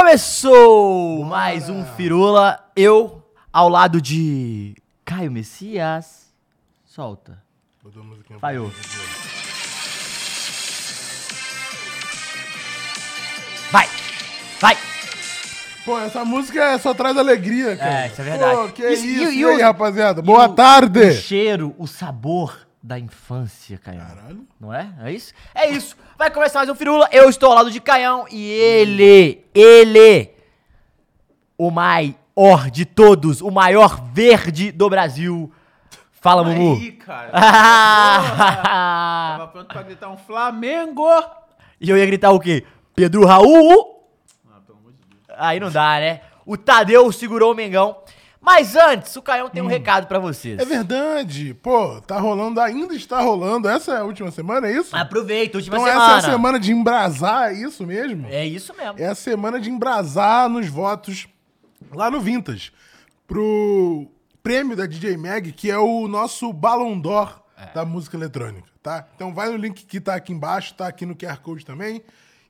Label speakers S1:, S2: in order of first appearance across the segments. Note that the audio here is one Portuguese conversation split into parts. S1: Começou mais um Firula. Eu ao lado de Caio Messias. Solta. Falhou. Vai! Vai!
S2: Pô, essa música é só traz alegria, cara.
S1: É, isso é verdade.
S2: Pô, que
S1: Isso-
S2: isso,
S1: e o- e
S2: e
S1: o-
S2: aí, rapaziada?
S1: E
S2: Boa
S1: o- O
S2: tarde!
S1: cheiro, o sabor da infância, Caião.
S2: Caralho.
S1: Não é? É isso? É isso. Vai começar mais um Firula. Eu estou ao lado de Caião e ele, ele, o maior de todos, o maior verde do Brasil. Fala, Mumu.
S3: Aí, cara.
S1: Ah!
S3: Tava pronto pra gritar um Flamengo!
S1: e eu ia gritar o quê? Pedro Raul?
S2: Ah,
S1: Aí não dá, né? O Tadeu segurou o Mengão. Mas antes, o Caião tem um recado pra vocês.
S2: Hum. É verdade. Pô, tá rolando, ainda está rolando. Essa é a última semana, é isso?
S1: Aproveita, última
S2: então
S1: semana.
S2: essa é a semana de embrasar, é isso mesmo?
S1: É isso mesmo.
S2: É a semana de embrasar nos votos lá no Vintas. Pro prêmio da DJ Mag, que é o nosso Ballon d'Or
S1: É.
S2: da música eletrônica, tá? Então vai no link que tá aqui embaixo, tá aqui no QR Code também.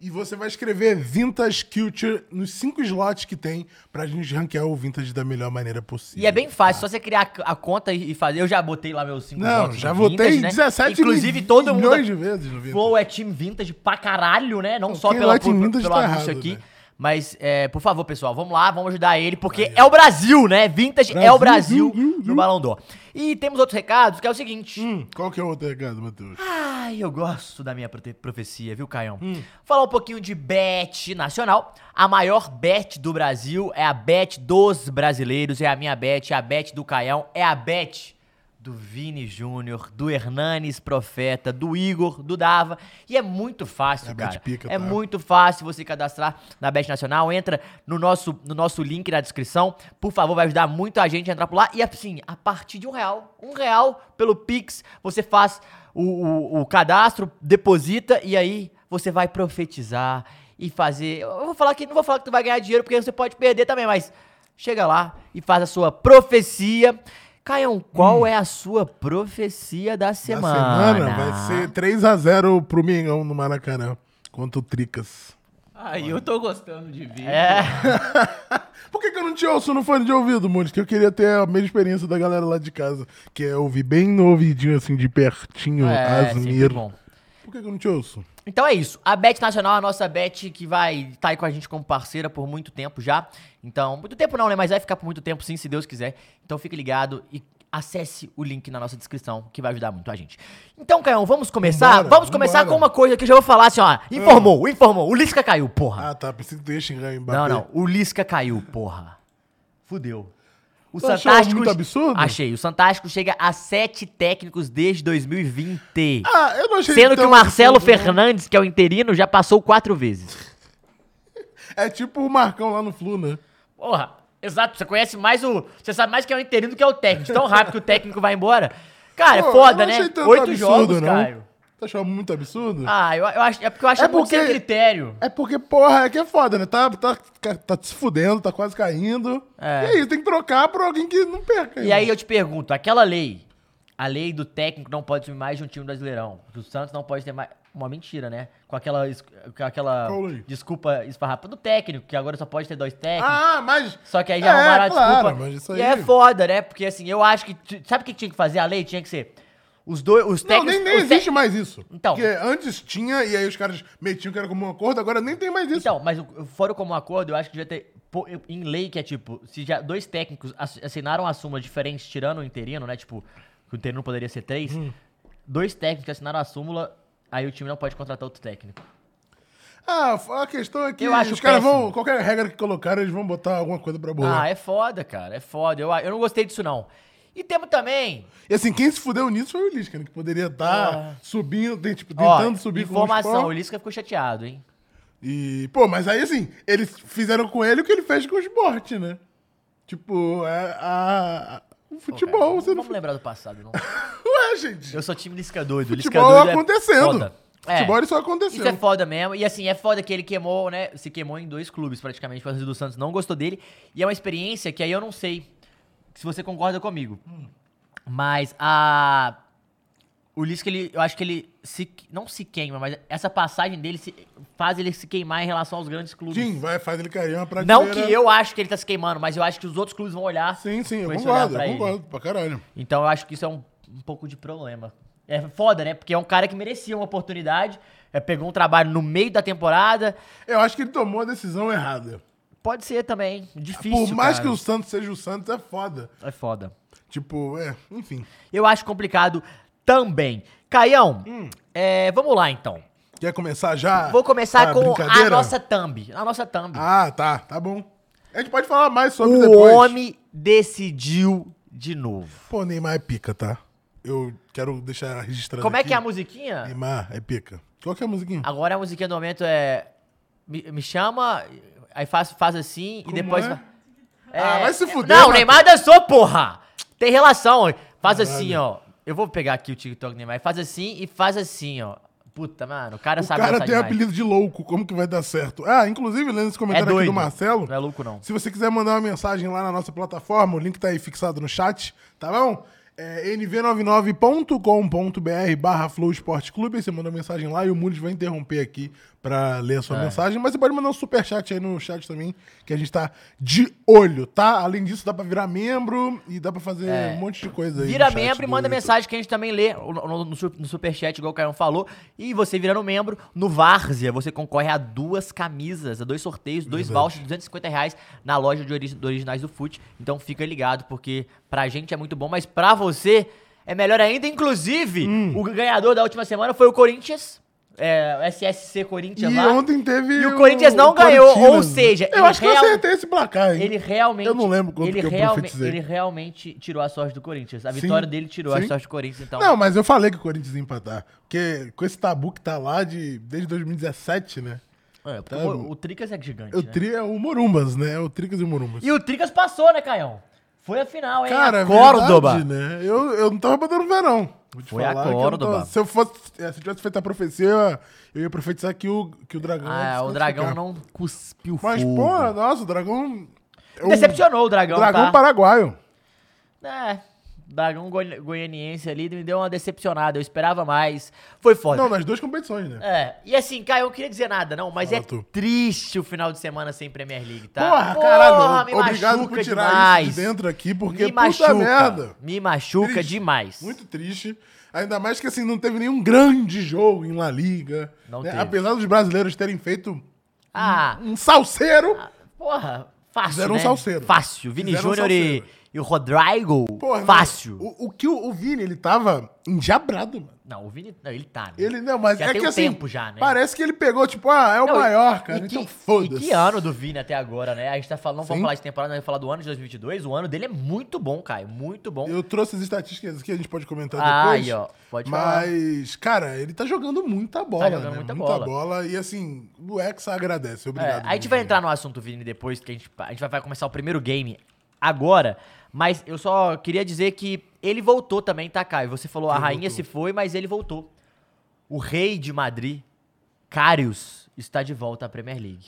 S2: E você vai escrever Vintage Culture nos cinco slots que tem pra gente ranquear o Vintage da melhor maneira possível.
S1: E é bem fácil, só você criar a c- a conta e e fazer. Eu já botei lá meus 5
S2: Não, já votei 17
S1: né? Inclusive, todo mundo.
S2: milhões de vezes no Vintage.
S1: Flow é time vintage pra caralho, né? Não
S2: Não,
S1: só
S2: quem
S1: pela,
S2: lá é time
S1: por-
S2: vintage
S1: pelo
S2: tá
S1: anúncio
S2: errado,
S1: aqui.
S2: né?
S1: Mas, é, por favor, pessoal, vamos lá, vamos ajudar ele, porque é o Brasil, né? Vintage é o Brasil no Balão d'Or. E temos outros recados, que é o seguinte.
S2: Hum, Qual que é o outro recado, Matheus?
S1: Ai, eu gosto da minha prote- profecia, viu, Caião?
S2: Hum.
S1: Falar um pouquinho de bet nacional. A maior bet do Brasil é a bet dos brasileiros, é a minha bet, é a bet do Caião, é a bet do Vini Júnior, do Hernanes Profeta, do Igor, do Dava. E é muito fácil,
S2: É a bet
S1: cara.
S2: pica,
S1: é
S2: tá?
S1: muito muito fácil você cadastrar na Bet Nacional. Entra no nosso, no nosso link na descrição. Por favor, vai ajudar muito a gente a entrar por lá. E assim, a partir de um real, um real pelo Pix, você faz o, o, o cadastro, deposita e aí você vai profetizar e fazer. Eu vou falar que não vou falar que tu vai ganhar dinheiro porque você pode perder também, mas chega lá e faz a sua profecia. Caião, qual é a sua profecia da semana?
S2: Na Hum. semana vai ser 3x0 pro Mingão no Maracanã. Contra o Tricas.
S3: Aí eu tô gostando de ver.
S1: É.
S2: Por que, que eu não te ouço no fone de ouvido, Muniz? Que eu queria ter a mesma experiência da galera lá de casa. Que é ouvir bem no ouvidinho, assim, de pertinho,
S1: É,
S2: as
S1: sempre
S2: Asmir.
S1: bom.
S2: Por que, que eu não te ouço?
S1: Então é isso. A Bet Nacional, é a nossa Bet que vai estar aí com a gente como parceira por muito tempo já. Então, muito tempo não, né? Mas vai ficar por muito tempo sim, se Deus quiser. Então fique ligado e acesse o link na nossa descrição, que vai ajudar muito a gente. Então, Caião, vamos começar?
S2: Vambora,
S1: vamos começar
S2: vambora. Hum.
S1: com uma coisa que eu já vou falar assim, ó. Informou, informou. O Lisca caiu, porra.
S2: Ah, tá. Pensei que tu ia xingar em
S1: não, não. O Lisca caiu, porra. Fudeu. O
S2: Tu achou muito absurdo?
S1: Achei. O Fantástico chega a sete técnicos desde 2020.
S2: Ah, eu não achei
S1: Sendo que
S2: tão
S1: o Marcelo
S2: absurdo, né? não.
S1: Fernandes, que é o interino, já passou quatro vezes.
S2: É tipo o Marcão lá no Flu, né?
S1: Porra, exato. Você conhece mais o. Você sabe mais que é o interino do que é o técnico. Tão rápido que o técnico vai embora. Cara,
S2: Pô,
S1: é foda,
S2: eu não
S1: né?
S2: achei tanto
S1: Oito
S2: absurdo,
S1: jogos,
S2: não.
S1: Caio.
S2: Tu achou muito absurdo?
S1: Ah, eu, eu acho. É porque eu acho
S2: É
S1: muito sem
S2: porque-
S1: critério.
S2: É porque, porra, é que é foda, né? Tá, tá, tá se fudendo, tá quase caindo.
S1: É.
S2: E aí, tem que trocar pra alguém que não perca.
S1: E aí eu te pergunto, aquela lei. A lei do técnico não pode subir mais de um time brasileirão. Do Santos não pode ter mais. Uma mentira, né? Com aquela, es- com aquela
S2: Qual lei?
S1: desculpa esfarrapada do técnico, que agora só pode ter dois técnicos.
S2: Ah, mas.
S1: Só que aí já
S2: É,
S1: arrumaram a
S2: claro,
S1: desculpa.
S2: mas isso
S1: E
S2: aí-
S1: é foda, né? Porque assim, eu acho que. t- Sabe o que tinha que fazer? A lei tinha que ser. Os dois. Os
S2: Não,
S1: técnicos.
S2: nem, nem
S1: os te-
S2: existe mais isso.
S1: Então.
S2: Porque antes tinha, e aí os caras metiam que era como um acordo, agora nem tem mais isso.
S1: Então, mas o- fora o comum acordo, eu acho que devia ter. pô, eu- Em lei, que é tipo, se já dois técnicos ass- assinaram a súmula diferente, tirando o interino, né? Tipo, que o interino poderia ser
S2: Hum.
S1: três. Dois técnicos que assinaram a súmula, aí o time não pode contratar outro técnico.
S2: Ah, a questão é que
S1: Eu acho
S2: os caras
S1: péssimo.
S2: vão. Qualquer regra que colocaram, eles vão botar alguma coisa pra boa.
S1: Ah, é foda, cara. É foda. Eu, eu não gostei disso, não. E temos também.
S2: E assim, quem se fudeu nisso foi o Lisca, né? Que poderia estar subindo, tem- tipo,
S1: Ah. ó,
S2: tentando subir com o
S1: informação. O Lisca ficou chateado, hein?
S2: E, pô, mas aí assim, eles fizeram com ele o que ele fez com o esporte, né? Tipo, é a. O futebol,
S1: Não
S2: você não.
S1: vamos lembrar do passado, não.
S2: Ué, gente.
S1: Eu sou time Lisca doido. Lisca
S2: Futebol
S1: doido é
S2: acontecendo.
S1: foda. É.
S2: Futebol isso aconteceu.
S1: Isso é foda mesmo. E assim, é foda que ele queimou, né? Se queimou em dois clubes, praticamente. O torcedor do Santos não gostou dele. E é uma experiência que aí eu não sei se você concorda comigo. Mas a. O Lisca, ele, eu acho que ele se, não se queima, mas essa passagem dele se- faz ele se queimar em relação aos grandes clubes.
S2: Sim, vai, faz ele cair uma prateleira.
S1: não que eu acho que ele tá se queimando, mas eu acho que os outros clubes vão olhar.
S2: Sim, sim, eu
S1: com esse olhar
S2: concordo,
S1: pra
S2: eu
S1: ele.
S2: concordo, pra caralho.
S1: Então eu acho que isso é um, um pouco de problema. É foda, né? Porque é um cara que merecia uma oportunidade, é, pegou um trabalho no meio da temporada.
S2: Eu acho que ele tomou a decisão errada.
S1: Pode ser também. Difícil.
S2: Por mais
S1: cara.
S2: que o Santos seja o Santos, é foda.
S1: É foda.
S2: Tipo, é, enfim.
S1: Eu acho complicado também. Caião,
S2: Hum.
S1: é, vamos lá então.
S2: Quer começar já?
S1: Vou começar com a
S2: Ah, brincadeira?
S1: nossa thumb. A nossa thumb.
S2: Ah, tá, tá bom. A gente pode falar mais sobre
S1: o
S2: depois.
S1: homem decidiu de novo.
S2: Pô, Neymar é pica, tá? Eu quero deixar registrado
S1: Como é
S2: aqui.
S1: que é a musiquinha?
S2: Neymar é pica. Qual que é a musiquinha?
S1: Agora a musiquinha do momento é. Me, me chama, aí faz, faz assim
S2: Como
S1: e depois.
S2: é?
S1: vai-
S2: Ah, vai se fuder,
S1: É. Não, o
S2: Rafa.
S1: Neymar dançou, porra! Tem relação, ó. Faz assim, ó. Eu vou pegar aqui o TikTok do Neymar. Faz assim e faz assim, ó. Puta, mano, o cara
S2: o
S1: sabe
S2: cara
S1: dançar
S2: tem
S1: demais.
S2: apelido de louco, como que vai dar certo? Ah, inclusive, lendo esse
S1: É
S2: comentário
S1: doido.
S2: aqui do Marcelo.
S1: Não é louco, não.
S2: Se você quiser mandar uma mensagem lá na nossa plataforma, o link tá aí fixado no chat, tá bom? É nv99.com.br barra Flow Esporte Clube, aí você manda uma mensagem lá e o Mules vai interromper aqui pra ler a sua
S1: É.
S2: mensagem, mas você pode mandar um superchat aí no chat também, que a gente tá de olho, tá? Além disso, dá pra virar membro e dá pra fazer um monte de coisa aí.
S1: É. Vira
S2: no chat
S1: membro e
S2: do
S1: manda
S2: YouTube.
S1: mensagem que a gente também lê no, no, no su- no superchat, igual o Caio falou. E você virando membro, no Várzea, você concorre a duas camisas, a dois sorteios, dois vouchers de 250 reais na loja de, ori- do originais do FUT. Então fica ligado, porque pra gente é muito bom, mas pra você é melhor ainda. Inclusive,
S2: Hum.
S1: o ganhador da última semana foi o Corinthians. É, o SSC Corinthians
S2: E
S1: lá.
S2: ontem teve.
S1: E o Corinthians não ganhou, ou seja,
S2: Eu
S1: ele
S2: acho que eu
S1: real-
S2: acertei esse placar, hein?
S1: Ele realmente.
S2: Eu não lembro quanto
S1: ele
S2: que eu
S1: realme-
S2: profetizei.
S1: Ele realmente tirou a sorte do Corinthians. A
S2: Sim,
S1: vitória dele tirou a
S2: sim.
S1: sorte do Corinthians, então.
S2: Não, mas eu falei que o Corinthians ia empatar. Porque com esse tabu que tá lá de, desde 2017, né?
S1: É, porque
S2: Tá
S1: o-
S2: bom.
S1: o Tricas é gigante,
S2: O
S1: né?
S2: tri é o Morumbas, né? O Tricas e o Morumbas.
S1: E o Tricas passou, né, Caião? Foi a final, hein?
S2: Cara,
S1: a
S2: é
S1: Córdoba.
S2: verdade, né? Eu, eu não tava botando fé, não. Vou te
S1: Foi a
S2: falar que eu não
S1: Córdoba.
S2: tava- se, eu fosse, é, se eu tivesse feito a profecia, eu- eu ia profetizar que o, que o Dragão... ia
S1: Ah, o
S2: se
S1: Dragão
S2: classificar.
S1: não cuspiu
S2: Mas,
S1: fogo.
S2: porra, nossa, o Dragão... é um-
S1: Decepcionou o Dragão,
S2: Dragão
S1: tá?
S2: paraguaio.
S1: É, Dragão goi- goianiense ali me deu uma decepcionada. Eu esperava mais. Foi foda.
S2: Não, nas duas competições, né?
S1: É, e assim, Caio, eu não queria dizer nada, não, mas
S2: Fala
S1: é
S2: tu.
S1: triste o final de semana sem Premier League, tá?
S2: Porra, caralho.
S1: me
S2: obrigado
S1: machuca
S2: por tirar isso
S1: demais.
S2: de dentro aqui, porque
S1: me
S2: puta
S1: machuca,
S2: merda.
S1: Me machuca
S2: Triste.
S1: demais.
S2: Muito triste. Ainda mais que assim, não teve nenhum grande jogo em La Liga.
S1: Não
S2: né?
S1: teve.
S2: Apesar dos brasileiros terem feito
S1: Ah,
S2: um salseiro.
S1: porra, fácil,
S2: Fizeram um
S1: né?
S2: salseiro.
S1: Fácil. Vini
S2: Fizeram um
S1: Júnior e,
S2: salseiro.
S1: e o Rodrigo,
S2: Porra,
S1: fácil.
S2: né? O, o que o, o Vini, ele tava endiabrado, mano.
S1: Não, o Vini, não, ele tá, né?
S2: Ele não, mas
S1: Já
S2: é
S1: tem
S2: que
S1: um
S2: assim,
S1: tempo já, né?
S2: parece que ele pegou, tipo, ah, é o
S1: Não, e-
S2: maior, cara.
S1: e que,
S2: então
S1: e
S2: foda-se.
S1: que ano do Vini até agora, né? A gente tá falando, não vamos
S2: Sim.
S1: falar de temporada, vamos falar do ano de 2022. O ano dele é muito bom, Caio, muito bom.
S2: Eu trouxe as estatísticas que a gente pode comentar
S1: Ah,
S2: depois.
S1: aí, ó, pode falar.
S2: mas, cara, ele tá jogando muita bola,
S1: jogando
S2: né?
S1: muita
S2: Muita,
S1: bola.
S2: bola. E assim, o Hexa agradece.
S1: É,
S2: Obrigado.
S1: a gente vai entrar no assunto Vini depois, que a gente, a gente vai, vai começar o primeiro game agora. Mas eu só queria dizer que ele voltou também, tá, Caio? Você falou, a rainha se foi, mas ele voltou. O rei de Madrid, Karius, está de volta à Premier League.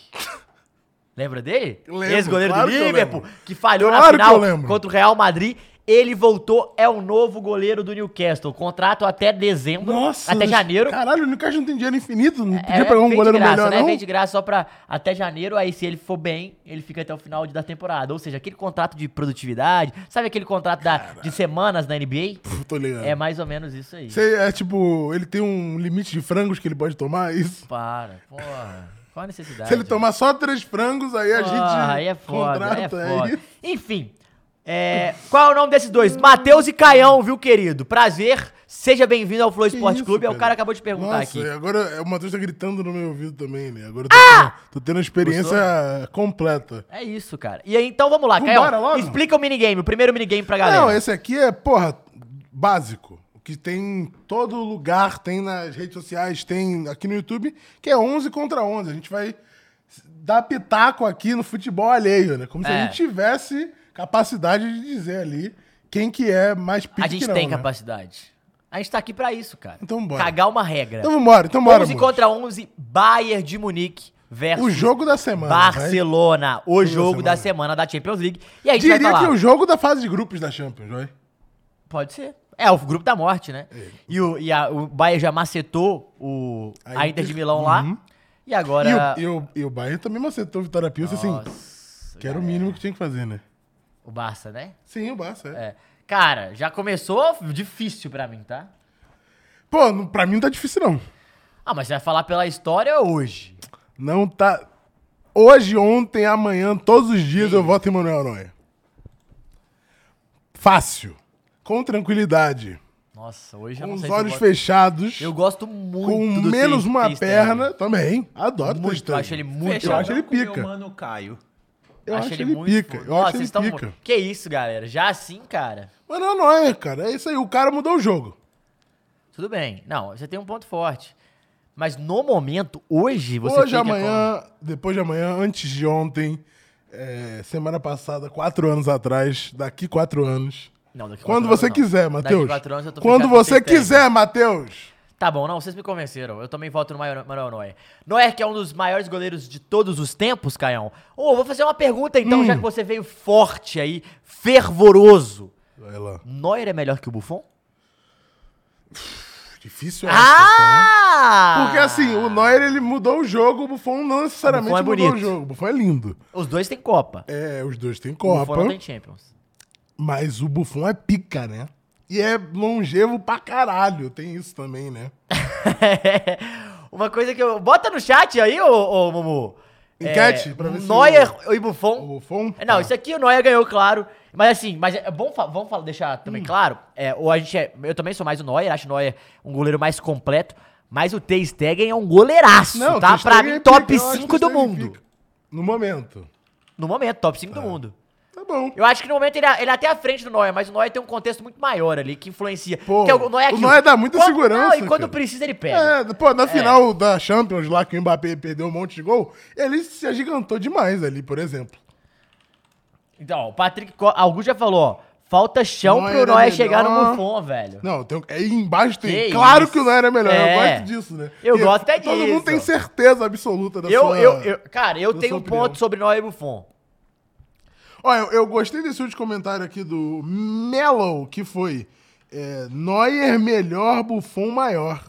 S1: Lembra dele?
S2: Lembro,
S1: Ex-goleiro
S2: claro
S1: do
S2: que eu
S1: Liverpool,
S2: lembro.
S1: que, falhou na
S2: Claro que eu
S1: final
S2: lembro.
S1: contra o Real Madrid. Ele voltou, é o novo goleiro do Newcastle. Contrato até dezembro,
S2: Nossa,
S1: até janeiro.
S2: Caralho, o Newcastle não tem dinheiro infinito. Não
S1: É,
S2: podia pegar um
S1: vem de
S2: goleiro
S1: graça,
S2: melhor,
S1: né?
S2: não?
S1: Vem de graça só pra até janeiro, aí se ele for bem, ele fica até o final de- da temporada. Ou seja, aquele contrato de produtividade, sabe aquele contrato da- de semanas na NBA?
S2: Pô, Tô ligado.
S1: É mais ou menos isso aí.
S2: Cê- é tipo, ele tem um limite de frangos que ele pode tomar, é isso?
S1: Para, porra. Qual a necessidade? Ah,
S2: Se ele tomar só três frangos, aí a
S1: Porra,
S2: gente
S1: aí é foda, é foda.
S2: é isso.
S1: Enfim, É, qual é o nome desses dois? Matheus e Caião, viu, querido? Prazer. Seja bem-vindo ao Flow Esporte
S2: isso,
S1: Clube. É o
S2: cara?
S1: cara que acabou de perguntar
S2: Nossa,
S1: aqui.
S2: e agora é, o Matheus tá gritando no meu ouvido também, né? Agora eu tô, ah! tendo, tô tendo a experiência completa.
S1: É isso, cara. E aí, então vamos lá,
S2: Vambora
S1: Caião.
S2: logo.
S1: Explica o minigame, o primeiro minigame pra galera.
S2: Não, esse aqui é, porra, básico. O que tem em todo lugar, tem nas redes sociais, tem aqui no YouTube, que é 11 contra 11. A gente vai dar pitaco aqui no futebol alheio, né? Como se
S1: É.
S2: a gente tivesse capacidade de dizer ali quem que é mais pique
S1: a gente
S2: que não,
S1: tem
S2: né?
S1: capacidade. A gente tá aqui pra isso, cara.
S2: Então bora.
S1: Cagar uma regra.
S2: Então vambora, então bora,
S1: 11
S2: moço.
S1: contra 11, Bayern de Munique versus
S2: O jogo da semana. vai.
S1: Barcelona. O
S2: da
S1: jogo da semana da Champions League. E aí a gente vai
S2: Diria
S1: falar.
S2: que é o jogo da fase de grupos da Champions, vai?
S1: Pode ser. É, o grupo da morte, né?
S2: É.
S1: E, o, e a- o Bayern já macetou o, a
S2: Aí-
S1: Inter de Milão lá. E agora...
S2: Uhum. E, o, e, o, e o Bayern também macetou o Vitória Pilsa, assim,
S1: Nossa,
S2: que era o mínimo que tinha que fazer, né?
S1: o Barça, né?
S2: Sim, o Barça, é.
S1: É. Cara, já começou difícil pra mim, tá?
S2: Pô, não- pra mim não tá difícil, não.
S1: Ah, mas você vai falar pela história hoje.
S2: Não tá... Hoje, ontem, amanhã, todos os dias eu voto em Manuel Noia. Fácil. Com tranquilidade.
S1: Nossa, hoje eu
S2: Com
S1: não
S2: os
S1: sei
S2: olhos
S1: se eu gosto-
S2: fechados.
S1: Eu gosto muito
S2: com
S1: do
S2: menos
S1: Ter-
S2: uma
S1: Ter Stegen.
S2: perna. Também. Adoro o Ter
S1: Muito, eu
S2: Stegen.
S1: acho ele muito...
S3: Fechadão
S2: acho ele
S3: com meu
S2: pica.
S3: mano Caio.
S2: Eu acho ele pica.
S1: fofo.
S2: Eu acho
S1: Nossa,
S2: ele
S1: vocês tão-
S2: pica.
S1: Que isso, galera. Já assim, cara...
S2: Manuel Noia, cara. É isso aí. O cara mudou o jogo.
S1: Tudo bem. Não, você tem um ponto forte. Mas no momento, hoje, você
S2: Hoje,
S1: fica
S2: amanhã, depois de amanhã, antes de ontem, é, semana passada, quatro anos atrás, daqui quatro anos.
S1: com- Não, daqui
S2: Quando
S1: quatro
S2: você
S1: anos não.
S2: quiser,
S1: Daqui
S2: Matheus.
S1: quatro anos eu tô
S2: Quando
S1: ficando
S2: você
S1: sem tempo.
S2: quiser, Matheus.
S1: Tá bom, não, vocês me convenceram. Eu também voto no Maio- Manuel Neuer. Neuer, que é um dos maiores goleiros de todos os tempos, Caião. Ô, vou fazer uma pergunta então,
S2: Hum.
S1: já que você veio forte aí, fervoroso.
S2: Vai lá.
S1: Neuer é melhor que o Buffon?
S2: Difícil
S1: é
S2: essa, tá?
S1: Ah!
S2: Porque assim, o Neuer ele mudou o jogo, o Buffon não necessariamente
S1: O Buffon é
S2: mudou o
S1: bonito.
S2: jogo. O Buffon é lindo.
S1: Os dois têm Copa.
S2: É, os dois têm
S1: O Buffon
S2: Copa,
S1: não tem Champions.
S2: mas o Buffon é pica, né? E é longevo pra caralho, tem isso também, né?
S1: Uma coisa que eu... Bota no chat aí, ô, ô Mumu.
S2: Enquete,
S1: É,
S2: pra ver se
S1: Neuer
S2: o-
S1: e Buffon.
S2: O Buffon...
S1: É, Não,
S2: tá.
S1: isso aqui o Noia ganhou, claro. Mas assim, mas é bom fa- vamos falar, deixar
S2: Hum.
S1: também claro. É, ou a gente é, eu também sou mais o Neuer, acho o Neuer um goleiro mais completo. Mas o Ter Stegen é um goleiraço,
S2: Não,
S1: tá?
S2: Ter Stegen
S1: Pra
S2: é
S1: mim,
S2: pica,
S1: top
S2: eu acho que
S1: 5
S2: o
S1: do
S2: Ter Stegen
S1: mundo.
S2: pica. No momento.
S1: No momento, top 5 do mundo.
S2: Tá bom.
S1: Eu acho que no momento ele, é- ele é até à frente do Neuer, mas o Neuer tem um contexto muito maior ali, que influencia.
S2: Pô,
S1: Porque Neuer é
S2: o
S1: aquilo.
S2: Neuer dá muita
S1: Quando-
S2: segurança,
S1: Não, e quando
S2: cara.
S1: precisa ele pega.
S2: É, pô, na final da Champions lá que o Mbappé perdeu um monte de gol, ele se agigantou demais ali, por exemplo.
S1: Então, o Patrick Co- Augusto já falou, ó, falta chão
S2: Neuer
S1: pro
S2: é
S1: Neuer chegar no
S2: melhor.
S1: Buffon, velho.
S2: Não, tem, aí embaixo tem.
S1: Que
S2: claro
S1: isso.
S2: que o Neuer é melhor,
S1: É.
S2: eu gosto disso, né?
S1: Eu gosto é
S2: Todo
S1: disso.
S2: mundo tem certeza absoluta da
S1: Eu,
S2: sua...
S1: eu, eu, cara, eu
S2: da
S1: tenho
S2: sua
S1: um
S2: opinião.
S1: ponto sobre Neuer e Buffon.
S2: Olha, eu, eu gostei desse último comentário aqui do Mellow, que foi é, Neuer melhor, Buffon maior.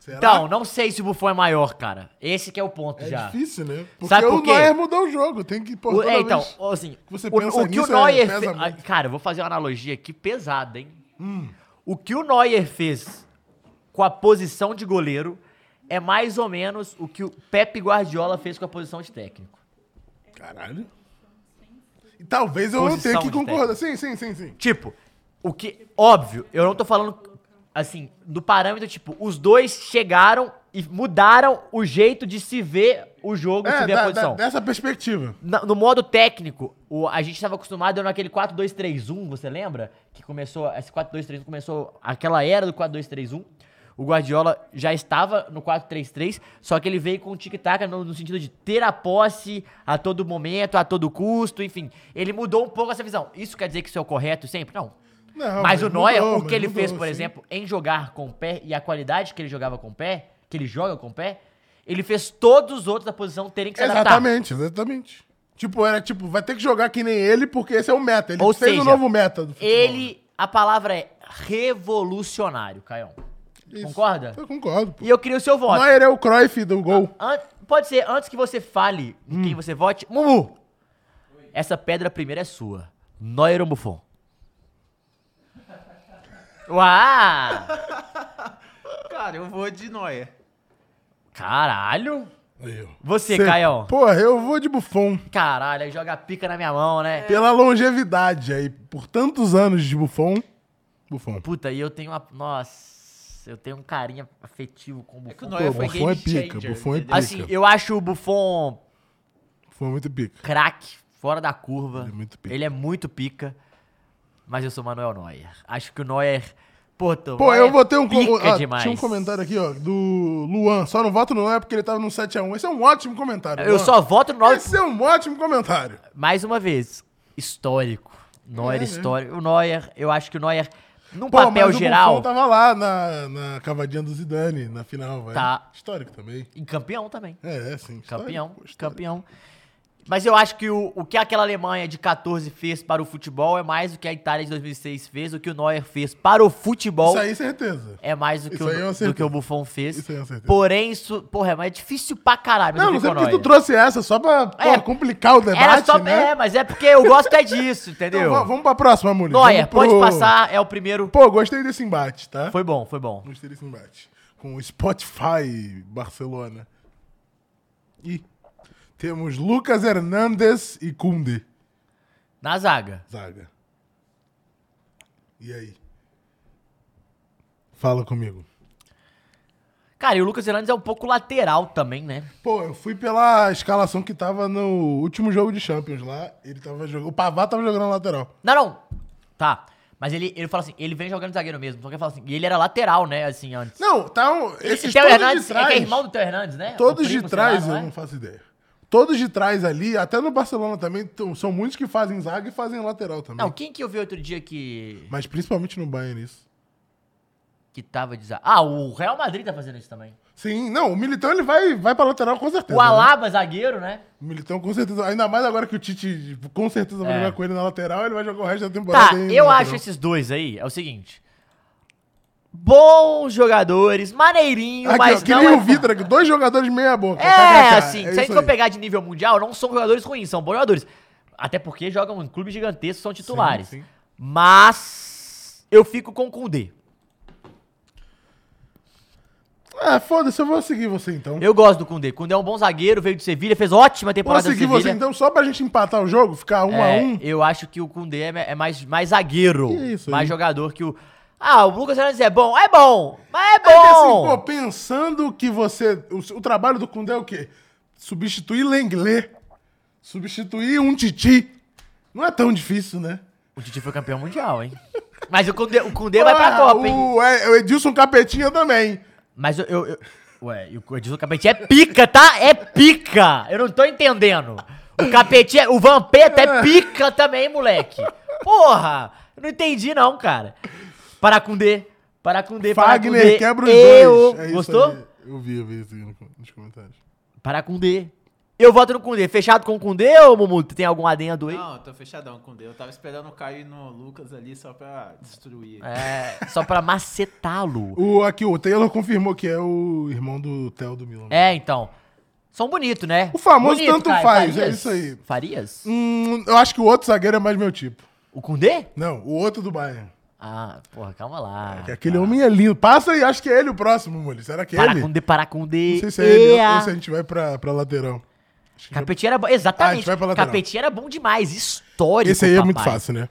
S2: Será?
S1: Então, não sei se o Buffon é maior, cara. Esse que é o ponto
S2: é
S1: já.
S2: difícil, né? Porque
S1: Sabe por
S2: o
S1: quê?
S2: Neuer mudou o jogo, tem que... Pô,
S1: O-
S2: toda
S1: é, então,
S2: vez-
S1: assim,
S2: você
S1: o,
S2: pensa
S1: o que o
S2: nisso,
S1: Neuer
S2: é, pesa
S1: fez...
S2: muito. Hum.
S1: Cara, eu vou fazer uma analogia aqui pesada, hein? O que o Neuer fez com a posição de goleiro é mais ou menos o que o Pepe Guardiola fez com a posição de técnico.
S2: Caralho. E talvez eu não
S1: Posição
S2: tenha que
S1: de
S2: concordar. Sim, sim, sim, sim.
S1: Tipo, o que. Óbvio, eu não tô falando. Assim, do parâmetro, tipo, os dois chegaram e mudaram o jeito de se ver o jogo, se
S2: É,
S1: ver a
S2: da- da-
S1: posição.
S2: dessa perspectiva.
S1: Na- no modo técnico, o- a gente estava acostumado naquele 4-2-3-1, você lembra? Que começou, esse 4-2-3-1 começou aquela era do 4-2-3-1. O Guardiola já estava no 4-3-3, só que ele veio com o tic-tac no, no sentido de ter a posse a todo momento, a todo custo, enfim. Ele mudou um pouco essa visão. Isso quer dizer que isso é o correto sempre? Não.
S2: Não,
S1: mas o Neuer,
S2: mudou,
S1: o que
S2: mas
S1: ele
S2: mudou,
S1: fez, por
S2: sim.
S1: exemplo, em jogar com o pé e a qualidade que ele jogava com o pé, que ele joga com o pé, ele fez todos os outros da posição terem que se adaptar.
S2: Exatamente, exatamente. Tipo, era tipo, vai ter que jogar que nem ele, porque esse é o meta. Ele
S1: Ou
S2: fez
S1: seja,
S2: o novo meta do futebol. né?
S1: Ele, a palavra é revolucionário, Caião.
S2: Isso.
S1: Concorda?
S2: Eu concordo. pô.
S1: E eu queria o seu voto.
S2: Neuer é o Cruyff do gol.
S1: An- pode ser, antes que você fale em
S2: Hum.
S1: quem você vote, Mumu, essa pedra primeira é sua. Neuer ou Buffon? Uau!
S3: Cara, eu vou de Noia.
S1: Caralho!
S2: Eu.
S1: Você, Caio.
S2: Porra, eu vou de Buffon.
S1: Caralho, aí joga a pica na minha mão, né?
S2: Pela longevidade aí, por tantos anos de Buffon, Buffon.
S1: Puta, e eu tenho uma. Nossa, eu tenho um carinho afetivo com o Buffon.
S3: que o Neuer foi
S2: Buffon é
S3: game
S2: pica,
S3: changer,
S2: Buffon é
S3: entendeu?
S2: pica.
S1: Assim, eu acho o Buffon
S2: Buffon é muito pica.
S1: craque, fora da curva.
S2: Ele é muito pica.
S1: Ele é muito pica, Mas eu sou Manuel Neuer. Acho que o Neuer. Pô, tô-
S2: Pô,
S1: Neuer
S2: eu botei um...
S1: pica
S2: com- ah,
S1: demais.
S2: Tinha um comentário aqui, ó, do Luan. Só não voto não é porque ele tava no 7x1. Esse é um ótimo comentário,
S1: Eu
S2: Luan.
S1: só voto no Neuer.
S2: Esse é um ótimo comentário.
S1: Mais uma vez, histórico. Neuer histórico. O Neuer, eu acho que o Neuer, num
S2: É, Pô,
S1: papel
S2: mas O
S1: geral,
S2: Buffon tá- tava lá na, na cavadinha do Zidane, na final, velho.
S1: Tá.
S2: Histórico também.
S1: e campeão também.
S2: É, é sim. histórico,
S1: Campeão,
S2: pô, histórico.
S1: campeão. Mas eu acho que o, o que aquela Alemanha de 14 fez para o futebol é mais o que a Itália de 2006 fez, o que o Neuer fez para o futebol
S2: Isso aí, certeza.
S1: é mais do que,
S2: isso
S1: o,
S2: aí eu
S1: do
S2: acertei.
S1: que o Buffon fez.
S2: Isso aí eu acertei.
S1: Porém, isso, porra, mas é difícil pra caralho. mas
S2: Não,
S1: eu
S2: não
S1: fico
S2: sei
S1: com o
S2: porque tu
S1: Neuer.
S2: trouxe essa, só pra pô,
S1: É.
S2: complicar o debate,
S1: Era só,
S2: né?
S1: é, mas é porque eu gosto é disso, entendeu?
S2: Então, va- vamos pra próxima, Murilo.
S1: Neuer,
S2: Vamos pro-
S1: pode passar, é o primeiro.
S2: Pô, gostei desse embate, tá?
S1: Foi bom, foi bom.
S2: Gostei desse embate. Com o Spotify Barcelona. E temos Lucas Hernandes e Kunde.
S1: Na zaga.
S2: Zaga. E aí? Fala comigo.
S1: Cara, e o Lucas Hernandes é um pouco lateral também, né?
S2: Pô, eu fui pela escalação que tava no último jogo de Champions lá. Ele tava jogando. O Pavá tava jogando na lateral.
S1: Não, não. Tá. Mas ele, ele fala assim, ele vem jogando zagueiro mesmo. Só que ele fala assim, e ele era lateral, né? Assim, antes.
S2: Não, tá um,
S1: E
S2: esses
S1: Theo
S2: todos
S1: Hernandes
S2: de
S1: é
S2: trás.
S1: que é irmão do Theo Hernandes, né?
S2: Todos
S1: O
S2: de
S1: primo, sei
S2: trás,
S1: lá,
S2: eu
S1: não é?
S2: não faço ideia. Todos de trás ali, até no Barcelona também, t- são muitos que fazem zaga e fazem lateral também.
S1: Não, quem que eu vi outro dia que,
S2: Mas principalmente no Bayern isso.
S1: que tava de zaga? Ah, o Real Madrid tá fazendo isso também.
S2: Sim, não, o Militão ele vai, vai pra lateral com certeza.
S1: O
S2: né?
S1: Alaba, zagueiro, né?
S2: O Militão com certeza, ainda mais agora que o Tite tipo, com certeza vai
S1: É.
S2: jogar com ele na lateral, ele vai jogar o resto da temporada.
S1: Tá,
S2: aí
S1: eu
S2: na
S1: acho
S2: lateral.
S1: esses dois aí, é o seguinte. Bons jogadores, maneirinho,
S2: Aqui,
S1: mas
S2: ó, Ah, que
S1: não
S2: nem
S1: é-
S2: o Vidra, aqui, dois jogadores meia boca.
S1: É,
S2: KKK,
S1: assim, se a
S2: isso
S1: gente for
S2: aí.
S1: pegar de nível mundial, não são jogadores ruins, são bons jogadores. Até porque jogam em clubes gigantescos, são titulares.
S2: sim.
S1: Mas eu fico com o Kundê.
S2: Ah, foda-se, eu vou seguir você então.
S1: Eu gosto do Kundê. Kundê é um bom zagueiro, veio do Sevilha, fez ótima
S2: vou
S1: temporada do
S2: seguir você
S1: Sevilha.
S2: então, só pra gente empatar o jogo, ficar um
S1: É,
S2: a um.
S1: Eu acho que o Kundê é é mais, mais zagueiro,
S2: Que isso aí?
S1: mais jogador que o... Ah, o Lucas Hernandes é bom, é bom, mas é
S2: É que assim, pô,
S1: bom.
S2: pensando que você. O, o trabalho do Kundé é o quê? Substituir Lenglet. Substituir um Titi. Não é tão difícil, né?
S1: o Titi foi campeão mundial, hein? Mas o Kundê, o Kundê vai pra
S2: Porra,
S1: Copa, hein?
S2: O, é, o Edilson Capetinha também.
S1: Mas eu. eu, eu ué, e o Edilson Capeti é pica, tá? É pica! Eu não tô entendendo. O Capeti, é- o Vampeta é pica também, moleque. Porra! Eu não entendi, não, cara. Paracundê. Paracundê,
S2: Fagner
S1: Paracundê.
S2: quebra os
S1: eu...
S2: dois. É isso
S1: Gostou?
S2: aí. Eu vi, eu vi isso aí no- nos comentários.
S1: Paracundê. Eu voto no Cundê. Fechado com o Cundê ou, Mumu, tem algum adendo aí?
S3: Não, eu tô fechadão com o Deus. Eu tava esperando o Caio e no Lucas ali só pra destruir.
S1: É, só pra macetá-lo.
S2: O, aqui, o Taylor confirmou que é o irmão do Theo do Milan.
S1: É, então. São bonitos, né?
S2: O famoso tanto faz, é isso aí.
S1: Farias?
S2: Hum, eu acho que o outro zagueiro é mais meu tipo.
S1: O Cundê?
S2: Não, o outro do Bayern.
S1: Ah, porra, calma lá.
S2: Que Aquele homem é lindo. Passa e acho que é ele o próximo, Muli. Será que é ele?
S1: Paracundê, Paracundê.
S2: Não sei se é ele
S1: ea.
S2: ou se a gente vai pra, pra lateral.
S1: Capeti era bom.
S2: Ah, a gente
S1: Exatamente.
S2: vai pra lateral.
S1: Capeti era bom demais. Histórico.
S2: Esse aí é muito
S1: papai.
S2: fácil, né?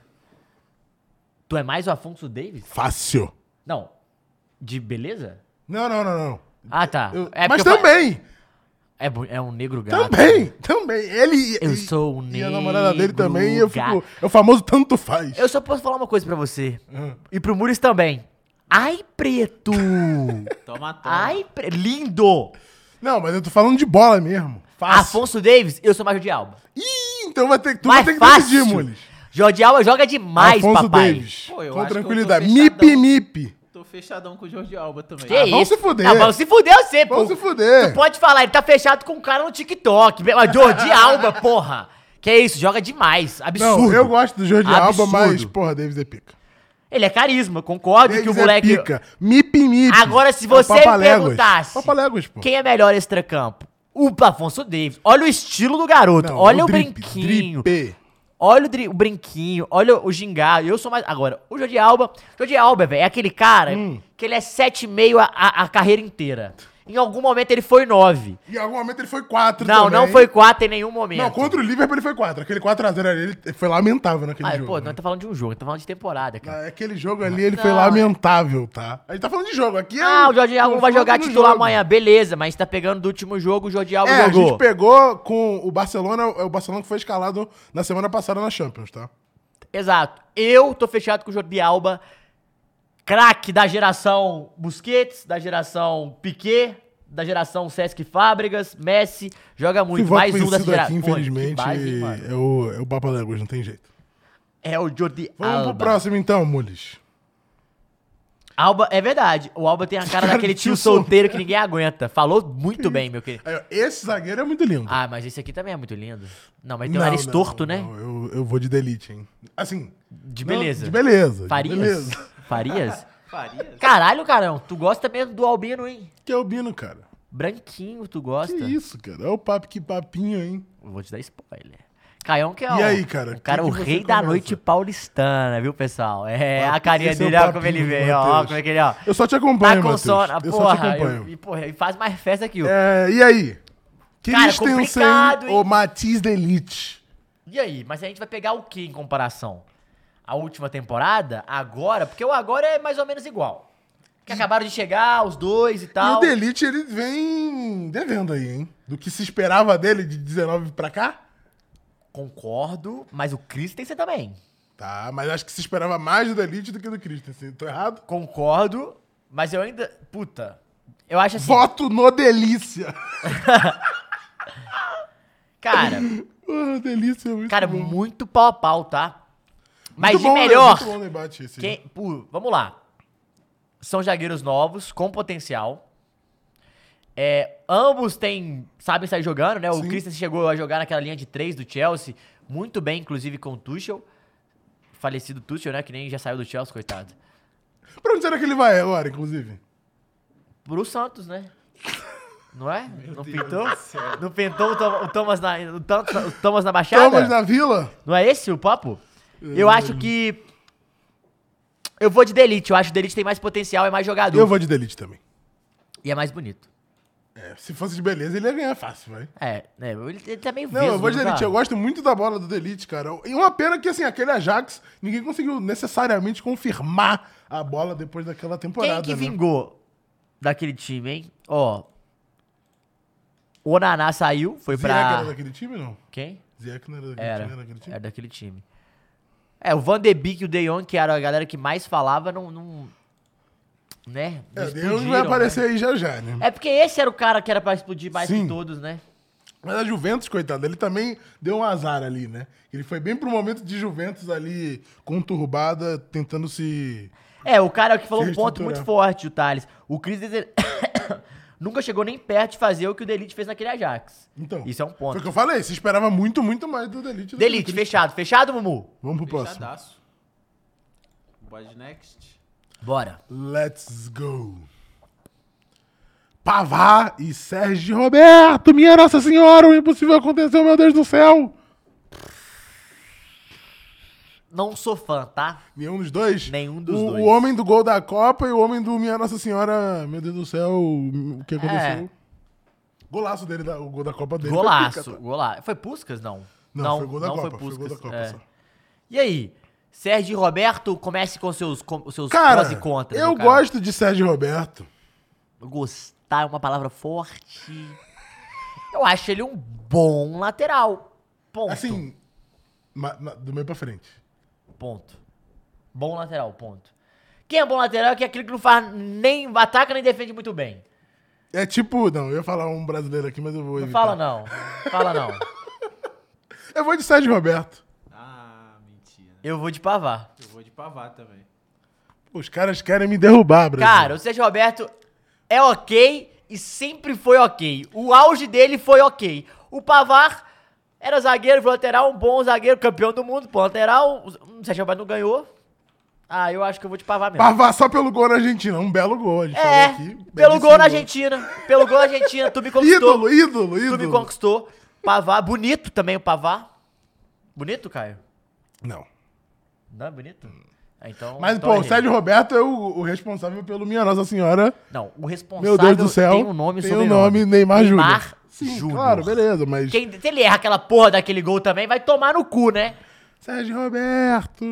S1: Tu é mais o Afonso Davis?
S2: Fácil.
S1: Não. De beleza?
S2: Não, não, não, não.
S1: Ah, tá.
S2: Eu-
S1: É
S2: mas
S1: porque eu fa-
S2: também,
S1: É, bo- é um negro gato.
S2: também, também. Ele e-
S1: Eu
S2: e-
S1: sou o
S2: E a namorada dele
S1: negro
S2: também, e eu
S1: gato.
S2: fico. É o famoso tanto faz.
S1: Eu só posso falar uma coisa pra você.
S2: Hum.
S1: E pro Muris também. Ai, preto!
S3: Toma, toma.
S2: Tá.
S1: Ai, pre... lindo!
S2: Não, mas eu tô falando de bola mesmo. Fácil.
S1: Afonso Davis, eu sou mais Jordi Alba.
S2: Ih, então vai ter, tu vai
S1: mais
S2: ter que
S1: fácil.
S2: decidir, Mules.
S1: Jordi Alba joga demais, papai.
S3: Pô, eu
S2: com
S3: acho que eu tô
S2: tranquilidade.
S3: fechadão.
S2: Mip, mip.
S3: Tô fechadão com o Jorge Alba também.
S1: Que
S3: Ah,
S1: isso?
S2: vão se fuder.
S1: Não, vão se fuder você, pô.
S2: Vão se fuder.
S1: Tu pode falar, ele tá fechado com um cara no TikTok. Mas Jordi Alba, porra. Que é isso, joga demais.
S2: Não,
S1: Absurdo.
S2: eu gosto do Jordi Alba,
S1: Absurdo.
S2: mas, porra, Davis é pica.
S1: Ele é carisma, concordo que o
S2: Davis
S1: moleque...
S2: é pica. É Mip, mip.
S1: Agora, se você me perguntasse
S2: Papaléguas, pô.
S1: Quem é melhor extra-campo? O Afonso Davis. Olha o estilo do garoto.
S2: Não,
S1: é-
S2: é
S1: olha o,
S2: drip,
S1: brinquinho.
S2: drip.
S1: Olha o, dri- o brinquinho. Olha o gingado. Eu sou mais. Agora, o
S2: Hum.
S1: Jordi Alba. Jordi Alba, velho, é aquele cara que ele é 7,5 a, a, a carreira inteira. Em algum momento ele foi 9.
S2: E em algum momento ele foi 4
S1: Não,
S2: também.
S1: não foi 4 em nenhum momento.
S2: Não, contra o Liverpool ele foi 4. Aquele 4x0 ali ele foi lamentável naquele
S1: Ah,
S2: jogo.
S1: pô,
S2: né?
S1: nós tá falando de um jogo, tá falando de temporada, cara.
S2: Ah, Aquele jogo ali ele foi lamentável, tá? A gente tá falando de jogo aqui. é
S1: Ah, o Jordi
S2: um
S1: Alba vai
S2: foco
S1: jogar
S2: no
S1: titular
S2: jogo.
S1: amanhã, beleza, mas tá pegando do último jogo, o Jordi Alba
S2: É, a
S1: jogou.
S2: gente pegou com o Barcelona, é o Barcelona que foi escalado na semana passada na Champions, tá?
S1: Exato. Eu tô fechado com o Jordi Alba, craque da geração Busquets, da geração Piquet, da geração Sesc Fábricas, Messi, joga muito.
S2: Esse
S1: Mais
S2: voto
S1: um dessa
S2: conhecido
S1: geração.
S2: aqui,
S1: Pô, que
S2: infelizmente,
S1: base, hein, mano?
S2: é o, é o Papa Legos, não tem jeito.
S1: É o Jordi
S2: Vamos
S1: Alba.
S2: pro próximo então, Mules.
S1: Alba. É verdade, o Alba tem a cara daquele tio solteiro que ninguém aguenta. Falou muito bem, meu querido.
S2: Aí, ó, Esse zagueiro é muito lindo.
S1: Ah, mas esse aqui também é muito lindo. Não, mas tem
S2: Não,
S1: um nariz
S2: não,
S1: torto, né?
S2: não, eu, eu vou de delete, hein? Assim,
S1: De
S2: não,
S1: beleza.
S2: de beleza. de
S1: Farias?
S2: beleza.
S1: Farias?
S3: Farias?
S1: Caralho, carão, tu gosta mesmo do Albino, hein?
S2: Que é o Bino, cara.
S1: Branquinho, tu
S2: Que
S1: gosta.
S2: isso, cara. Olha o papo, que papinho, hein?
S1: Vou te dar spoiler. Caião que é
S2: E
S1: o,
S2: aí, cara,
S1: o cara,
S2: que
S1: o
S2: que você
S1: rei da
S2: começa?
S1: noite paulistana, viu, pessoal? É,
S2: Papo-
S1: a carinha
S2: esse é o
S1: dele, ó,
S2: papinho
S1: como ele
S2: do
S1: veio, ó, ó,
S2: Matheus.
S1: como é que ele, ó.
S2: Eu só te
S1: Tá
S2: acompanho,
S1: com
S2: Matheus.
S1: sono,
S2: eu só te
S1: porra.
S2: acompanho.
S1: eu- e, porra, e faz mais festa que o.
S2: É, e aí? Christensen
S1: complicado, hein?
S2: ou Matiz Delite?
S1: E aí, mas a gente vai pegar o que em comparação? A última temporada, agora, porque o agora é mais ou menos igual. Que acabaram de chegar, os dois e
S2: E o
S1: tal.
S2: Delite, ele vem devendo aí, hein? Do que se esperava dele de 19 pra cá?
S1: Concordo, mas o Christensen também.
S2: Tá, mas acho que se esperava mais do Delite do que do Christensen. Tô errado?
S1: Concordo, mas eu ainda. Puta. Eu acho assim.
S2: Voto no Delícia.
S1: Cara,
S2: Porra, Delícia é muito
S1: cara,
S2: bom.
S1: muito pau a pau, tá? Mas
S2: Muito
S1: de
S2: bom, né?
S1: melhor.
S2: Muito bom o debate esse.
S1: quem, pô, vamos lá. São zagueiros novos, com potencial. É, ambos têm, sabem sair jogando, né? O
S2: Sim.
S1: Christensen chegou a jogar naquela linha de três do Chelsea, muito bem, inclusive com o Tuchel. Falecido Tuchel, né? Que nem já saiu do Chelsea, coitado.
S2: Pra onde será que ele vai agora, inclusive?
S1: Pro Santos, né? Não é? não pintou? Não pintou o, Tho- o Thomas na, o Tho- o Thomas na Baixada?
S2: Thomas na Vila?
S1: Não é esse o papo? Eu acho que. Eu vou de Delete. Eu acho que Delete tem mais potencial, é mais jogador.
S2: Eu vou de Delite também.
S1: E é mais bonito.
S2: É, se fosse de beleza, ele ia ganhar fácil, vai.
S1: É, né? Ele, ele tá meio
S2: Não,
S1: vesgo,
S2: eu vou de
S1: não
S2: Delite.
S1: tá?
S2: Eu gosto muito da bola do Delite, cara. E uma pena que, assim, aquele Ajax, ninguém conseguiu necessariamente confirmar a bola depois daquela temporada,
S1: Quem que
S2: né?
S1: vingou daquele time, hein? Ó. O Naná saiu, foi
S2: Ziyech era
S1: pra.
S2: daquele time, não?
S1: Quem?
S2: Ziyech não era daquele
S1: Era.
S2: time, era daquele time?
S1: Era daquele time. É, o Van de Beek e o De Jong, que era a galera que mais falava, não. não né? Não
S2: É, Deus
S1: explodiram,
S2: vai
S1: né?
S2: aparecer aí já já, né?
S1: É porque esse era o cara que era pra explodir mais
S2: Sim.
S1: que todos, né?
S2: Mas a Juventus, coitado, ele também deu um azar ali, né? Ele foi bem pro momento de Juventus ali conturbada, tentando se...
S1: É, o cara que falou
S2: Se
S1: um ponto
S2: reestruturar.
S1: muito forte, o Thales. O Chris Dezer- nunca chegou nem perto de fazer o que o Delite fez naquele Ajax.
S2: Então,
S1: Isso é um
S2: Foi
S1: ponto.
S2: o que eu falei, se esperava muito, muito mais do Delite. do que
S1: Delite,
S2: do Christensen.
S1: fechado. Fechado, Mumu?
S2: Vamos pro próximo.
S3: Fechadaço. Bode next.
S1: Bora.
S2: Let's go. Pavá e Sérgio Roberto, minha Nossa Senhora, o impossível aconteceu, meu Deus do céu.
S1: Não sou fã, tá?
S2: Nenhum dos dois?
S1: Nenhum dos
S2: o,
S1: dois.
S2: O homem do gol da Copa e o homem do Minha Nossa Senhora, meu Deus do céu, o que
S1: É.
S2: aconteceu? Golaço dele, da- o gol da Copa dele. foi pica,
S1: Golaço,
S2: tá?
S1: golaço. Foi Puskas, não?
S2: Não, foi gol da Copa, foi gol da Copa
S1: é.
S2: só.
S1: E aí? Sérgio e Roberto, comece com seus, com, os seus
S2: Cara,
S1: prós e contras.
S2: eu
S1: meu cara.
S2: gosto de Sérgio Roberto.
S1: Gostar é uma palavra forte. Eu acho ele um bom lateral. Ponto.
S2: Assim, ma- ma- do meio pra frente.
S1: Ponto. Bom lateral, ponto. Quem é bom lateral é que é aquele que não faz nem ataca nem defende muito bem.
S2: É tipo, não, eu ia falar um brasileiro aqui, mas eu vou
S1: Não
S2: evitar.
S1: fala não. Fala não.
S2: Eu vou de Sérgio Roberto.
S3: Ah, mentira.
S1: Eu vou de pavar.
S3: Eu vou de Pavá também.
S2: Os caras querem me derrubar, Brasil.
S1: Cara, o Sérgio Roberto é ok e sempre foi ok. O auge dele foi ok. O Pavar era zagueiro, foi lateral, um bom zagueiro, campeão do mundo, pô, lateral. O Sérgio Roberto não ganhou. Ah, eu acho que eu vou de Pavar mesmo.
S2: Pavá só pelo gol na Argentina. Um belo gol, a gente
S1: é,
S2: falou aqui.
S1: pelo
S2: Belíssimo
S1: gol na Argentina. Pelo gol na Argentina, tu me conquistou.
S2: Ídolo, ídolo,
S1: Tu me
S2: ídolo.
S1: conquistou. Pavá, bonito também o Pavá. Bonito, Caio?
S2: Não.
S1: Não é bonito? É, Então,
S2: Hum. Mas,
S1: então
S2: pô, o
S1: ele-
S2: Sérgio Roberto é o, o responsável pelo Minha Nossa Senhora.
S1: Não, o responsável
S2: Meu Deus do céu.
S1: tem um nome e
S2: tem um
S1: sobrenome.
S2: nome, Neymar Júnior.
S1: Neymar
S2: Sim,
S1: Júnior.
S2: claro, beleza, mas...
S1: Quem, se ele erra aquela porra daquele gol também, vai tomar no cu, né?
S2: Sérgio Roberto...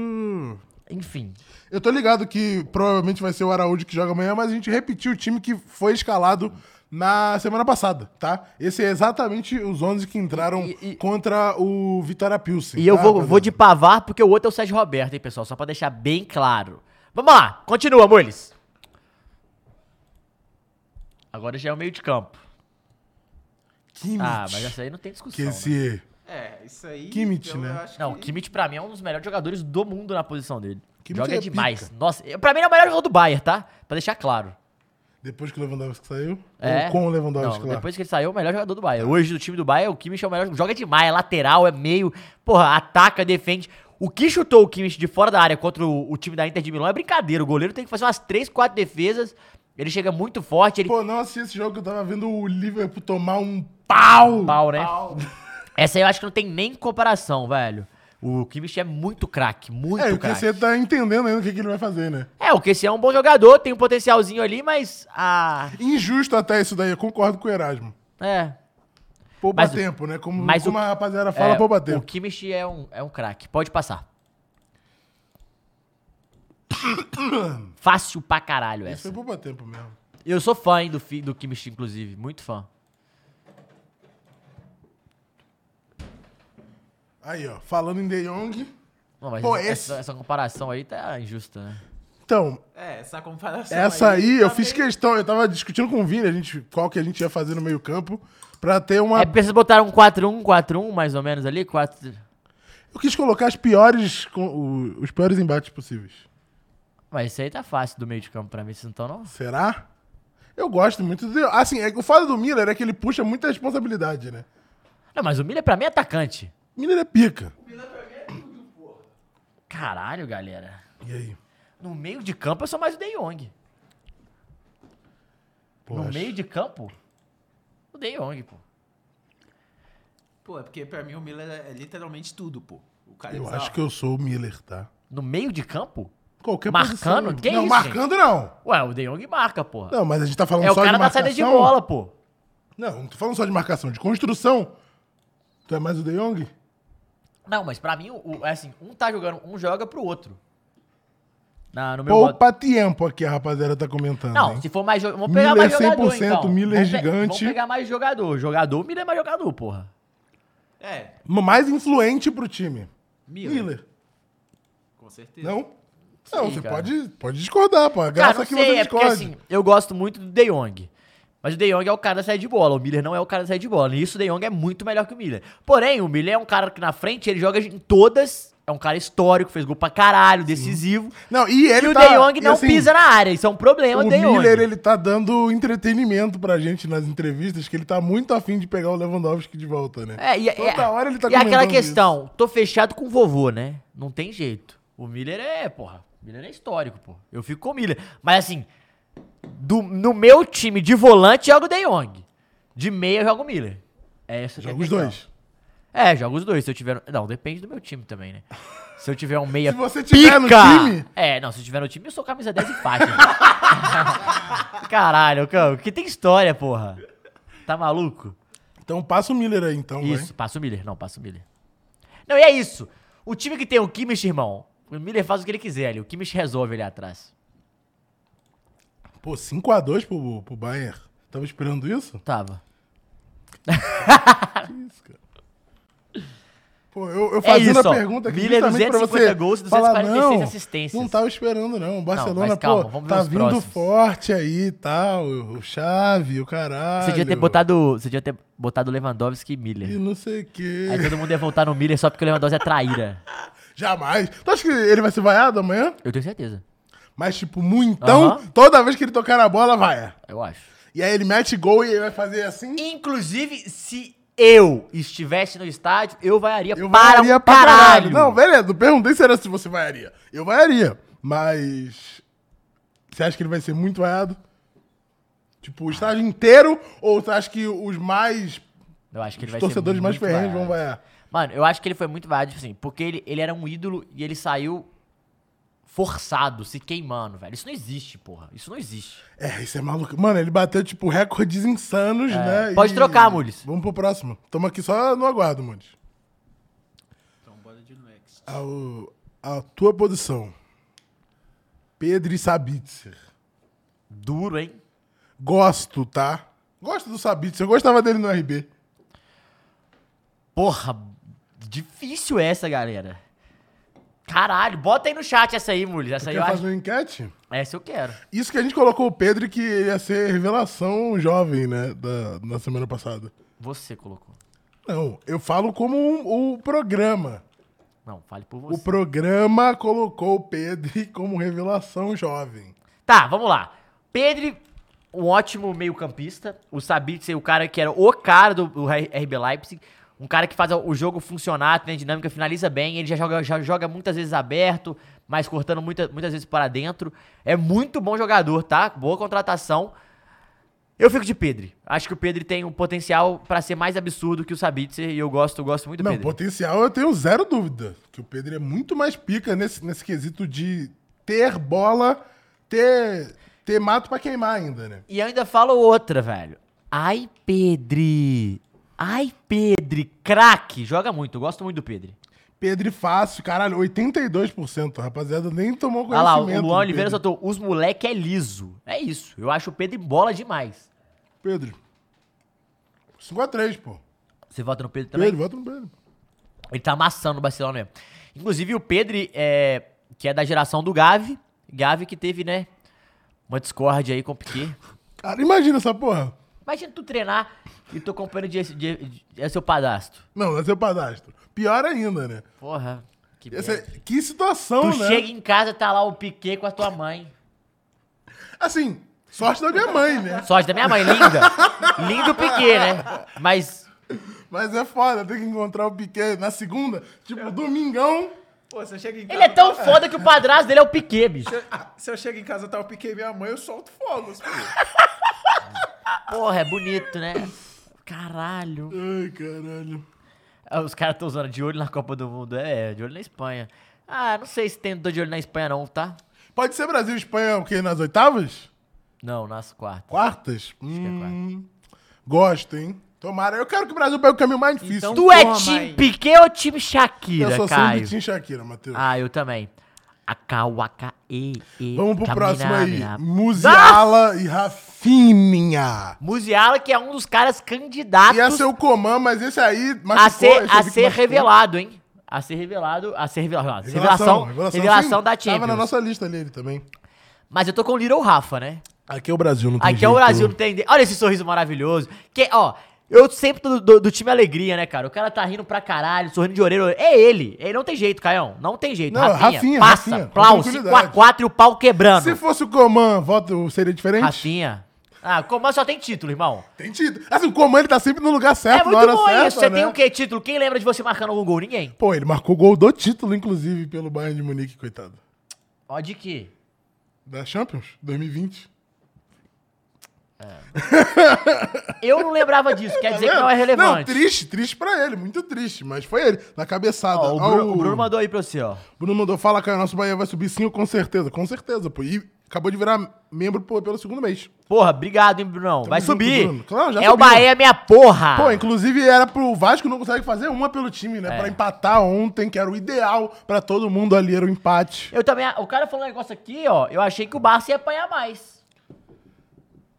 S1: Enfim.
S2: Eu tô ligado que provavelmente vai ser o Araújo que joga amanhã, mas a gente repetiu o time que foi escalado na semana passada, tá? Esse é exatamente os 11 que entraram
S1: E- e-
S2: contra o Vitória Pilsen.
S1: E eu
S2: tá,
S1: vou, vou de
S2: rapaziada?
S1: pavar, porque o outro é o Sérgio Roberto, hein, pessoal? Só pra deixar bem claro. Vamos lá, continua, Mules. Agora já é o meio de campo.
S2: Kimmich.
S1: Ah, mas essa aí não tem discussão.
S2: Que
S1: né?
S2: esse...
S3: É, isso aí.
S2: Kimmich,
S3: eu
S2: né?
S3: acho
S1: Não, o
S3: que-
S1: Kimmich pra mim é um dos melhores jogadores do mundo na posição dele.
S2: Kimmich
S1: Joga
S2: é
S1: demais.
S2: pica.
S1: Nossa, eu- pra mim ele é o melhor jogador do Bayern, tá? Pra deixar claro.
S2: Depois que o Lewandowski saiu?
S1: É.
S2: Ou com o Lewandowski
S1: Não,
S2: lá?
S1: Depois que ele saiu, é o melhor jogador do Bayern. Hoje, do time do Bayern, o Kimmich é o melhor. Joga demais, é lateral, é meio. Porra, ataca, defende. O que chutou o Kimmich de fora da área contra o, o time da Inter de Milão é brincadeira. O goleiro tem que fazer umas 3, 4 defesas. Ele chega muito forte, ele
S2: Pô, não assisti esse jogo que eu tava vendo o Liverpool tomar um pau.
S1: pau, né? Essa aí eu acho que não tem nem comparação, velho. O Kimmich é muito craque, muito
S2: É, o
S1: craque.
S2: você tá entendendo ainda o que, que ele vai fazer, né?
S1: É, o QC é um bom jogador, tem um potencialzinho ali, mas a
S2: Injusto até isso daí, eu concordo com o Erasmo.
S1: é,
S2: Poupa
S1: Mas o-
S2: tempo, né? Como,
S1: mas
S2: como
S1: o-
S2: a rapaziada fala,
S1: é,
S2: poupa
S1: O
S2: tempo.
S1: Kimmich é um é um craque. Pode passar. Fácil pra caralho
S2: Isso foi
S1: essa.
S2: poupa tempo mesmo.
S1: Eu sou fã hein, do fi- do Kimmich inclusive, muito fã.
S2: Aí, ó, falando em De Jong.
S1: Não, mas
S2: Pô,
S1: essa,
S2: esse-
S1: essa comparação aí tá injusta, né?
S2: Então,
S3: É, essa comparação.
S2: essa aí eu
S3: tá
S2: fiz
S3: meio-
S2: questão, eu tava discutindo com o Vini, a gente, qual que a gente ia fazer no meio-campo, pra ter uma.
S1: É porque vocês botaram um 4-1, 4-1 mais ou menos ali, 4
S2: Eu quis colocar as piores, co- o- os piores embates possíveis.
S1: Mas isso aí tá fácil do meio de campo pra mim, vocês não estão não?
S2: Será? Eu gosto muito do. Assim, é que o fato do Miller é que ele puxa muita responsabilidade, né?
S1: Não, mas o Miller pra mim é atacante.
S2: Miller é pica.
S1: Caralho, galera.
S2: E aí?
S1: No meio de campo eu sou mais o De Jong.
S2: Pô,
S1: no
S2: acho-
S1: meio de campo? O De Jong, pô.
S3: Pô, é porque pra mim o Miller é literalmente tudo, pô. O cara é
S2: Eu
S3: bizarro.
S2: acho que eu sou o Miller, tá?
S1: No meio de campo?
S2: Qualquer
S1: Marcando?
S2: posição.
S1: Que
S2: não,
S1: isso,
S2: marcando não.
S1: Ué, o De Jong marca, porra.
S2: Não, mas a gente tá falando
S1: é o
S2: só de
S1: cara da
S2: marcação.
S1: saída de bola, pô.
S2: Não, não tô falando só de marcação, de construção. Tu é mais o De Jong?
S1: Não, mas pra mim, o, o- é assim, um tá jogando, um joga pro outro. Na, no meu modo.
S2: Poupa tempo aqui, a rapaziada tá comentando.
S1: Não,
S2: hein?
S1: se for mais jogador. Vamos pegar
S2: Miller
S1: mais jogador,
S2: 100%,
S1: então.
S2: Miller
S1: Vamos pe-
S2: gigante.
S1: Vamos pegar mais jogador. Jogador, o Miller é mais jogador, porra.
S3: É,
S2: Mais influente pro time.
S3: Miller.
S2: Miller.
S3: Com certeza.
S2: Não? Não,
S1: Sim,
S2: você
S1: cara.
S2: pode, pode discordar, pô. A
S1: Cara,
S2: graça
S1: não
S2: é que
S1: sei,
S2: você
S1: é porque
S2: discorde.
S1: assim, eu gosto muito do De Jong. Mas o De Jong é o cara da saída de bola, o Miller não é o cara da saída de bola. E isso o De Jong é muito melhor que o Miller. Porém, o Miller é um cara que na frente, ele joga em todas, é um cara histórico, fez gol pra caralho, decisivo.
S2: Não, e ele
S1: e o
S2: tá-
S1: De Jong
S2: e
S1: não
S2: assim,
S1: pisa na área, isso é um problema
S2: O
S1: do De Jong.
S2: Miller, ele tá dando entretenimento pra gente nas entrevistas, que ele tá muito afim de pegar o Lewandowski de volta, né?
S1: É, e, e-
S2: Toda hora ele tá
S1: e aquela
S2: comentando
S1: questão, tô fechado com o vovô, né? Não tem jeito. O Miller é, porra, o Miller é histórico, pô. Eu fico com o Miller. Mas assim, do- no meu time de volante joga o De Jong. De meia eu jogo o Miller. É essa que é a
S2: Joga os
S1: questão.
S2: dois.
S1: É, joga os dois. Se eu tiver. Não, depende do meu time também, né? Se eu tiver um meia.
S2: Se você tiver no time?
S1: É, não, se eu tiver no time, eu sou camisa 10 e faixa. Caralho, Cão, que tem história, porra. Tá maluco?
S2: Então passa o Miller aí, então, vai.
S1: Isso, passa o Miller. Não, passa o Miller. Não, e é isso. O time que tem o Kimmich, irmão, o Miller faz o que ele quiser ali. O Kimmich resolve ali atrás.
S2: Pô, 5x2 pro, pro Bayern. Tava esperando isso?
S1: Tava.
S2: Pô, eu, eu fazendo
S1: É isso, ó.
S2: a pergunta aqui
S1: Miller,
S2: justamente
S1: 250
S2: pra você
S1: gols,
S2: falar,
S1: 246
S2: não,
S1: assistências.
S2: Não tava esperando, não. O Barcelona,
S1: mas calma,
S2: pô,
S1: vamos ver
S2: tá
S1: os
S2: vindo
S1: próximos.
S2: forte aí e tal. O Chave, o caralho.
S1: Você devia ter botado, você devia ter botado o Lewandowski e
S2: E
S1: Miller.
S2: não sei o quê.
S1: Aí todo mundo ia voltar no Miller só porque o Lewandowski é traíra.
S2: Jamais. Tu acha que ele vai ser vaiado amanhã?
S1: Eu tenho certeza.
S2: Mas, tipo, muitão,
S1: Aham.
S2: toda vez que ele tocar na bola, vai.
S1: Eu acho.
S2: E aí ele mete gol e ele vai fazer assim.
S1: Inclusive, se eu estivesse no estádio, eu vaiaria
S2: Eu
S1: para
S2: vaiaria
S1: o
S2: pra
S1: caralho.
S2: caralho. Não, beleza, não perguntei se era se você vaiaria. Eu vaiaria, mas... Você acha que ele vai ser muito vaiado? Tipo, o estádio inteiro? Ou você acha que os mais...
S1: Eu acho que ele
S2: os
S1: vai
S2: torcedores
S1: ser
S2: mais
S1: muito
S2: ferrenhos vão
S1: vaiado.
S2: vaiar?
S1: Mano, eu acho que ele foi muito vaiado, tipo assim, porque ele, ele era um ídolo e ele saiu forçado, se queimando, velho. Isso não existe, porra. Isso não existe.
S2: É, isso é maluco. Mano, ele bateu, tipo, recordes insanos, né?
S1: É. Pode trocar, Mules.
S2: Vamos pro próximo. Tamo aqui só no aguardo, Mules.
S3: Então bora de next.
S2: Ao, a tua posição. Pedro e Sabitzer.
S1: Duro, hein?
S2: Gosto, tá? Gosto do Sabitzer. Eu gostava dele no RB.
S1: Porra, difícil essa, galera. Caralho, bota aí no chat essa aí, Mules. Essa aí
S2: Quer
S1: eu
S2: fazer
S1: acho.
S2: uma enquete?
S1: Essa eu quero.
S2: Isso que a gente colocou o Pedro que ia ser revelação jovem, né? Da, na semana passada.
S1: Você colocou.
S2: Não, eu falo como um- o programa.
S1: Não, fale por
S2: O
S1: você.
S2: programa colocou o Pedro como revelação jovem.
S1: Tá, vamos lá. Pedro, um ótimo meio-campista. O Sabitzer, o cara que era o cara do, do RB Leipzig. Um cara que faz o jogo funcionar, tem a dinâmica, finaliza bem. Ele já joga, já joga muitas vezes aberto, mas cortando muita, muitas vezes para dentro. É muito bom jogador, tá? Boa contratação. Eu fico de Pedro. Acho que o Pedro tem um potencial pra ser mais absurdo que o Sabitzer e eu gosto, eu gosto muito do
S2: Não,
S1: Pedri.
S2: potencial eu tenho zero dúvida. Que o Pedro é muito mais pica nesse, nesse quesito de ter bola, ter, ter mato pra queimar ainda, né?
S1: E eu ainda falo outra, velho. Ai, Pedri. Ai, Pedri. Craque. Joga muito. Eu gosto muito do Pedri.
S2: Pedro fácil, caralho, 82%. A rapaziada nem tomou
S1: Olha
S2: conhecimento.
S1: lá, o
S2: do
S1: Luan Oliveira
S2: Pedri.
S1: soltou. Os moleque é liso. É isso. Eu acho o Pedri bola demais.
S2: Pedro. 5x3, pô.
S1: Você vota no Pedro também?
S2: Pedro, volta no Pedro.
S1: Ele tá amassando o Barcelona mesmo. Inclusive, o Pedri, é, que é da geração do Gavi. Gavi que teve, né, uma discórdia aí com o Piquet.
S2: Cara, imagina essa porra.
S1: Imagina tu treinar e tu companheiro de, de, de, é seu padastro.
S2: Não, é seu padastro. Pior ainda, né?
S1: Porra, que
S2: Essa-
S1: merda.
S2: que situação,
S1: É. Tu
S2: é né?
S1: chega em casa, tá lá o Piquet com a tua mãe.
S2: Assim, sorte da minha mãe, né?
S1: Sorte da minha mãe, linda. Lindo Piquet, né? Mas
S2: Mas é foda, tem que encontrar o Piquet na segunda, tipo,
S1: É.
S2: domingão.
S3: Pô, se eu chego em casa.
S1: ele é tão foda que o padrasto dele é o Piquet, bicho.
S3: Se eu chego em casa, tá o piquei minha mãe, eu solto fogos, pô.
S1: Porra, é bonito, né? Caralho.
S2: Ai, caralho.
S1: Ah, Os caras estão usando de olho na Copa do Mundo. É, de olho na Espanha. Ah, não sei se tem dois de olho na Espanha, não, tá?
S2: Pode ser Brasil e Espanha o quê? Nas oitavas?
S1: Não, nas quartas.
S2: Quartas?
S1: Acho que é quarta.
S2: Hum, gosto, hein? Tomara. Eu quero que o Brasil pegue o caminho mais difícil.
S3: Então,
S1: Tu é
S3: Toma
S1: time
S3: aí.
S1: Piquet ou time
S2: eu
S1: Shakira,
S2: sou sempre
S1: Caio?
S2: Tim Shakira, Matheus.
S1: Ah, eu também. Akawaka e e. né?
S2: Vamos pro
S1: Kamina,
S2: próximo aí.
S1: mina.
S2: Musiala e Rafinha.
S1: Musiala, que é um dos caras candidatos
S2: Ia ser o Coman, mas esse aí... machucou,
S1: a ser,
S2: esse
S1: a
S2: aqui que
S1: ser
S2: machucou.
S1: revelado, hein? A ser revelado, a ser revelado. Revelação, revelação, da
S2: sim. Tava na
S1: Champions.
S2: nossa lista ali ele também.
S1: Mas eu tô com o Little Rafa, né?
S2: Aqui é o Brasil, não tem
S1: Aqui é o
S2: jeito.
S1: Brasil, não tem... de- Olha esse sorriso maravilhoso. Que, ó, eu sempre do, do- do time Alegria, né, cara? O cara tá rindo pra caralho, sorrindo de orelha. a orelha. É ele. Ele não tem jeito, Caião. Não tem jeito.
S2: Não,
S1: Rafinha,
S2: Rafinha,
S1: passa,
S2: Rafinha, com
S1: plau,
S2: tranquilidade.
S1: 5x4 e o pau quebrando.
S2: Se fosse o Coman, voto seria diferente?
S1: Rafinha. Ah, Coman só tem título, irmão.
S2: Tem tido. Assim, o Coman ele tá sempre no lugar
S1: É
S2: certo, na
S1: muito
S2: hora
S1: bom
S2: certa,
S1: isso. Você
S2: né?
S1: tem o quê? Título? Quem lembra de você marcando algum gol? Ninguém.
S2: Pô, ele marcou gol do título, inclusive, pelo Bayern de Munique, coitado.
S1: Ó, de quê?
S2: Da Champions, 2020.
S1: Eu não lembrava disso, quer dizer que não é
S2: Tá Não,
S1: relevante.
S2: triste, triste pra ele, muito triste. Mas foi ele, na cabeçada.
S1: Ó, o,
S2: Ó,
S1: Bruno, o Bruno mandou aí pra você, ó.
S2: Bruno mandou, fala, cara, nosso Bahia vai subir sim, com certeza. Com certeza, pô. E acabou de virar membro pô, pelo segundo mês.
S1: Porra, obrigado, hein, Brunão. Vai
S2: junto,
S1: subir.
S2: Bruno. Claro, já
S1: é o
S2: subiu.
S1: Bahia, minha porra.
S2: Pô, inclusive era pro Vasco não consegue fazer uma pelo time,
S1: É.
S2: né? Pra empatar ontem, que era o ideal pra todo mundo ali, era o empate.
S1: Eu também. O cara falou um negócio aqui, ó. Eu achei que o Barça ia apanhar mais.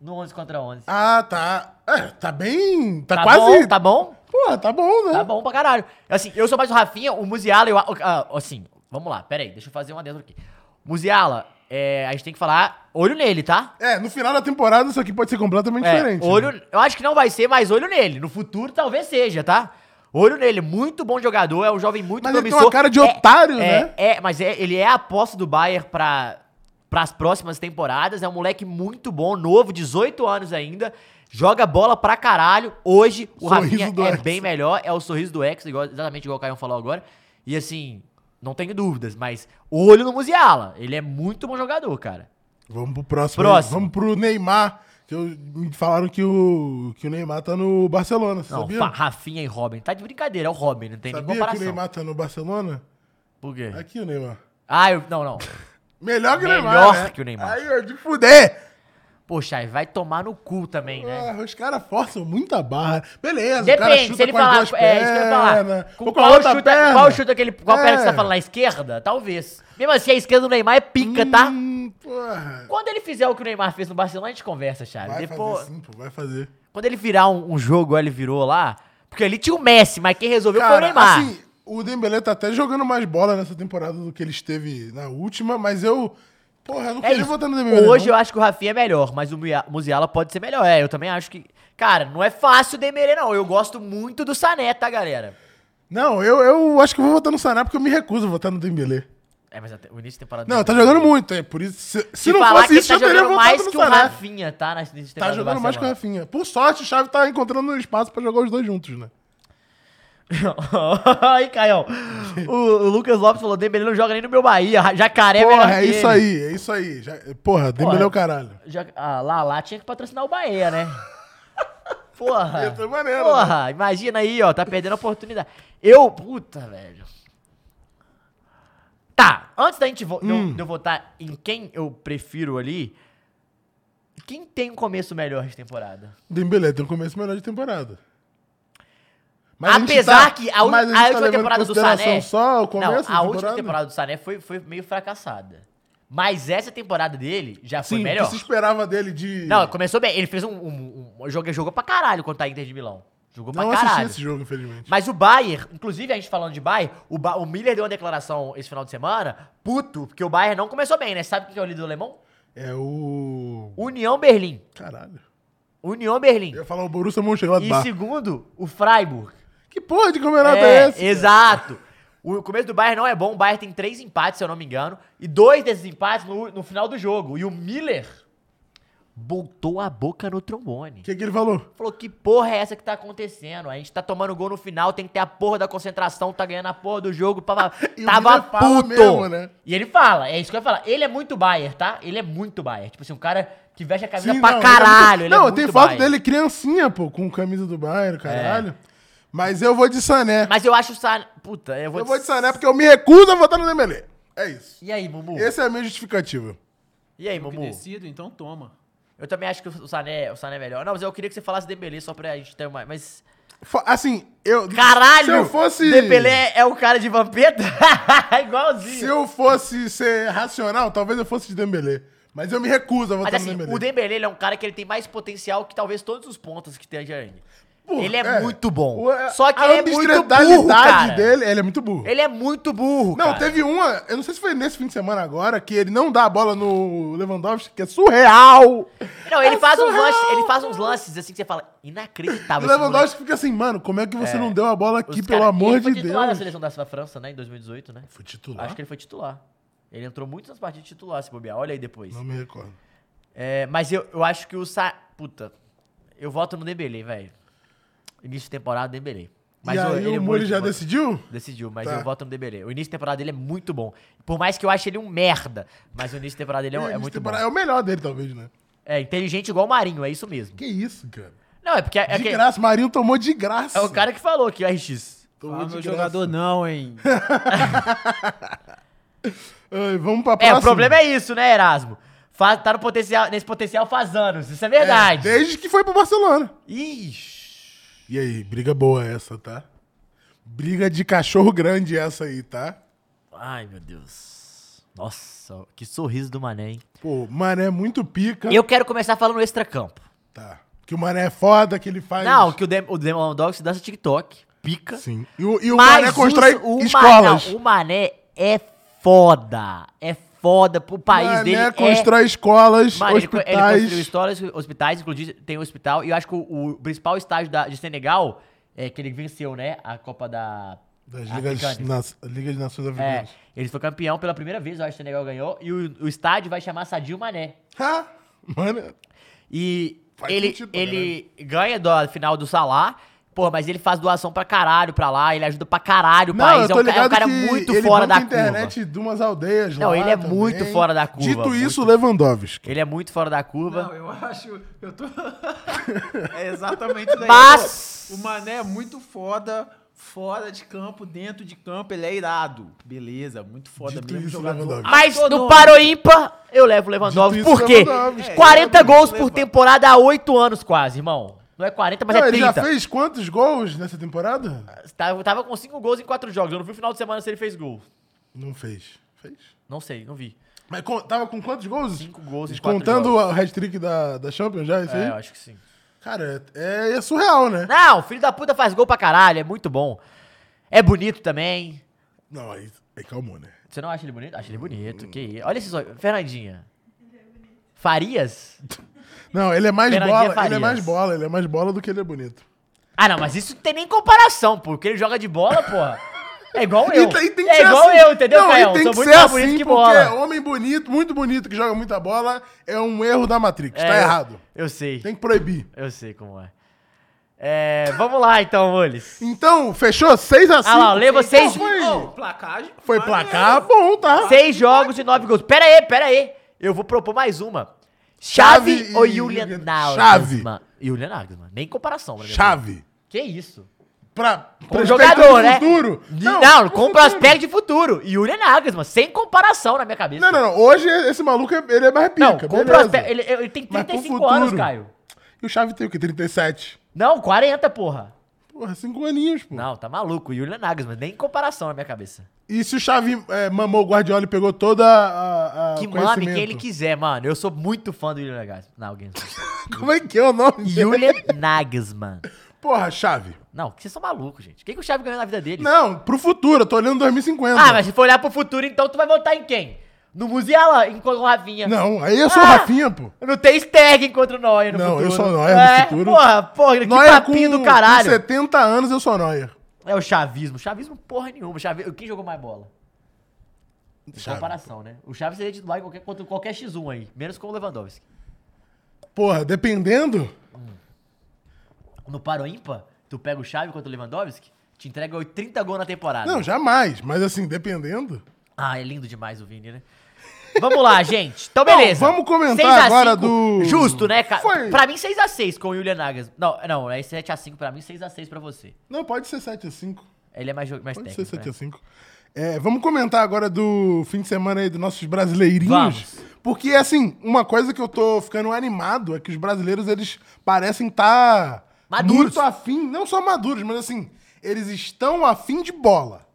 S1: No 11 contra 11.
S2: Ah, tá. É, tá bem. Tá,
S1: tá
S2: quase.
S1: bom? Tá bom?
S2: Porra, tá bom, né?
S1: Tá bom pra caralho. Assim, eu sou mais o Rafinha, o Musiala, eu. a- o- ah, Assim, vamos lá, pera aí, deixa eu fazer uma dentro aqui. Musiala, é, a gente tem que falar olho nele, tá?
S2: É, no final da temporada isso aqui pode ser completamente
S1: É,
S2: diferente.
S1: Olho,
S2: né?
S1: eu acho que não vai ser, mas olho nele. No futuro talvez seja, tá? Olho nele, muito bom jogador, é um jovem muito
S2: Mas ele tem
S1: promissor.
S2: uma cara de
S1: É-
S2: otário,
S1: é-
S2: né?
S1: É, mas é- ele é a aposta do Bayern pra as próximas temporadas. É um moleque muito bom, novo, 18 anos ainda. Joga bola pra caralho. Hoje o
S2: Sorriso
S1: Rafinha
S2: do
S1: é
S2: Hexa.
S1: bem melhor, é o sorriso do ex, igual- exatamente igual o Caio falou agora. E assim, não tenho dúvidas, mas olho no Musiala. Ele é muito bom jogador, cara.
S2: Vamos pro próximo.
S1: Próximo.
S2: Vamos pro Neymar. Que eu- me falaram que o, que o Neymar tá no Barcelona, você
S1: Não,
S2: sabia?
S1: fa- Rafinha e Robin. Tá de brincadeira, é o Robin, não tem nem
S2: sabia que o
S1: comparação.
S2: Neymar tá no Barcelona?
S1: Por quê?
S2: Aqui o Neymar.
S1: Ah, eu. Não, não.
S2: Melhor que o Neymar.
S1: Melhor
S2: né?
S1: que o Neymar.
S2: Aí, ó, de fuder.
S1: Poxa, aí vai tomar no cu também, né?
S2: Ah, os caras forçam muita barra. Beleza, o cara
S1: Depende,
S2: chuta
S1: se ele
S2: com as
S1: falar.
S2: duas
S1: É, isso que eu ia falar.
S2: pernas,
S1: Com
S2: ou a
S1: qual,
S2: outra
S1: chuta,
S2: perna.
S1: qual chuta que ele. Qual perna que você
S2: É.
S1: tá falando? Na esquerda? Talvez. Mesmo assim, a esquerda do Neymar é pica, tá?
S2: Hum, porra.
S1: Quando ele fizer o que o Neymar fez no Barcelona, a gente conversa, Charles.
S2: Vai
S1: Depois,
S2: fazer sim, pô, vai fazer.
S1: quando ele virar um, um jogo, ele virou lá. Porque ali tinha o Messi, mas quem resolveu foi o
S2: Cara,
S1: Neymar.
S2: assim, o Dembélé tá até jogando mais bola nessa temporada do que ele esteve na última, mas eu... Porra, eu não
S1: é
S2: queria
S1: isso.
S2: votar no Dembélé,
S1: Hoje
S2: não.
S1: eu acho que o Rafinha é melhor, mas o Mia- Musiala pode ser melhor. É, eu também acho que. Cara, não é fácil o Dembélé, não. Eu gosto muito do Sané, tá, galera?
S2: Não, eu, eu acho que eu vou votar no Sané porque eu me recuso a votar no Dembélé.
S1: É, mas até- o início da temporada.
S2: Não,
S1: dele-
S2: tá jogando muito, é por isso... Se, se
S1: Se
S2: não
S1: falar
S2: fosse
S1: que ele
S2: isso,
S1: tá
S2: eu teria
S1: jogando
S2: votado
S1: mais
S2: no
S1: que o
S2: Sané.
S1: Rafinha, tá? Nesse início de
S2: Tá
S1: temporada do
S2: jogando mais que o
S1: Barcelona.
S2: Rafinha. Por sorte, o Xavi tá encontrando espaço pra jogar os dois juntos, né?
S1: aí, Caião. O, o Lucas Lopes falou: Dembele não joga nem no meu Bahia. Ra- Jacaré é melhor
S2: Porra, é
S1: que
S2: isso
S1: ele."
S2: aí, é isso aí. Já- porra, Dembélé é o caralho.
S1: Já, ah, lá, lá tinha que patrocinar o Bahia, né? Porra.
S2: Ia ser maneiro,
S1: É. porra, imagina aí, ó. Tá perdendo a oportunidade. Eu. Puta, velho. Tá, antes da gente vo de eu-
S2: Hum.
S1: de eu votar em quem eu prefiro ali. Quem tem um começo melhor de temporada?
S2: Dembélé tem um começo melhor de temporada. a gente
S1: Apesar
S2: tá-
S1: que a, un-
S2: mas gente
S1: a última
S2: tá levando em
S1: temporada do
S2: consideração
S1: Sané.
S2: só o começo
S1: não, a última temporada do Sané foi, foi meio fracassada. Mas essa temporada dele já foi
S2: Sim, o
S1: melhor.
S2: que se esperava dele de...
S1: Não, começou bem. Ele fez um. um, um jogou, jogou pra caralho contra a Inter de Milão. Jogou
S2: não
S1: pra
S2: assisti
S1: caralho.
S2: esse jogo, infelizmente.
S1: Mas o Bayern, inclusive a gente falando de Bayern, o, Ba- o Miller deu uma declaração esse final de semana, puto, porque o Bayern não começou bem, né? Sabe quem que é o líder alemão?
S2: É o...
S1: União Berlim.
S2: Caralho.
S1: União Berlim.
S2: Eu ia falar o Borussia
S1: E
S2: Mönchengladbach.
S1: segundo, o Freiburg.
S2: Que porra de campeonato é,
S1: É,
S2: esse? cara?
S1: exato. O começo do Bayern não é bom. O Bayern tem três empates, se eu não me engano. E dois desses empates no, no final do jogo. E o Miller botou a boca no trombone.
S2: O que, que ele falou?
S1: Falou, que porra é essa que tá acontecendo? A gente tá tomando gol no final, tem que ter a porra da concentração, tá ganhando a porra do jogo. Pá, pá, pá."
S2: E o
S1: Tava
S2: Miller fala
S1: puto.
S2: mesmo, né?
S1: E ele fala, é isso que eu ia falar. Ele é muito Bayer, tá? Ele é muito Bayer. Tipo assim, um cara que veste a camisa
S2: Sim,
S1: pra
S2: não, ele é
S1: caralho.
S2: muito-
S1: Ele é
S2: não,
S1: muito
S2: tem foto
S1: Bayer.
S2: dele criancinha, pô, com camisa do Bayern, caralho. Mas eu vou de Sané.
S1: Mas eu acho o Sané... Puta, eu vou...
S2: Eu vou de Sané porque eu me recuso a votar no Dembélé. É isso.
S1: E aí, Mumu?
S2: Essa é a minha justificativa.
S1: E aí,
S3: Eu que
S1: Mumu?
S3: decido, então toma.
S1: Eu também acho que o Sané, o Sané é melhor. Não, mas eu queria que você falasse Dembélé só pra gente ter mais... Mas...
S2: Fa- Assim, eu...
S1: Caralho!
S2: Se eu fosse...
S1: Dembélé é o cara de vampeta? Igualzinho.
S2: Se eu fosse ser racional, talvez eu fosse de Dembélé. Mas eu me recuso a votar
S1: Mas assim,
S2: no Dembélé.
S1: o Dembele ele é um cara que ele tem mais potencial que talvez todos os pontas que esteja aí.
S2: Porra,
S1: ele é, muito bom.
S2: O-
S1: Só que
S2: a
S1: ele é muito burro,
S2: omnistralidade
S1: cara.
S2: dele, ele é muito burro.
S1: Ele é muito burro,
S2: Não,
S1: cara.
S2: teve uma, eu não sei se foi nesse fim de semana agora, que ele não dá a bola no Lewandowski, que é surreal.
S1: Não, ele
S2: É
S1: faz uns
S2: surreal.
S1: lances, ele faz uns lances assim que você fala, inacreditável.
S2: O
S1: esse
S2: Lewandowski fica assim, mano, como é que você não deu a bola
S1: moleque.
S2: aqui,
S1: Os
S2: pelo
S1: cara-
S2: amor
S1: ele foi
S2: de
S1: titular na
S2: Deus?
S1: seleção da França, né, em 2018, né?
S2: Foi titular?
S1: Acho que ele foi titular. Ele entrou muito nas partidas de titular, se bobear. Olha aí depois.
S2: Não me recordo.
S1: É, mas eu, eu acho que o Sa... Puta, eu voto no Dembele, velho. Início de temporada, Dembele.
S2: e aí
S1: ele é
S2: o Mourinho
S1: muito
S2: já
S1: bom.
S2: decidiu?
S1: Decidiu, mas
S2: Tá.
S1: eu voto no Dembele. O início de temporada dele é muito bom. Por mais que eu ache ele um merda, mas o início de temporada dele é,
S2: Ih,
S1: é
S2: esse
S1: muito bom.
S2: temporada- É o melhor dele, talvez, né?
S1: É inteligente igual o Marinho, é isso mesmo.
S2: Que isso, cara.
S1: Não, é porque é, é
S2: de
S1: que-
S2: graça, o Marinho tomou de graça.
S1: é o cara que falou aqui, o RX.
S2: tomou
S3: Fala
S2: de
S3: meu
S2: graça.
S3: jogador não, hein?
S2: Ai, vamos pra
S1: É,
S2: próxima.
S1: o problema é isso, né, Erasmo? Fa- tá no potencial, nesse potencial faz anos, isso é verdade.
S2: Desde que foi pro Barcelona.
S1: Ixi.
S2: E aí, briga boa essa, tá? Briga de cachorro grande essa aí, tá?
S1: Ai, meu Deus. Nossa, que sorriso do Mané, hein?
S2: Pô, Mané é muito pica.
S1: Eu quero começar falando extra-campo.
S2: Tá. Que o Mané é foda, que ele faz...
S1: Não, que o Dem- o Demon Dogs dança TikTok, pica.
S2: Sim. E o, e o
S1: Mas
S2: Mané constrói
S1: o- o
S2: escolas.
S1: Mané, o Mané é foda. É foda. pro país
S2: Mané
S1: dele é...
S2: constrói escolas,
S1: Mano, ele, co- ele
S2: hospitais.
S1: construiu histórias, hospitais, inclusive tem um hospital. E eu acho que o, o principal estágio da- de Senegal é que ele venceu, né? A Copa da...
S2: Das
S1: Africanas.
S2: Ligas, nas, Ligas de Nações
S1: Ah, É,
S2: Africanas.
S1: ele foi campeão pela primeira vez, eu acho que o Senegal ganhou. E o, o estádio vai chamar Sadio Mané.
S2: Ha! Mané...
S1: E
S2: Faz
S1: ele,
S2: sentido,
S1: ele ganha da final do Salah. Pô, mas ele faz doação pra caralho pra lá, ele ajuda pra caralho o
S2: Não,
S1: país.
S2: eu
S1: É
S2: tô
S1: um, ca- é um
S2: ligado
S1: cara
S2: que
S1: muito
S2: ele
S1: fora
S2: banca
S1: da
S2: a
S1: curva.
S2: internet de umas aldeias
S1: Não,
S2: lá
S1: ele é
S2: também.
S1: muito fora da curva,
S2: Dito
S1: muito.
S2: isso, Lewandowski.
S1: Ele é muito fora da curva.
S3: Não, eu acho. Eu tô. é exatamente daí.
S1: Mas-
S3: O Mané é muito foda. Fora de campo, dentro de campo, ele é irado. Beleza, muito foda
S2: Dito
S3: mesmo.
S2: isso,
S3: jogador.
S2: Lewandowski.
S1: Mas do
S3: Astronômico.
S1: Paroímpa, eu levo o Lewandowski.
S2: Dito
S1: Por
S2: isso,
S1: quê?
S2: Lewandowski.
S1: É, 40 gols por
S3: Lewandowski.
S1: temporada há 8 anos quase, irmão. Não é 40, mas
S2: Não,
S1: é
S2: ele já
S1: 30.
S2: fez quantos gols nessa temporada?
S1: Tava, tava com 5 gols em 4 jogos. Eu não vi o final de semana se ele fez gol.
S2: Não fez. Fez?
S1: Não sei, não vi.
S2: Mas co- tava com quantos gols?
S1: Cinco gols em quatro
S2: Contando
S1: jogos.
S2: o hat-trick da, da Champions já, isso
S1: É, eu
S2: aí?
S1: acho que sim.
S2: Cara, é, é surreal, né?
S1: Não, filho da puta faz gol pra caralho, é muito bom. É bonito também.
S2: Não, aí, aí calmou, né?
S1: Você não acha ele bonito? Acho ele bonito,
S2: Hum.
S1: que isso. Olha esses olhos. Fernandinha. Farias?
S2: Não, ele é mais
S1: Fernandinho
S2: bola, ele é
S1: Farias.
S2: mais bola, ele é mais bola do que ele é bonito.
S1: Ah, não, mas isso não tem nem comparação, pô. Porque ele joga de bola, porra. É igual eu.
S2: E tem- tem que
S1: é
S2: ser
S1: igual
S2: assim.
S1: eu, entendeu,
S2: Não, e
S1: Caio?
S2: tem
S1: Sou
S2: que
S1: muito
S2: ser
S1: mais bonito
S2: assim,
S1: que
S2: porque
S1: bola.
S2: homem bonito, muito bonito, que joga muita bola, é um erro da Matrix.
S1: É,
S2: tá
S1: eu-
S2: errado.
S1: Eu sei.
S2: Tem que proibir.
S1: Eu sei como é. É, vamos lá então, Mules.
S2: Então, fechou? 6x5.
S1: Ah lá, leva seis,
S3: Ô, placagem.
S2: então Foi
S3: maneiro.
S2: placar bom, tá?
S1: Oh, seis jogos e nove gols. Pera aí, pera aí. Eu vou propor mais uma. Chave,
S2: Chave
S1: ou
S2: e-
S1: Julian
S2: Chave.
S1: Nagelsmann? Julian Nagelsmann. Nem comparação. pra mim.
S2: Chave.
S1: Que isso?
S2: Pra,
S1: Com
S2: pra
S1: jogador, né?
S2: futuro.
S1: Não,
S2: pro
S1: com
S2: futuro.
S1: prospecto de futuro. Julian Nagelsmann. Sem comparação na minha cabeça.
S2: Não, não, não. Hoje esse maluco, é- ele é mais pica,
S1: Não, com
S2: beleza.
S1: prospecto. Ele, ele tem
S2: Mas com
S1: 35
S2: futuro.
S1: anos, Caio.
S2: E o Chave tem o quê? 37?
S1: Não, 40, porra.
S2: Porra, 5 aninhos, pô.
S1: Não, tá maluco. Julian Nagelsmann. Nem comparação na minha cabeça.
S2: E se o Xavi é, mamou o Guardiola e pegou toda a. a
S1: Que
S2: o
S1: mame
S2: Ah, conhecimento?
S1: que ele quiser, mano. Eu sou muito fã do Julian Nagelsmann. Não, alguém.
S2: Como é que é o nome dele?
S1: Julian Nagelsmann.
S2: Porra, Xavi.
S1: Não, que vocês são malucos, gente. O que, que o Xavi ganhou na vida dele?
S2: Não, pro futuro, eu tô olhando 2050.
S1: Ah, mas se for olhar pro futuro, então tu vai votar em quem? No Musiala enquanto o Ravinha.
S2: Não, aí eu sou o
S1: Ah!
S2: Rafinha, pô.
S1: No Ter Stegen contra o Neuer no
S2: Não,
S1: futuro. É,
S2: eu sou o Neuer no futuro.
S1: Porra, porra, que
S2: Neuer
S1: papinho do caralho.
S2: Com 70 anos eu sou Neuer.
S1: É o chavismo. Chavismo porra nenhuma. Chavi... Quem jogou mais bola?
S2: Xavi.
S1: Comparação, né? O Chaves seria titular em qualquer, contra qualquer X1 aí. Menos com o Lewandowski.
S2: Porra, dependendo.
S1: No Paroímpa, tu pega o Chaves contra o Lewandowski, te entrega 30 gols na temporada.
S2: Não, jamais. Mas assim, dependendo.
S1: Ah, é lindo demais o Vini, né? Vamos lá, gente. Então, beleza.
S2: vamos comentar
S1: Seis a
S2: agora
S1: cinco.
S2: do-
S1: Justo, né, cara?
S2: Foi.
S1: Pra mim, 6x6 com o Julian Nagas. Não, não, é 7x5 pra mim, 6x6 pra você.
S2: Não, pode ser 7 a 5.
S1: Ele é mais, jo- mais
S2: Pode
S1: técnico.
S2: ser 7
S1: né?
S2: a 5. É, vamos comentar agora do fim de semana aí dos nossos brasileirinhos.
S1: Vamos.
S2: Porque, assim, uma coisa que eu tô ficando animado é que os brasileiros, eles parecem estar... Tá
S1: Maduros.
S2: Muito afim, não só maduros, mas assim, eles estão afim de bola.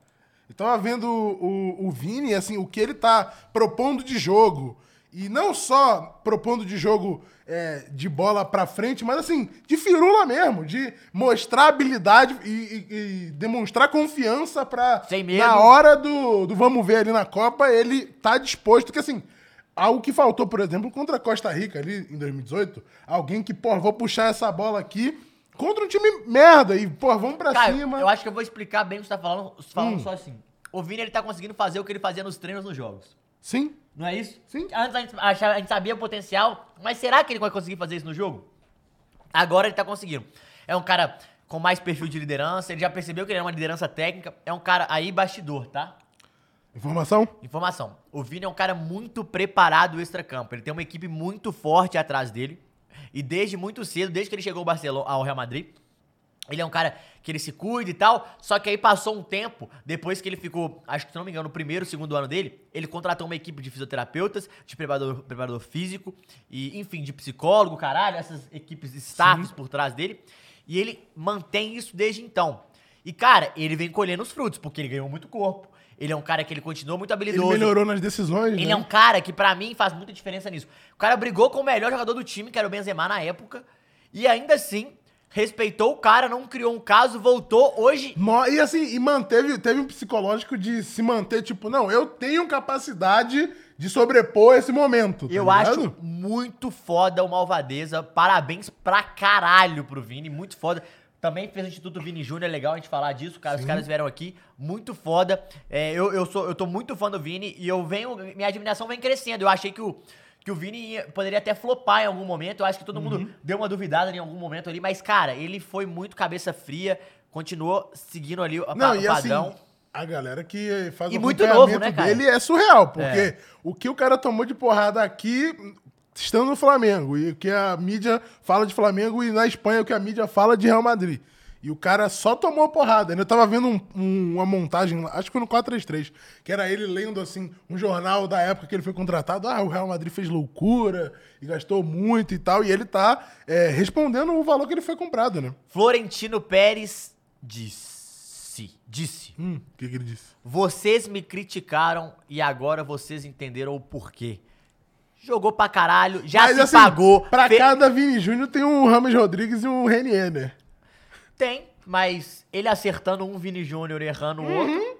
S2: Então, Eu tava vendo o, o, o Vini, assim, o que ele tá propondo de jogo. E não só propondo de jogo é, de bola pra frente, mas assim, de firula mesmo, de mostrar habilidade e, e- e demonstrar confiança pra.
S1: Sem medo. né?
S2: Na hora do, do vamos ver ali na Copa, ele tá disposto, que assim. Algo que faltou, por exemplo, contra a Costa Rica ali em 2018, alguém que, pô, vou puxar essa bola aqui contra um time merda e, pô, vamos pra
S1: Caio,
S2: cima. Hum.
S1: eu acho que eu vou explicar bem o que você tá falando, falando só assim. O Vini, ele tá conseguindo fazer o que ele fazia nos treinos nos jogos.
S2: Sim.
S1: Não é isso?
S2: Sim.
S1: Antes a gente, achava- a gente sabia o potencial, mas será que ele vai conseguir fazer isso no jogo? Agora ele tá conseguindo. É um cara com mais perfil de liderança, ele já percebeu que ele é uma liderança técnica, é um cara aí bastidor, tá?
S2: Informação?
S1: Informação. O Vini é um cara muito preparado extra-campo. Ele tem uma equipe muito forte atrás dele. E desde muito cedo, desde que ele chegou ao Barcelona, ao Real Madrid, ele é um cara que ele se cuida e tal. Só que aí passou um tempo, depois que ele ficou, acho que se não me engano, no primeiro, segundo ano dele, ele contratou uma equipe de fisioterapeutas, de preparador, preparador físico, e enfim, de psicólogo, caralho, essas equipes staffs por trás dele. E ele mantém isso desde então. E, cara, ele vem colhendo os frutos, porque ele ganhou muito corpo. Ele é um cara que ele continuou muito
S2: Ele
S1: habilidoso.
S2: melhorou nas decisões,
S1: Ele
S2: né?
S1: é um cara que, pra mim, faz muita diferença nisso. O cara brigou com o melhor jogador do time, que era o Benzema na época, e ainda assim, respeitou o cara, não criou um caso, voltou hoje.
S2: Mo- E assim, e manteve, teve um psicológico de se manter, tipo, não, eu tenho capacidade de sobrepor esse momento. tá
S1: Eu
S2: ligado?
S1: acho muito foda o Malvadeza. Parabéns pra caralho pro Vini, muito foda. Também fez o Instituto Vini Júnior, é legal a gente falar disso, cara. Os caras vieram aqui, muito foda. É, eu, eu, sou, eu tô muito fã do Vini e eu venho. Minha admiração vem crescendo. Eu achei que o, que o Vini ia- poderia até flopar em algum momento. Eu acho que todo
S2: Uhum.
S1: mundo deu uma duvidada em algum momento ali, mas, cara, ele foi muito cabeça fria, continuou seguindo ali o, pa-
S2: Não,
S1: o
S2: e
S1: padrão.
S2: assim, a galera que faz
S1: E
S2: o
S1: muito
S2: acompanhamento
S1: novo, né, cara?
S2: dele é surreal, porque
S1: É.
S2: o que o cara tomou de porrada aqui estando no Flamengo, e o que a mídia fala de Flamengo e na Espanha o que a mídia fala de Real Madrid. E o cara só tomou porrada. Eu tava vendo um- um- uma montagem, lá, acho que foi no 433, que era ele lendo, assim, um jornal da época que ele foi contratado. Ah, o Real Madrid fez loucura e gastou muito e tal. E ele tá é, respondendo o valor que ele foi comprado, né?
S1: Florentino Pérez disse. Disse.
S2: Hum, o que, que ele disse?
S1: Vocês me criticaram e agora vocês entenderam o porquê. Jogou pra caralho, já
S2: Mas,
S1: se
S2: assim,
S1: pagou.
S2: Pra
S1: fe-
S2: cada Vini Júnior tem um Ramos Rodrigues e um Renier, né?
S1: Tem, mas ele acertando um Vini Júnior e errando o outro.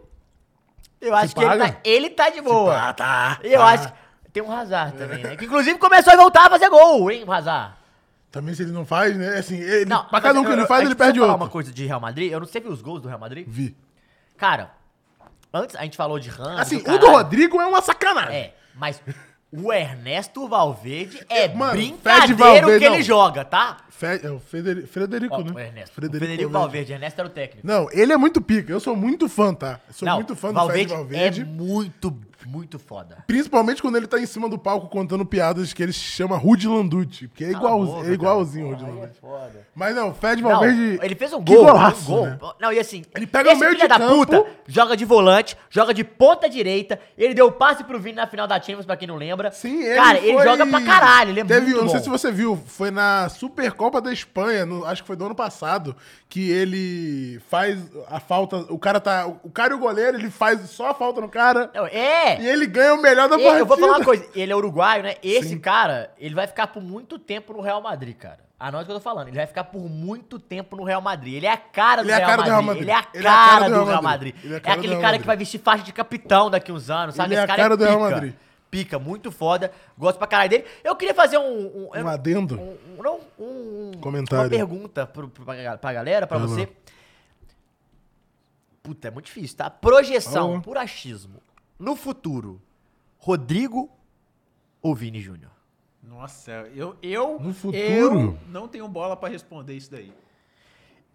S1: Eu acho que ele
S2: Uhum. paga?
S1: tá, ele tá de boa.
S2: Ah, tá.
S1: Eu acho que. Tem um Hazard também, né? Que inclusive começou a voltar a fazer gol, hein, o Hazard?
S2: Também se ele não faz, né? Assim, ele,
S1: Não,
S2: pra cada um que
S1: eu-
S2: ele
S1: eu-
S2: faz,
S1: a
S2: ele
S1: gente precisa
S2: perde
S1: falar
S2: outro.
S1: uma coisa de Real Madrid. Eu não sei viu os gols do Real Madrid.
S2: Vi.
S1: Cara, antes a gente falou de Ramos.
S2: Assim, o
S1: caralho.
S2: do Rodrigo é uma sacanagem.
S1: É, mas o Ernesto Valverde é
S2: Mano,
S1: brincadeiro
S2: Fred Valverde,
S1: que ele
S2: não.
S1: joga, tá?
S2: Fe- é o Federi- Frederico,
S1: Ó,
S2: né?
S1: o Ernesto. Frederico, Frederico Valverde. Ernesto era o técnico.
S2: Não, ele é muito pica. Eu sou muito fã, tá? Eu sou
S1: Não,
S2: muito fã do
S1: Valverde
S2: Fred Valverde.
S1: É muito, muito foda.
S2: Principalmente quando ele tá em cima do palco contando piadas que ele chama Rude Landucci. Porque é,
S1: Cala a
S2: igual,
S1: boca,
S2: é igualzinho o Rude
S1: cara. Porra, aí é
S2: Landucci.
S1: foda.
S2: Mas não, o Fred
S1: Não,
S2: Valverde...
S1: ele fez um
S2: que
S1: gol.
S2: golaço,
S1: um gol.
S2: né?
S1: Não, e assim,
S2: Ele pega o meio
S1: filho
S2: de
S1: da
S2: campo.
S1: puta joga de volante, joga de ponta direita. Ele deu o passe pro Vini na final da Champions, pra quem não lembra.
S2: Sim, ele
S1: Cara, ele
S2: foi-
S1: joga pra caralho, ele é
S2: Teve,
S1: muito
S2: eu não
S1: bom.
S2: sei se você viu, foi na Supercopa da Espanha, no- acho que foi do ano passado, que ele faz a falta, o cara tá, o cara e o goleiro, ele faz só a falta no cara
S1: Não, é!
S2: e ele ganha o melhor da
S1: E-
S2: partida.
S1: eu vou falar uma coisa, ele é uruguaio, né? Esse cara, ele vai ficar por muito tempo no Real Madrid, cara. Ah, Anota o que eu tô falando, ele vai ficar por muito tempo no Real Madrid. Ele é a cara do,
S2: Ele é a
S1: Real,
S2: cara do
S1: Madrid.
S2: Real Madrid.
S1: Ele é a cara do Real Madrid.
S2: Ele é a
S1: É
S2: cara do
S1: aquele
S2: Real
S1: cara
S2: Madrid.
S1: que vai vestir faixa de capitão daqui uns anos, sabe?
S2: Ele é a cara do Real Madrid.
S1: Pica, muito foda. Gosto pra caralho dele. Eu queria fazer um... eu
S2: Um
S1: não-
S2: adendo?
S1: Um, um- não, um- um-
S2: Comentário.
S1: Uma pergunta pro, pro, pra ga- pra galera, pra
S2: Tá bom.
S1: você. Puta, é muito difícil, tá? Projeção,
S2: Tá bom.
S1: por achismo. No futuro, Rodrigo ou Vini Júnior?
S3: Nossa, eu, eu,
S2: No futuro?
S3: eu não tenho bola pra responder isso daí.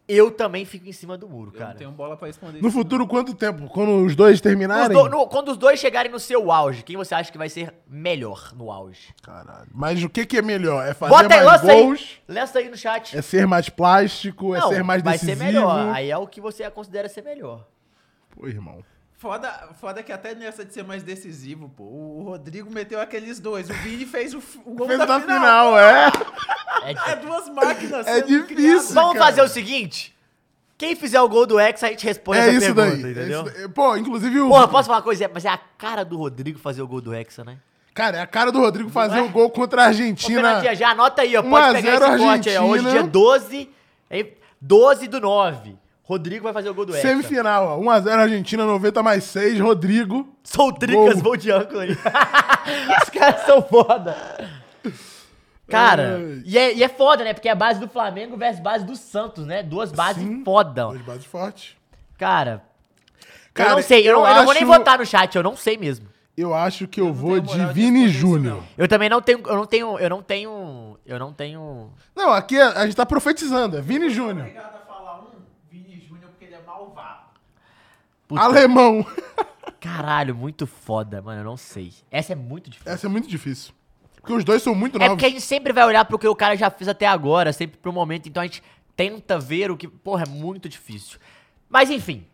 S1: Eu também fico em cima do muro,
S3: Eu não
S1: cara.
S3: tenho bola pra responder
S2: No
S3: isso
S2: futuro, quanto tempo? Quando os dois
S1: Os
S2: terminarem?
S1: do- no- quando os dois chegarem no seu auge, quem você acha que vai ser melhor no auge?
S2: Caralho. Mas o que que é melhor? É fazer
S1: Bota aí,
S2: mais
S1: lança
S2: gols?
S1: aí. Lança aí no chat.
S2: É ser mais plástico? é ser mais
S1: vai
S2: decisivo?
S1: ser melhor. Aí é o que você considera ser melhor.
S2: Pô, irmão.
S3: Foda, foda que até nessa de ser mais decisivo, pô. O Rodrigo meteu aqueles dois. O Vini fez o, f- o gol
S2: Fez
S3: da,
S2: da
S3: final.
S2: final, é.
S1: É
S3: É duas máquinas.
S2: É
S3: sendo
S2: difícil.
S1: Vamos
S2: cara.
S1: fazer o seguinte? Quem fizer o gol do Hexa, a gente responde
S2: É
S1: essa
S2: isso
S1: pergunta,
S2: daí. é
S1: entendeu?
S2: isso daí. Pô, inclusive o...
S1: Porra, posso falar uma coisa? É, Mas é a cara do Rodrigo fazer o gol do Hexa, né?
S2: Cara, é a cara do Rodrigo fazer
S1: é?
S2: o gol contra a
S1: Ô,
S2: Argentina.
S1: Fernandinha, já anota aí, ó.
S2: 1 a
S1: Pode pegar
S2: 0
S1: esse corte aí, ó. Hoje
S2: Argentina.
S1: dia 12, aí, 12 do 9. Rodrigo vai fazer o gol do Hexa.
S2: Semifinal, ó. 1x0 Argentina, 90 mais 6, Rodrigo.
S1: Sou tricas,
S2: Gol.
S1: vou de ângulo aí. Os caras são foda. Cara,
S2: Ai.
S1: e é, e é foda, né? Porque é a base do Flamengo versus base do Santos, né? Duas bases
S2: Sim.
S1: foda.
S2: Dois bases fortes.
S1: Cara, eu
S2: Cara,
S1: não sei. Eu, não,
S2: eu
S1: eu não vou nem
S2: acho-
S1: votar no chat, eu não sei mesmo.
S2: Eu acho que eu, vou
S3: tenho
S2: de
S3: moral de
S2: Vini
S3: responder isso,
S2: Júnior.
S1: Eu também não tenho. Eu não tenho. Eu não tenho. Eu não tenho.
S2: Não, aqui a, a gente tá profetizando. É Vini Júnior.
S3: Obrigado a falar um Vini Júnior porque ele é malvado.
S1: Puta,
S2: Alemão.
S1: Caralho, muito foda, mano. Eu não sei. Essa é muito difícil.
S2: Essa é muito difícil. Porque os dois são muito
S1: É
S2: novos.
S1: porque a gente sempre vai olhar pro que o cara já fez até agora, sempre pro momento. Então a gente tenta ver o que. Porra, é muito difícil. Mas enfim.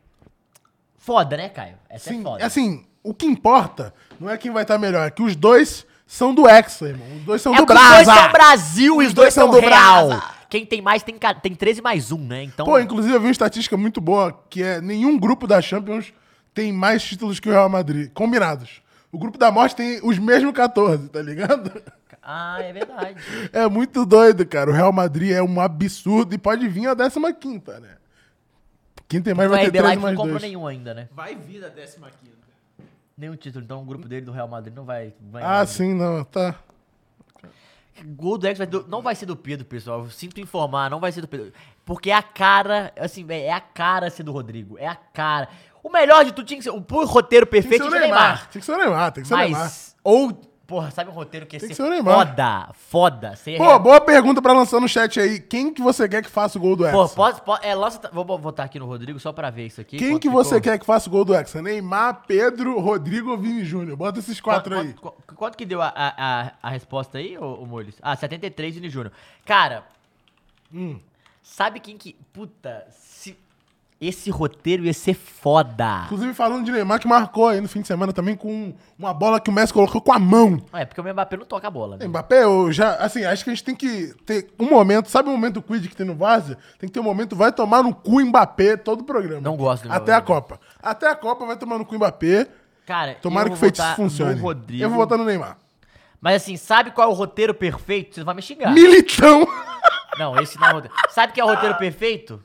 S1: Foda, né, Caio? Essa é
S2: Sim,
S1: foda.
S2: assim, o que importa não é quem vai estar melhor, é que os dois são do Hexa, irmão. Os dois são
S1: é
S2: do
S1: porque os dois
S2: Brasa.
S1: são Brasil e os dois são
S2: do
S1: real.
S2: Brasa.
S1: Quem tem mais tem, ca- tem 13 mais um, né? Então.
S2: Pô, inclusive eu vi uma estatística muito boa, que é nenhum grupo da Champions tem mais títulos que o Real Madrid, combinados. O grupo da morte tem os mesmos 14, tá ligado?
S1: Ah, é verdade.
S2: É muito doido, cara. O Real Madrid é um absurdo e pode vir a 15ª, né? Quem tem mais
S1: o
S2: vai ter
S1: RB
S2: 13
S1: Live não
S2: mais
S1: comprou
S2: 2.
S1: nenhum ainda, né?
S3: Vai vir a 15.
S1: Nenhum título. Então o grupo dele do Real Madrid não vai ganhar.
S2: Ah,
S1: ainda.
S2: sim, não, tá.
S1: Gol do Hexa vai do- não vai ser do Pedro, pessoal. Eu sinto informar, não vai ser do Pedro. Porque é a cara, assim, é é a cara ser do Rodrigo. É a cara. O melhor de tudo tinha que ser. O pro roteiro
S2: Tem que
S1: perfeito
S2: ser o
S1: tinha que ser Neymar.
S2: Neymar. Tem que ser o Neymar, tem que ser o Neymar.
S1: Mas. Ou. Porra, sabe um roteiro que é
S2: Tem que
S1: ser
S2: ser o Neymar.
S1: foda. Foda. Ser
S2: Pô, boa pergunta pra lançar no chat aí. Quem que você quer que faça o gol do Hexa?
S1: Pô, pode, pode- é, lança- vou botar aqui no Rodrigo só pra ver isso aqui.
S2: Quem
S1: Quanto
S2: que você
S1: ficou?
S2: quer que faça o gol do Hexa? Neymar, Pedro, Rodrigo ou Vini Júnior? Bota esses quatro
S1: Qua-
S2: aí.
S1: quanto, qua- quanto que deu a, a, a- a resposta aí, ô, ô Moles? Ah, 73 Vini Júnior. Cara, Sabe quem que. Puta, se- esse roteiro ia ser foda.
S2: Inclusive, falando de Neymar, que marcou aí no fim de semana também com uma bola que o Messi colocou com a mão.
S1: É, porque o Mbappé não toca a bola, né?
S2: Mbappé, eu já, assim, acho que a gente tem que ter um momento, sabe o momento quid que tem no Várzea? Tem que ter um momento, vai tomar no cu Mbappé todo o programa.
S1: Não gosto do
S2: Até a
S1: Mbappé.
S2: Copa. Até a Copa vai tomar no cu Mbappé.
S1: Cara,
S2: Tomara
S1: eu
S2: que o
S1: vou
S2: feitiço
S1: votar
S2: funcione.
S1: no Rodrigo.
S2: Eu vou votar no Neymar.
S1: Mas assim, sabe qual é o roteiro perfeito? Vocês vão me xingar.
S2: Militão!
S1: Não, esse não é o roteiro. Sabe que é o roteiro perfeito?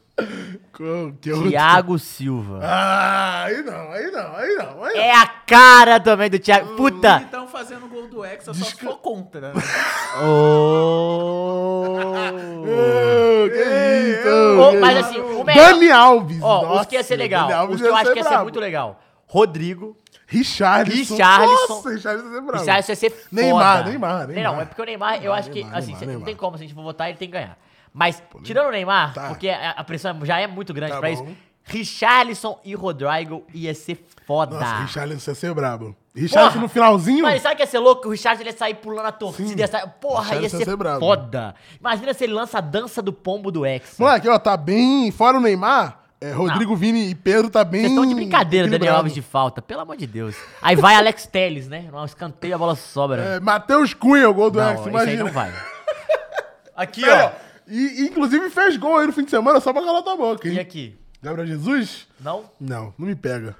S2: Qual que é o-
S1: Thiago Silva.
S2: Ah, aí não, aí não, aí não, aí não.
S1: É a cara também do Thiago.
S2: Tá.
S1: Puta!
S3: Então fazendo gol do Hexa, eu só sou contra. né?
S2: Ô, Oh. então, que isso,
S1: Ô,
S2: que
S1: mas
S2: isso.
S1: assim, o melhor-
S2: Dani Alves.
S1: Ó, os
S2: nossa, é
S1: que ia ser
S2: Dani
S1: legal.
S2: Alves
S1: Os que eu acho que ia ser
S2: brabo.
S1: muito legal. Rodrigo.
S2: Richarlison.
S1: Richarlison.
S2: Nossa, Richarlison ia ser brabo.
S1: Richarlison ia ser foda.
S2: Neymar, Neymar, Neymar.
S1: Não, é porque o Neymar, eu acho que,
S2: Neymar,
S1: assim,
S2: Neymar,
S1: cê- não
S2: Neymar.
S1: tem como, se a gente for votar, ele tem que ganhar. Mas, tirando o Neymar,
S2: Tá.
S1: porque a, a pressão já é muito grande
S2: Tá
S1: pra
S2: bom.
S1: isso, Richarlison e Rodrigo ia ser foda.
S2: Nossa, Richarlison ia ser brabo. Richarlison no finalzinho.
S1: Tá. Mas assim- sabe que ia ser louco? O Richard ele ia sair pulando a torcida.
S2: Sim.
S1: Ia sair... Porra, ia
S2: Richarlison
S1: ser
S2: ia ser brabo.
S1: foda. Imagina se ele lança a dança do pombo do ex.
S2: Moleque, ó, tá bem. Fora o Neymar, é, Rodrigo, Vini e Pedro tá bem.
S1: Vocês estão de brincadeira, Daniel
S2: equilibrado.
S1: Alves de falta, pelo amor de Deus. Aí vai Alex Telles, né? Um escanteio, a bola sobra.
S2: É, Matheus Cunha, o gol do
S1: não,
S2: Ex,
S1: isso
S2: imagina.
S1: aí não vai. Aqui,
S2: É,
S1: ó.
S2: E, e, inclusive fez gol aí no fim de semana só pra calar tua boca,
S1: E
S2: hein?
S1: aqui?
S2: Gabriel Jesus?
S1: Não?
S2: Não, não me pega.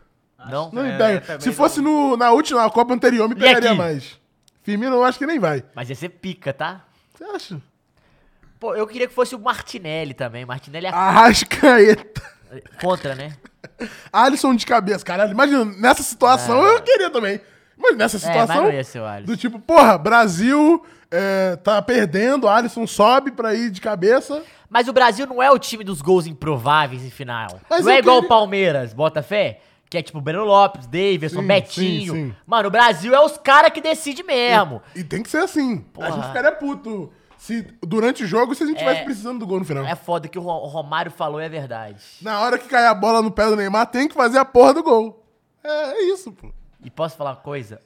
S1: Não?
S2: Não me
S3: É,
S2: pega.
S3: também
S2: Se
S3: não.
S2: fosse no, na última, na Copa anterior, me pegaria
S1: aqui?
S2: mais. Firmino, eu acho que nem vai.
S1: Mas ia ser pica, tá?
S2: Você acha?
S1: Pô, eu queria que fosse o Martinelli também. Martinelli é
S2: Ah. Arrascaeta.
S1: contra, né?
S2: Alisson de cabeça, caralho. Imagina, nessa situação eu queria também. Mas nessa
S1: É, mas
S2: situação.
S1: não ia ser o Alisson.
S2: do tipo, porra, Brasil é, tá perdendo, Alisson sobe pra ir de cabeça.
S1: Mas o Brasil não é o time dos gols improváveis em final.
S2: Mas
S1: não é
S2: eu
S1: igual o
S2: queria-
S1: Palmeiras, Botafé, que é tipo Breno Lopes, Davidson,
S2: Sim,
S1: Betinho.
S2: sim, sim.
S1: Mano, o Brasil é os caras que decidem mesmo.
S2: E tem que ser assim.
S1: É, Porra.
S2: A gente ficaria puto se, durante o jogo se a gente estivesse precisando do gol no final.
S1: É foda que o Ro- o Romário falou e é verdade.
S2: Na hora que cair a bola no pé do Neymar, tem que fazer a porra do gol. É, é isso, pô.
S1: E posso falar uma coisa?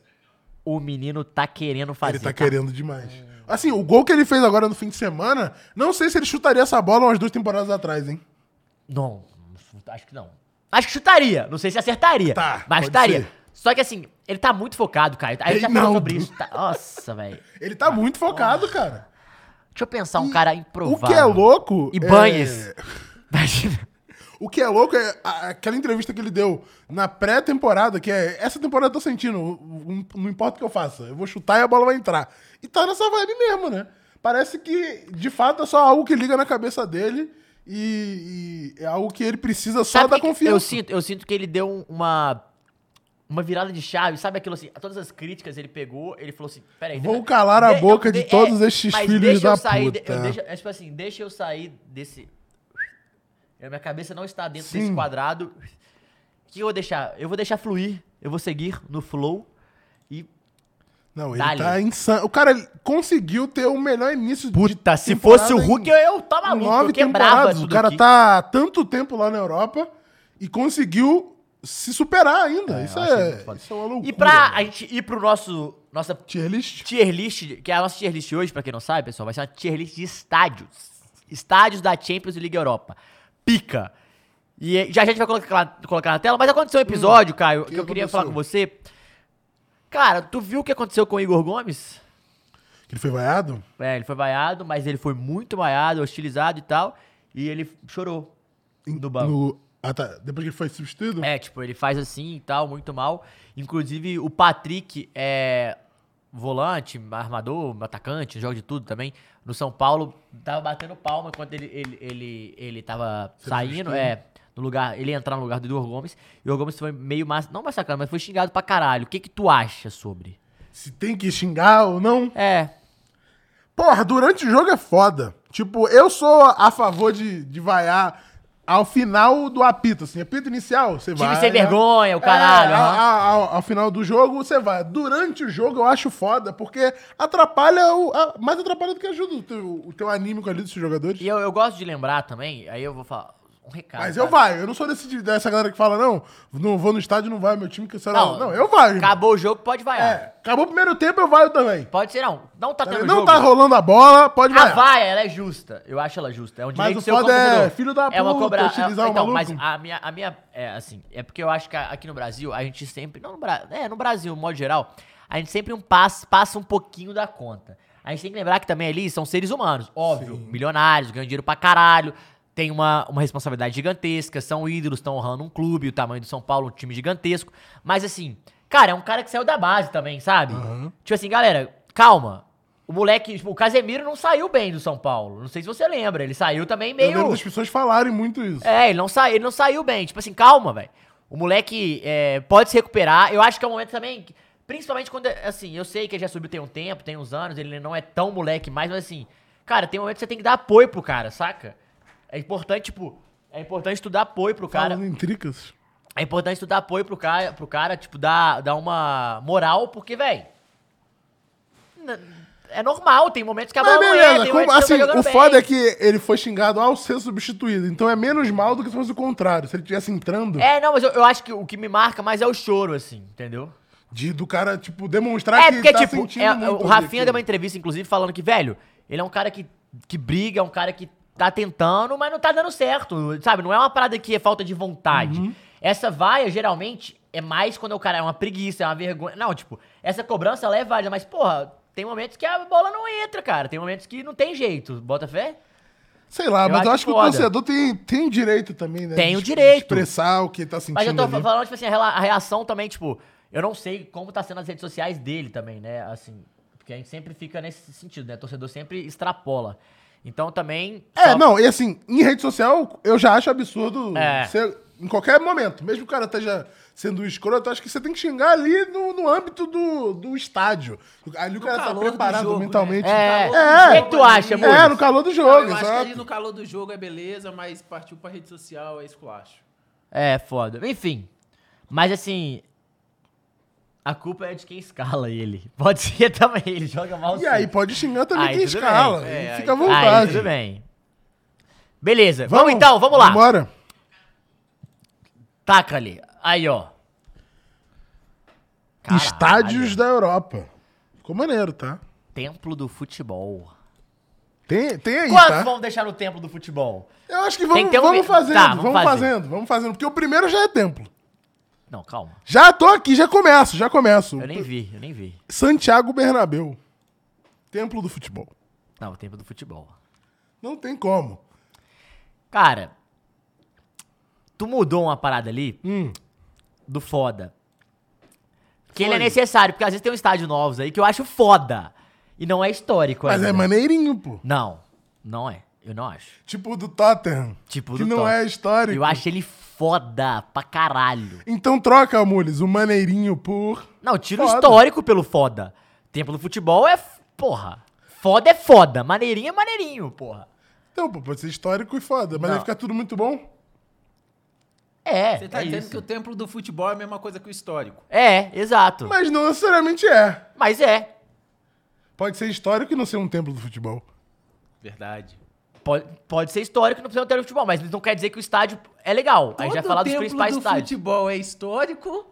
S1: O menino tá querendo fazer.
S2: Ele tá querendo demais. Assim, o gol que ele fez agora no fim de semana, não sei se ele chutaria essa bola umas duas temporadas atrás, hein?
S1: Não, acho que não. Acho que chutaria. Não sei se acertaria.
S2: Tá,
S1: Mas
S2: pode
S1: chutaria.
S2: ser.
S1: Só que assim, ele tá muito focado, cara. A gente já falou
S2: Reinaldo.
S1: sobre isso. tá? Nossa, velho.
S2: Ele tá muito focado, cara.
S1: Deixa eu pensar um cara
S2: O
S1: improvável.
S2: que é louco.
S1: E
S2: é-
S1: Banhes. Imagina.
S2: O que é louco é a- aquela entrevista que ele deu na pré-temporada, que é essa temporada eu tô sentindo, um- não importa o que eu faça, eu vou chutar e a bola vai entrar. E tá nessa vibe mesmo, né? Parece que, de fato, é só algo que liga na cabeça dele e, e é algo que ele precisa só
S1: Sabe
S2: da
S1: que que
S2: confiança.
S1: Eu sinto, eu sinto que ele deu um- uma uma virada de chave, sabe aquilo assim, todas as críticas ele pegou, ele falou assim, peraí...
S2: Vou
S1: deixa-
S2: calar a
S1: de-
S2: boca de todos
S1: é,
S2: estes
S1: mas
S2: filhos
S1: deixa eu
S2: da
S1: sair, de- eu
S2: puta.
S1: deixa- é tipo assim, deixa eu sair desse... Eu- minha cabeça não está dentro desse
S2: Sim.
S1: quadrado. O que eu vou deixar? Eu vou deixar fluir, eu vou seguir no flow e...
S2: Não, ele
S1: Dá-lhe.
S2: tá insano. O cara conseguiu ter o melhor início
S1: Puta, se
S2: temporada
S1: fosse o
S2: em
S1: Hulk, eu, eu tava maluco,
S2: nove
S1: eu quebrava
S2: temporadas.
S1: tudo
S2: O cara
S1: aqui.
S2: tá há tanto tempo lá na Europa e conseguiu se superar ainda. isso,
S1: achei
S2: é,
S1: muito foda.
S2: isso é uma loucura.
S1: E pra a
S2: mano.
S1: gente ir pro nosso... Nossa
S2: tier list,
S1: tier list, que é a nossa tier list hoje, pra quem não sabe, pessoal, vai ser uma tier list de estádios. Estádios da Champions League Europa. Pica. E eh, já a gente vai colocar, lá- colocar na tela, mas aconteceu um episódio, Caio, que, eu queria
S2: aconteceu?
S1: falar com você. Cara, tu viu o que aconteceu com o Igor Gomes?
S2: que ele foi vaiado?
S1: É, ele foi vaiado, mas ele foi muito vaiado, hostilizado e tal, e ele chorou no banco.
S2: No- ah, tá. Depois que ele foi substituído?
S1: É, tipo, ele faz assim e tal, muito mal. Inclusive, o Patrick é volante, armador, atacante, joga de tudo também. No São Paulo, tava batendo palma enquanto ele, ele, ele, ele tava saindo. É, no lugar, ele ia entrar no lugar do Igor Gomes. E o Igor Gomes foi meio mas não massacrado, mas foi xingado pra caralho. O que que tu acha sobre?
S2: Se tem que xingar ou não.
S1: É,
S2: Porra, durante o jogo é foda. Tipo, eu sou a favor de, de vaiar ao final do apito, assim. Apito inicial, você vai. né?
S1: time sem vergonha, o caralho.
S2: É, a-
S1: aham.
S2: a- ao, ao final do jogo, você vai. Durante o jogo, eu acho foda, porque atrapalha o. a- mais atrapalha do que ajuda o teu, o teu anímico ali dos seus jogadores.
S1: E eu, eu gosto de lembrar também, aí eu vou falar. um recado.
S2: Mas eu
S1: sabe?
S2: vai, eu não sou desse, dessa galera que fala, não, não vou no estádio, não vai, meu time que será.
S1: Não,
S2: Não, não, eu vai.
S1: Acabou o jogo, pode vaiar.
S2: É, acabou o primeiro tempo, eu vai também.
S1: Pode ser, não. Não tá tendo
S2: Não
S1: jogo.
S2: tá rolando a bola, pode
S1: A
S2: vai.
S1: vaia, ela é justa. Eu acho ela justa. É um direito
S2: o
S1: seu
S2: foda
S1: como
S2: é
S1: torcedor.
S2: filho da
S1: É uma
S2: puta
S1: cobrança.
S2: utilizar o
S1: então,
S2: maluco.
S1: mas a minha... A minha é, assim, é porque eu acho que aqui no Brasil, a gente sempre... Não no Brasil, é, no Brasil, no modo geral, a gente sempre um passa, passa um pouquinho da conta. A gente tem que lembrar que também ali são seres humanos. Óbvio, milionários, ganham dinheiro pra caralho. Tem uma, uma responsabilidade gigantesca, são ídolos, estão honrando um clube, o tamanho do São Paulo, um time gigantesco. Mas assim, cara, é um cara que saiu da base também, sabe? Tipo assim, galera, calma. O moleque, tipo, o Casemiro não saiu bem do São Paulo. Não sei se você lembra. Ele saiu também
S2: Eu lembro
S1: meio.
S2: das pessoas falarem muito isso.
S1: É, ele não, sa... ele não saiu bem. Tipo assim, calma, velho. O moleque é, pode se recuperar. Eu acho que é um momento também. que- Principalmente quando. é, Assim, eu sei que ele já subiu tem um tempo, tem uns anos, ele não é tão moleque mais, mas assim. Cara, tem um momento que você tem que dar apoio pro cara, saca? É importante, tipo. É importante tu dar apoio pro cara.
S2: Falando em tricas.
S1: É importante tu dar apoio pro cara, pro cara tipo, dar, dar uma moral, porque, velho. É normal, tem momentos que a
S2: Mas
S1: bola não é,
S2: beleza,
S1: tem
S2: como-
S1: momentos que você
S2: assim,
S1: tá jogando
S2: o
S1: bem.
S2: foda é que ele foi xingado ao ser substituído, então é menos mal do que se fosse o contrário. Se ele estivesse entrando,
S1: É, não, mas eu, eu acho que o que me marca mais é o choro, assim, entendeu?
S2: de, do cara, tipo, demonstrar
S1: É,
S2: que
S1: porque, tipo,
S2: sentindo
S1: é,
S2: muito
S1: o
S2: ali
S1: Rafinha deu
S2: aquilo.
S1: uma entrevista, inclusive, falando que, velho, ele é um cara que, que briga, é um cara que tá tentando, mas não tá dando certo, sabe? Não é uma parada que é falta de vontade.
S2: Uhum.
S1: Essa vaia, geralmente, é mais quando o cara é uma preguiça, é uma vergonha. Não, tipo, essa cobrança, ela é válida, mas, porra, tem momentos que a bola não entra, cara. Tem momentos que não tem jeito. Bota fé?
S2: Sei lá,
S1: Eu
S2: mas
S1: acho
S2: eu acho que o
S1: foda.
S2: torcedor tem, tem direito também, né?
S1: Tem o
S2: de- de
S1: direito.
S2: Expressar o que tá sentindo.
S1: Mas eu tô
S2: ali.
S1: falando, tipo assim, a rela- a reação também, tipo, eu não sei como tá sendo as redes sociais dele também, né? Assim, porque a gente sempre fica nesse sentido, né? O torcedor sempre extrapola. Então também.
S2: É,
S1: só-
S2: não, e assim, em rede social eu já acho absurdo
S1: É.
S2: ser- em qualquer momento. Mesmo que o cara esteja sendo um escroto, eu acho que você tem que xingar ali no, no âmbito do, do estádio. Ali o cara tá
S3: calor do
S2: preparado
S3: jogo, né?
S2: mentalmente.
S1: É,
S2: É.
S1: o que, que tu acha,
S3: É,
S1: Mules?
S2: É, no calor do
S3: Não,
S2: jogo,
S3: eu acho que ali
S2: exato.
S3: no calor do jogo é beleza, mas partiu pra rede social é esculacho.
S1: É, foda. Enfim. Mas assim. A culpa é de quem escala ele. Pode ser também, ele joga mal
S2: E
S1: sim.
S2: aí pode xingar também
S1: Aí,
S2: quem
S1: tudo
S2: escala.
S1: bem. É,
S2: e
S3: aí-
S2: fica à
S1: Aí,
S2: vontade.
S1: tudo bem. Beleza, vamos, então, vamos lá.
S2: Bora.
S1: Taca ali. Aí, ó. Caralho.
S2: Estádios da Europa. Ficou maneiro, tá?
S1: Templo do futebol.
S2: Tem, tem aí,
S1: Quantos
S2: tá?
S1: vamos deixar no templo do futebol?
S2: Eu acho que
S1: Tem
S2: vamos,
S1: que ter um
S2: vamos
S1: vi-
S2: fazendo,
S1: Tá,
S2: vamos,
S1: vamos
S2: fazendo,
S1: fazer.
S2: vamos fazendo. Porque o primeiro já é templo.
S1: Não, calma.
S2: Já tô aqui, já começo, já começo.
S1: Eu nem vi, eu nem vi.
S2: Santiago Bernabéu. Templo do futebol.
S1: Não, o templo do futebol.
S2: Não tem como.
S1: Cara, tu mudou uma parada ali
S2: Hum.
S1: do foda. Que ele é necessário, porque às vezes tem um estádio novos aí que eu acho foda. E não é histórico
S2: Mas
S1: ainda.
S2: é maneirinho, pô.
S1: Não, não é. Eu não acho.
S2: Tipo o do Tottenham.
S1: Tipo
S2: que
S1: do
S2: não
S1: Tottenham.
S2: é histórico.
S1: Eu acho ele foda pra caralho.
S2: Então troca, Mules, o maneirinho por.
S1: Não, tira o
S2: Foda.
S1: histórico pelo foda. Tempo do futebol é. f- Porra. Foda é foda. Maneirinho é maneirinho, porra.
S2: Então, pô, pode ser histórico e foda. Mas
S1: Não.
S2: aí fica tudo muito bom.
S1: É.
S3: Você tá
S1: é
S3: entendendo
S1: isso.
S3: que o templo do futebol é a mesma coisa que o histórico.
S1: É, exato. Mas,
S2: Mas não necessariamente é.
S1: é.
S2: Pode ser histórico e não ser um templo do futebol.
S3: Verdade.
S1: Pode, pode ser histórico, não precisa ter futebol, mas isso não quer dizer que o estádio é legal. Aí a gente vai falar dos
S3: templo
S1: principais
S3: do
S1: estádios.
S3: futebol é histórico.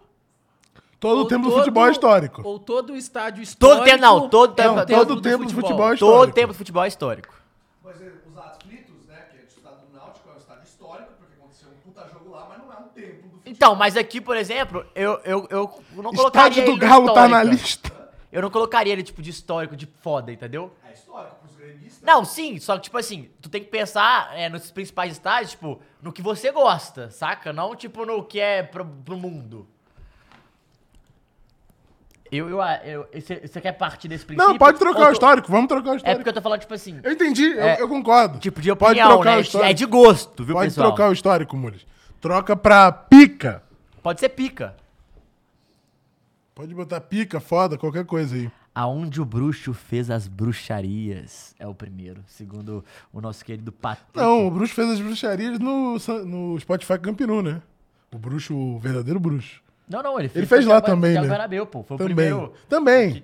S2: Todo
S3: ou
S2: templo do
S3: todo-
S2: futebol é histórico.
S3: Ou todo estádio histórico.
S1: Todo tempo, não, todo tempo.
S3: é um
S2: Não,
S1: todo,
S2: todo templo do futebol é histórico.
S1: todo tempo de futebol é histórico.
S4: Pois é, os aflitos, né? Que é o estado do Náutico, é um estado histórico, porque aconteceu um puta jogo lá, mas não é um templo do
S1: Então, mas aqui, por exemplo, eu, eu, eu não colocaria.
S2: Estádio
S1: ele
S2: do
S1: no
S2: Galo tá na
S1: histórico.
S2: lista.
S1: Eu não colocaria ele, tipo, de histórico, de foda, entendeu? É histórico pros gremistas. Não, sim, só que, tipo assim, tu tem que pensar é, nos principais estádios, tipo, no que você gosta, saca? Não, tipo, no que é pro, pro mundo. Eu, eu, eu, você quer partir desse princípio?
S2: Não, pode
S1: Ou
S2: trocar
S1: tu-
S2: o histórico. Vamos trocar o
S1: É
S2: histórico.
S1: porque eu tô falando, tipo assim,
S2: Eu entendi, eu-
S1: É,
S2: eu, concordo.
S1: tipo, de opinião, né? É de gosto, viu,
S2: Pode
S1: pessoal?
S2: trocar o histórico, Mules. Troca pra pica.
S1: Pode ser pica.
S2: Pode botar pica, foda, qualquer coisa aí.
S1: Aonde o bruxo fez as bruxarias é o primeiro, segundo o nosso querido Patrick.
S2: Não, o bruxo fez as bruxarias no, Sa- no Spotify Campiru, né? O bruxo, o verdadeiro bruxo.
S1: Não, não, ele fez.
S2: Ele fez lá
S1: Santiago-
S2: também,
S1: Santiago
S2: né?
S1: Bernabéu, pô. Foi o
S2: também.
S1: primeiro.
S2: Também.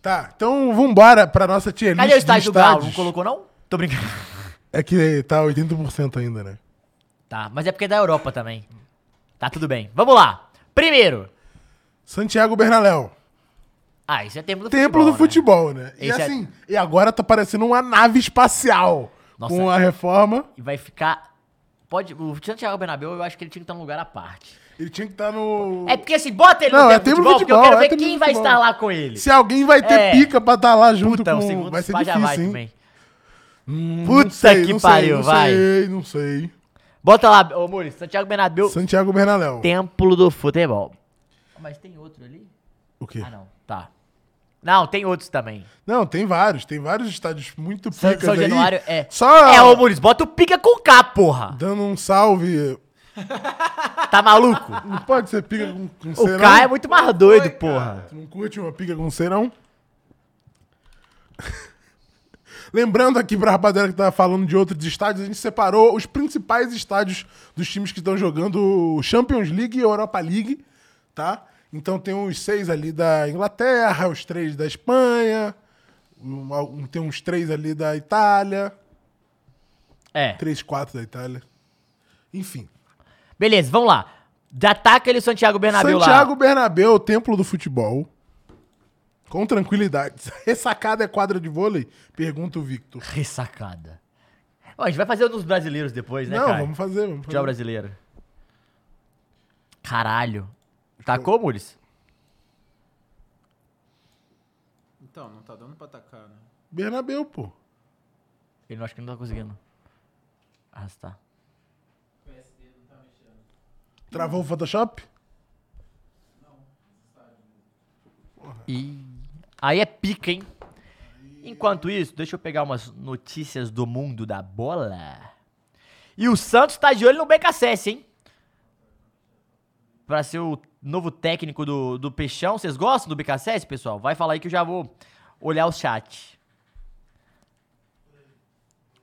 S2: Tá, então vambora pra nossa tier list
S1: Cadê o
S2: de
S1: estádio do Galo? Não
S2: estádios.
S1: colocou, não? Tô brincando.
S2: É que tá 80% ainda, né?
S1: Tá, mas é porque é da Europa também. Tá tudo bem. Vamos lá. Primeiro.
S2: Santiago Bernabéu.
S1: Ah, isso é templo do
S2: Templo
S1: futebol.
S2: do futebol, né? E
S1: Esse é-
S2: assim, e agora tá parecendo uma nave espacial.
S1: Nossa.
S2: Com a reforma,
S1: Né? E vai ficar. Pode. O Santiago Bernabéu, eu acho que ele tinha que estar num lugar à parte.
S2: ele tinha que estar no.
S1: É porque assim, bota ele
S2: Não,
S1: no
S2: é
S1: templo do
S2: templo
S1: futebol,
S2: do
S1: porque eu
S2: futebol,
S1: quero
S2: é
S1: ver
S2: templo do
S1: quem vai
S2: futebol.
S1: estar lá com ele.
S2: Se alguém vai ter
S1: É.
S2: pica pra estar lá junto
S1: Puta, é o
S2: com...
S1: segundo
S2: Vai ser
S1: pá já
S2: difícil,
S1: vai
S2: hein?
S1: também.
S2: Puta
S1: que pariu,
S2: não
S1: vai.
S2: Sei, não sei.
S1: Bota lá, ô Muri, Santiago Bernabéu,
S2: Santiago Bernabéu.
S1: templo do futebol. Ah, Mas tem outro ali?
S2: O quê?
S1: Ah, não. Tá. Não, tem outros também.
S2: Não, tem vários. Tem vários estádios muito
S1: São,
S2: picas
S1: São
S2: aí.
S1: Januário é.
S2: Só
S1: É, ô Muris, bota o pica com K, porra.
S2: dando um salve.
S1: Tá maluco?
S2: Não pode ser pica com, com
S1: o
S2: cerão?
S1: K é muito mais doido, porra.
S2: Tu não curte uma pica com cerão? Lembrando aqui pra rapaziada que tava falando de outros estádios, a gente separou os principais estádios dos times que estão jogando Champions League e Europa League, tá? Então tem uns seis ali da Inglaterra, os três da Espanha, um- um- tem uns três ali da Itália,
S1: É.
S2: três, quatro da Itália. Enfim.
S1: Beleza, vamos lá. Já taca ele o Santiago Bernabéu lá.
S2: Santiago Bernabéu, templo do futebol. Com tranquilidade. Ressacada é quadra de vôlei? Pergunta o Victor.
S1: Ressacada. Ó, a gente vai fazer um dos brasileiros depois, né,
S2: Não,
S1: cara?
S2: vamos fazer, vamos
S1: Futebol
S2: fazer.
S1: brasileiro. Caralho. Tá Tacou, Muris?
S3: Então, não tá dando pra atacar, né?
S2: Bernabéu, pô.
S1: Ele não acho que ele não tá conseguindo. Ah, tá. Arrastar.
S2: Travou o Photoshop?
S1: E aí é pica, hein? Enquanto isso, deixa eu pegar umas notícias do mundo da bola. E o Santos tá de olho no BKSS, hein? Pra ser o novo técnico do, do Peixão. Vocês gostam do BKSS, pessoal? Vai falar aí que eu já vou olhar o chat.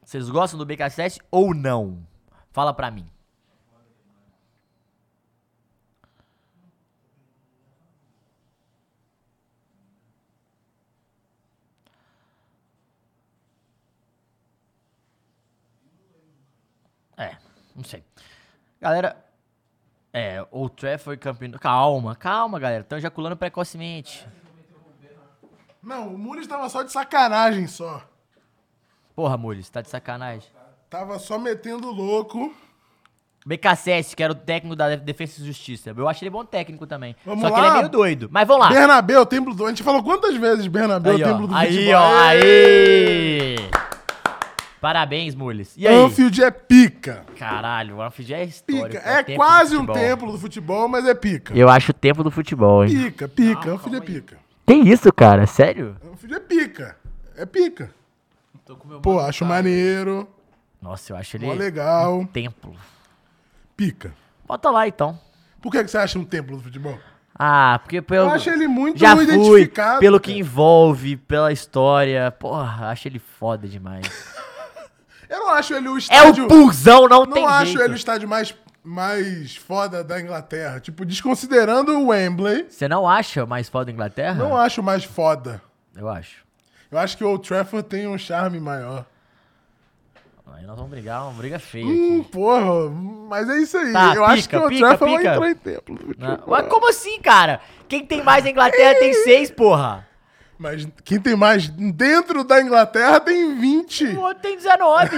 S1: Vocês gostam do BKSS ou não? Fala pra mim. É, não sei. Galera, é, Old Trafford campeão. Calma, calma, galera. Estão ejaculando precocemente.
S2: Não, o Muniz tava só de sacanagem só.
S1: Porra, Mules, tá de sacanagem.
S2: Tava só metendo louco.
S1: BKSS, que era o técnico da Defesa e Justiça. Eu achei ele bom técnico também.
S2: Vamos
S1: Só que
S2: lá.
S1: ele é meio doido. Mas vamos lá.
S2: Bernabéu, templo do... A gente falou quantas vezes Bernabéu,
S1: Aí,
S2: templo
S1: ó.
S2: do
S1: Aí,
S2: futebol?
S1: ó.
S2: Aê!
S1: Aí. Parabéns, Mules. E aí?
S2: Anfield é pica.
S1: Caralho, o Anfield é histórico.
S2: Pica.
S1: o
S2: É,
S1: templo do
S2: quase um
S1: futebol.
S2: templo do futebol, mas é pica.
S1: Eu acho o tempo do futebol, hein?
S2: Pica, pica. Anfield é pica.
S1: Que isso, cara? Sério?
S2: Anfield é pica. É pica.
S3: Tô com meu
S2: Pô,
S3: mano-
S2: acho maneiro.
S1: Nossa, eu acho ele.
S2: Mó legal.
S1: Templo.
S2: Pica.
S1: Bota lá então.
S2: Por que, que você acha um templo do futebol?
S1: Ah, porque pelo,
S2: Eu acho ele muito
S1: já fui,
S2: identificado.
S1: pelo
S2: cara.
S1: que envolve, pela história. Porra, acho ele foda demais.
S2: Eu não acho ele o
S1: é
S2: estádio.
S1: o pulzão, não,
S2: Não
S1: tem
S2: acho
S1: jeito.
S2: ele o estádio mais, mais foda da Inglaterra. Tipo, desconsiderando o Wembley,
S1: Você não acha mais foda a Inglaterra?
S2: não acho mais foda.
S1: Eu acho.
S2: Eu acho que o Old Trafford tem um charme maior.
S1: Aí nós vamos brigar, uma briga feia
S2: Hum,
S1: aqui.
S2: porra, mas é isso aí.
S1: Tá,
S2: eu acho que
S1: pica,
S2: o Old
S1: pica,
S2: Trafford
S1: pica.
S2: vai entrar em templo. do futebol.
S1: Não, Mas como assim, cara? Quem tem mais na Inglaterra tem seis, porra.
S2: Mas quem tem mais dentro da Inglaterra tem 20.
S1: O outro tem 19.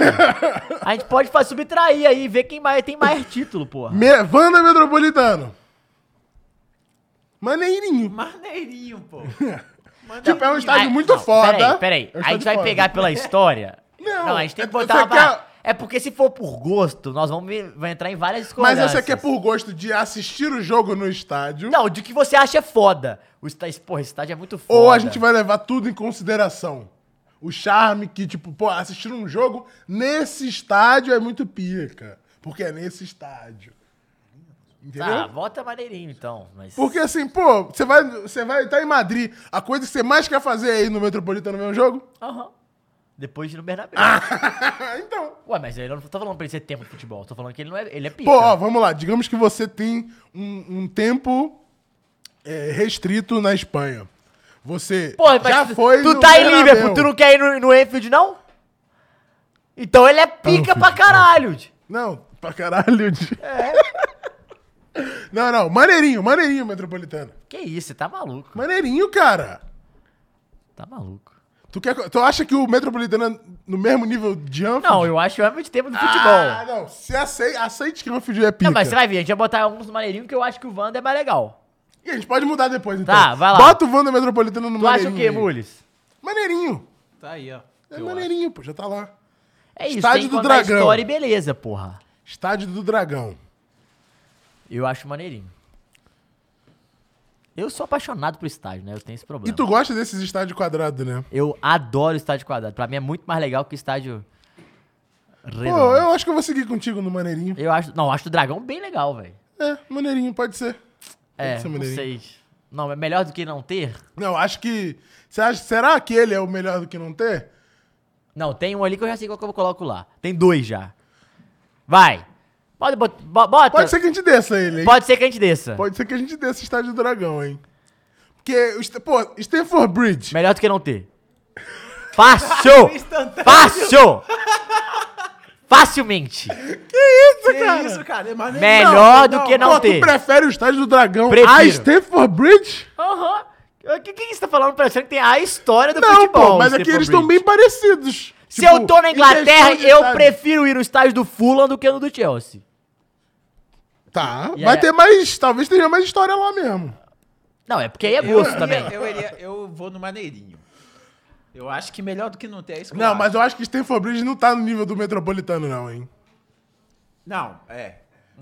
S1: a gente pode fa- subtrair aí, ver quem mais tem mais título, porra.
S2: Me, Wanda Metropolitano. Maneirinho.
S3: Maneirinho, pô.
S2: Tipo, é um estádio
S1: Aí-
S2: muito
S1: não,
S2: foda.
S1: Peraí, peraí.
S2: É um
S1: a
S2: estádio
S1: gente vai
S2: foda.
S1: pegar pela história.
S2: Não,
S1: a gente tem que
S2: é-
S1: botar
S2: você
S1: uma barra.
S2: quer-
S1: É porque se for por gosto, nós vamos ver- vai entrar em várias
S2: Mas
S1: coisas.
S2: você quer por gosto de assistir o jogo no estádio?
S1: Não, de que você acha é foda. O estádio, porra, esse estádio é muito foda.
S2: Ou a gente vai levar tudo em consideração? O charme que, tipo, pô, assistir um jogo nesse estádio é muito pica. Porque é nesse estádio. Entendeu?
S1: Ah, bota maneirinho então. Mas...
S2: Porque assim, pô, você vai, você vai estar em Madrid. A coisa que você mais quer fazer é ir no Metropolitano ver um jogo?
S1: Aham. Depois de ir no Bernabéu.
S2: Ah! então.
S1: Ué, mas eu não tô falando pra ele ser tempo de futebol. Tô falando que ele não é. Ele é pica.
S2: Pô, ó, vamos lá. Digamos que você tem um, um tempo é, restrito na Espanha. Você
S1: Pô, mas
S2: já
S1: tu,
S2: foi
S1: tu
S2: no
S1: tá em
S2: Bernabéu.
S1: Liverpool, tu não quer ir no, no Enfield, não? Então ele é pica pra caralho. tio.
S2: Não, pra caralho. De...
S1: É.
S2: não, não. Maneirinho, maneirinho, Metropolitana.
S1: Que isso, você tá maluco.
S2: Maneirinho, cara.
S1: Tá maluco.
S2: Tu, quer, tu acha que o Metropolitana no mesmo nível de Anfield?
S1: Não, eu acho que é muito tempo do futebol.
S2: Ah, não. Se aceite, aceite que Anfield é pica.
S1: não, mas você vai ver, a gente vai botar alguns maneirinhos que eu acho que o Wanda é mais legal.
S2: E a gente pode mudar depois, então.
S1: Tá, vai lá.
S2: Bota o Wanda Metropolitana no
S1: Tu acha o quê,
S2: aí.
S1: Mules?
S2: Maneirinho.
S3: Tá aí, ó.
S2: É maneirinho, pô. Já tá lá.
S1: É isso,
S2: Estádio
S1: tem que
S2: do
S1: contar a
S2: Dragão.
S1: história e beleza, porra.
S2: Estádio do Dragão.
S1: Eu acho maneirinho. Eu sou apaixonado por estádio, né? Eu tenho esse
S2: E
S1: problema.
S2: tu gosta desses estádios quadrados, né?
S1: Eu adoro estádio quadrado. Pra mim é muito mais legal que estádio.
S2: Pô,
S1: redondo.
S2: eu acho que eu vou seguir contigo no maneirinho.
S1: Eu acho. Não, eu acho o dragão bem legal, velho.
S2: É, maneirinho, pode ser.
S1: É,
S2: Pode ser
S1: não
S2: maneirinho.
S1: sei. Não, é melhor do que não ter?
S2: Não, acho que. Você acha, será que ele é o melhor do que não ter?
S1: Não, tem um ali que eu já sei qual que eu coloco lá. Tem dois já. Vai. Pode bot- bo- bota.
S2: Pode ser que a gente desça ele, hein? Pode,
S1: É. Pode ser que a gente desça.
S2: ser que a gente desça o estádio do dragão, hein? Porque, o Sta- pô, Stanford Bridge.
S1: Melhor do que não ter. Fácil! Fácil! Facilmente.
S3: Que isso, cara? É maneiro.
S1: Melhor do que não
S2: Pô, tu
S1: ter.
S2: prefere o estádio do dragão
S1: Prefiro.
S2: a Stanford Bridge?
S1: Aham. O que, que você tá falando? Parecendo que tem a história do
S2: Não,
S1: futebol.
S2: pô, mas
S1: Stephen
S2: aqui eles
S1: Bridge.
S2: estão bem parecidos.
S1: Se
S2: Tipo,
S1: eu tô na
S2: em questão
S1: Inglaterra,
S2: de
S1: eu
S2: estádio.
S1: prefiro ir no estádio do Fulham do que no do Chelsea.
S2: Tá,
S1: E é.
S2: vai
S1: aí-
S2: ter mais. Talvez tenha mais história lá mesmo.
S1: Não, é porque aí é
S3: Eu,
S1: gosto também.
S3: iria- eu, iria- eu vou no maneirinho. Eu acho que melhor do que não ter é isso que eu
S2: Não,
S3: acho.
S2: mas eu acho que Stanford Bridge não tá no nível do metropolitano, não, hein?
S3: Não, é.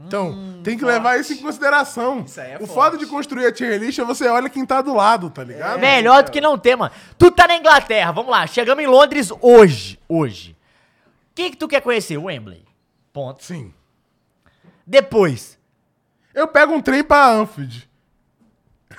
S2: Então,
S1: Hum,
S2: tem que levar isso em consideração.
S3: Isso aí é
S2: o
S3: forte.
S2: foda de construir a tier list é você olha quem tá do lado, tá ligado?
S1: Melhor do que não ter, mano. Tu tá na Inglaterra, vamos lá. Chegamos em Londres hoje. Hoje. Quem que tu quer conhecer? Wembley. Ponto.
S2: Sim.
S1: Depois.
S2: Eu pego um trem pra Anfield.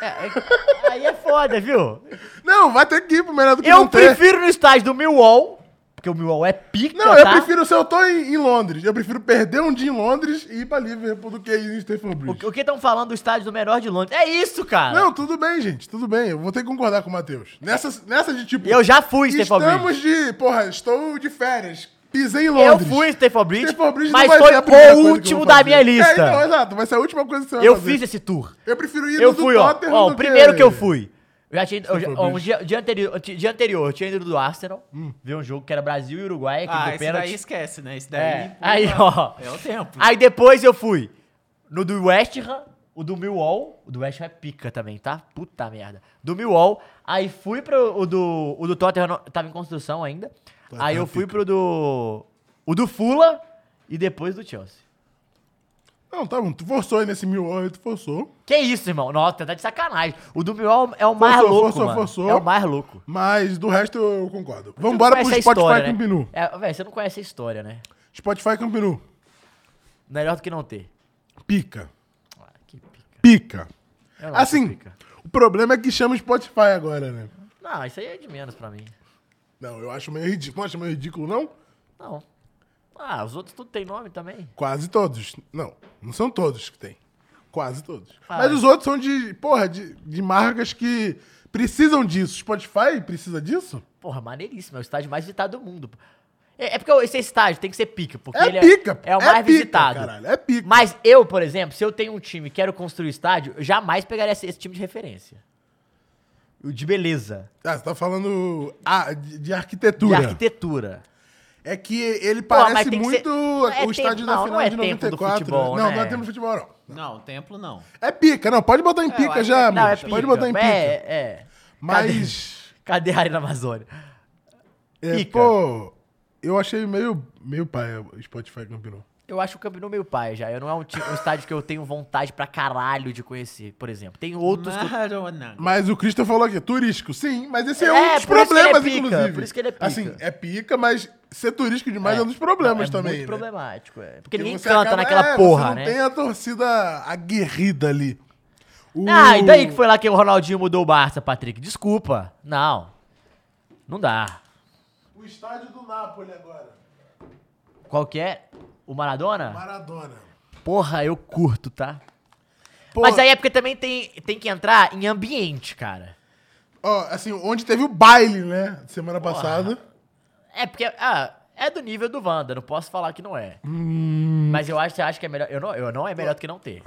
S1: É, é- aí é foda, viu?
S2: Não, vai ter que ir pro melhor do que um
S1: Eu
S2: não ter.
S1: prefiro no estádio do Millwall, porque o Millwall é pica,
S2: Não, eu
S1: tá?
S2: prefiro se eu tô em, em Londres. Eu prefiro perder um dia em Londres e ir pra Liverpool do que ir em Stanford
S1: O,
S2: Bridge.
S1: o que estão falando do estádio do melhor de Londres? É isso, cara.
S2: Não, tudo bem, gente. Tudo bem. Eu vou ter que concordar com o Matheus. Nessa, nessa de tipo...
S1: Eu já fui em Stanford
S2: Estamos de... Porra, estou de férias. Pisei em
S1: eu
S2: Londres.
S1: fui no Stanford Bridge,
S2: Stanford Bridge não
S1: mas
S2: vai ser a
S1: foi
S2: primeira coisa
S1: o
S2: que eu
S1: último
S2: vou
S1: da
S2: fazer.
S1: minha lista.
S2: É, então, exato. Vai ser a última coisa que você vai
S1: eu
S2: fazer.
S1: fiz esse tour.
S2: Eu prefiro ir
S1: Eu
S2: no
S1: fui,
S2: do
S1: ó.
S2: Tottenham
S1: ó
S2: do
S1: o primeiro que eu fui. Eu já tinha, eu já-
S2: Stanford
S1: ó, um
S2: Bridge.
S1: dia, dia anterior, dia anterior, eu tinha ido do Arsenal,
S2: Hum.
S1: ver um jogo É que era Brasil e Uruguai, aquele
S3: Ah,
S1: do
S3: esse daí
S1: pênalti.
S3: esquece, né? Esse daí.
S1: É.
S3: pô,
S1: Aí, ó.
S3: É o tempo.
S1: Aí depois eu fui no do West Ham, o do Millwall, o do West Ham é pica também, tá? Puta merda. Do Millwall, aí fui pro o do o do Tottenham, não- tava em construção ainda. Aí eu fui pro do o do Fula e depois do Chelsea.
S2: Não, tá bom. Tu forçou aí nesse mil tu forçou.
S1: Que isso, irmão? Nossa, tá de sacanagem. O do Millwall é o mais
S2: Forçou,
S1: louco,
S2: forçou,
S1: mano.
S2: forçou.
S1: É o mais louco.
S2: Mas do resto eu concordo. Vambora pro
S1: conhece a
S2: Spotify
S1: história, né?
S2: Campinu.
S1: É, véi, você não conhece a história, né?
S2: Spotify Campinu.
S1: Melhor do que não ter.
S2: Pica.
S1: Ah, que pica.
S2: Pica.
S1: Eu não acho
S2: Assim,
S1: É pica.
S2: o problema é que chama Spotify agora, né?
S1: Não, isso aí é de menos pra mim.
S2: Não, eu acho meio ridículo. Não acho meio ridículo, não?
S1: Não. Ah, os outros tudo tem nome também.
S2: Quase todos. Não, não são todos que tem. Quase todos.
S1: Ah,
S2: Mas
S1: é.
S2: os outros são de, porra, de, de marcas que precisam disso. Spotify precisa disso?
S1: Porra, maneiríssimo. É o estádio mais visitado do mundo. pô. É, é porque esse estádio tem que ser pica, porque
S2: É
S1: ele
S2: pica.
S1: é, o mais
S2: pica,
S1: visitado.
S2: Caralho, é pica.
S1: Mas eu, por exemplo, se eu tenho um time e quero construir estádio, eu jamais pegaria esse, esse time de referência. O de beleza,
S2: Ah, você tá falando ah, de, de
S1: de
S2: arquitetura.
S1: arquitetura.
S2: É que ele
S1: Pô, mas
S2: parece
S1: tem que
S2: muito
S1: ser- não é
S2: o estádio
S1: tempo-
S2: da
S1: não,
S2: final
S1: não é
S2: de
S1: tempo do
S2: 94.
S1: futebol,
S2: não,
S1: né?
S2: não é tempo de futebol, não.
S3: Não, o templo não.
S2: É pica, não. Pode botar em pica
S3: acho
S2: já,
S3: que-
S1: Não, é
S2: amigos.
S1: pica.
S2: Pode botar em pica.
S1: É, é.
S2: Mas,
S1: Cadê a área da Amazônia?
S2: é,
S1: Pica.
S2: pô, eu achei meio, meio pai o Spotify campeão.
S1: Eu acho o Camp Nou meio pai já. Eu não é um, ti- um estádio que eu tenho vontade pra caralho de conhecer, por exemplo. Tem outros que eu
S3: Marona.
S2: Mas o Christian falou aqui, turístico, sim, mas esse é, um
S1: É,
S2: dos
S1: por isso que ele é
S2: problemas,
S1: pica,
S2: inclusive.
S1: por isso que ele é pica.
S2: Assim, é pica, mas ser turístico demais é, um dos problemas
S1: Não, é
S2: também.
S1: Muito
S2: né?
S1: problemático, é. Porque ninguém
S2: você
S1: canta
S2: acaba-
S1: naquela
S2: é,
S1: porra,
S2: você
S1: né?
S2: não tem a torcida aguerrida ali. O-
S1: Ah, e daí que foi lá que o Ronaldinho mudou o Barça, Patrick? Desculpa. Não. Não dá.
S2: O estádio do Napoli agora,
S1: Qual que é? O Maradona?
S2: Maradona.
S1: Porra, eu curto, tá?
S2: Pô,
S1: Mas aí é porque também tem, tem que entrar em ambiente, cara. é-
S2: Ó, assim, onde teve o baile, né? Semana passada.
S1: É porque. Ah, É do nível do Wanda, não posso falar que não é.
S2: Hum.
S1: Mas eu acho, acho que é melhor. Eu não, eu não é melhor do que não ter.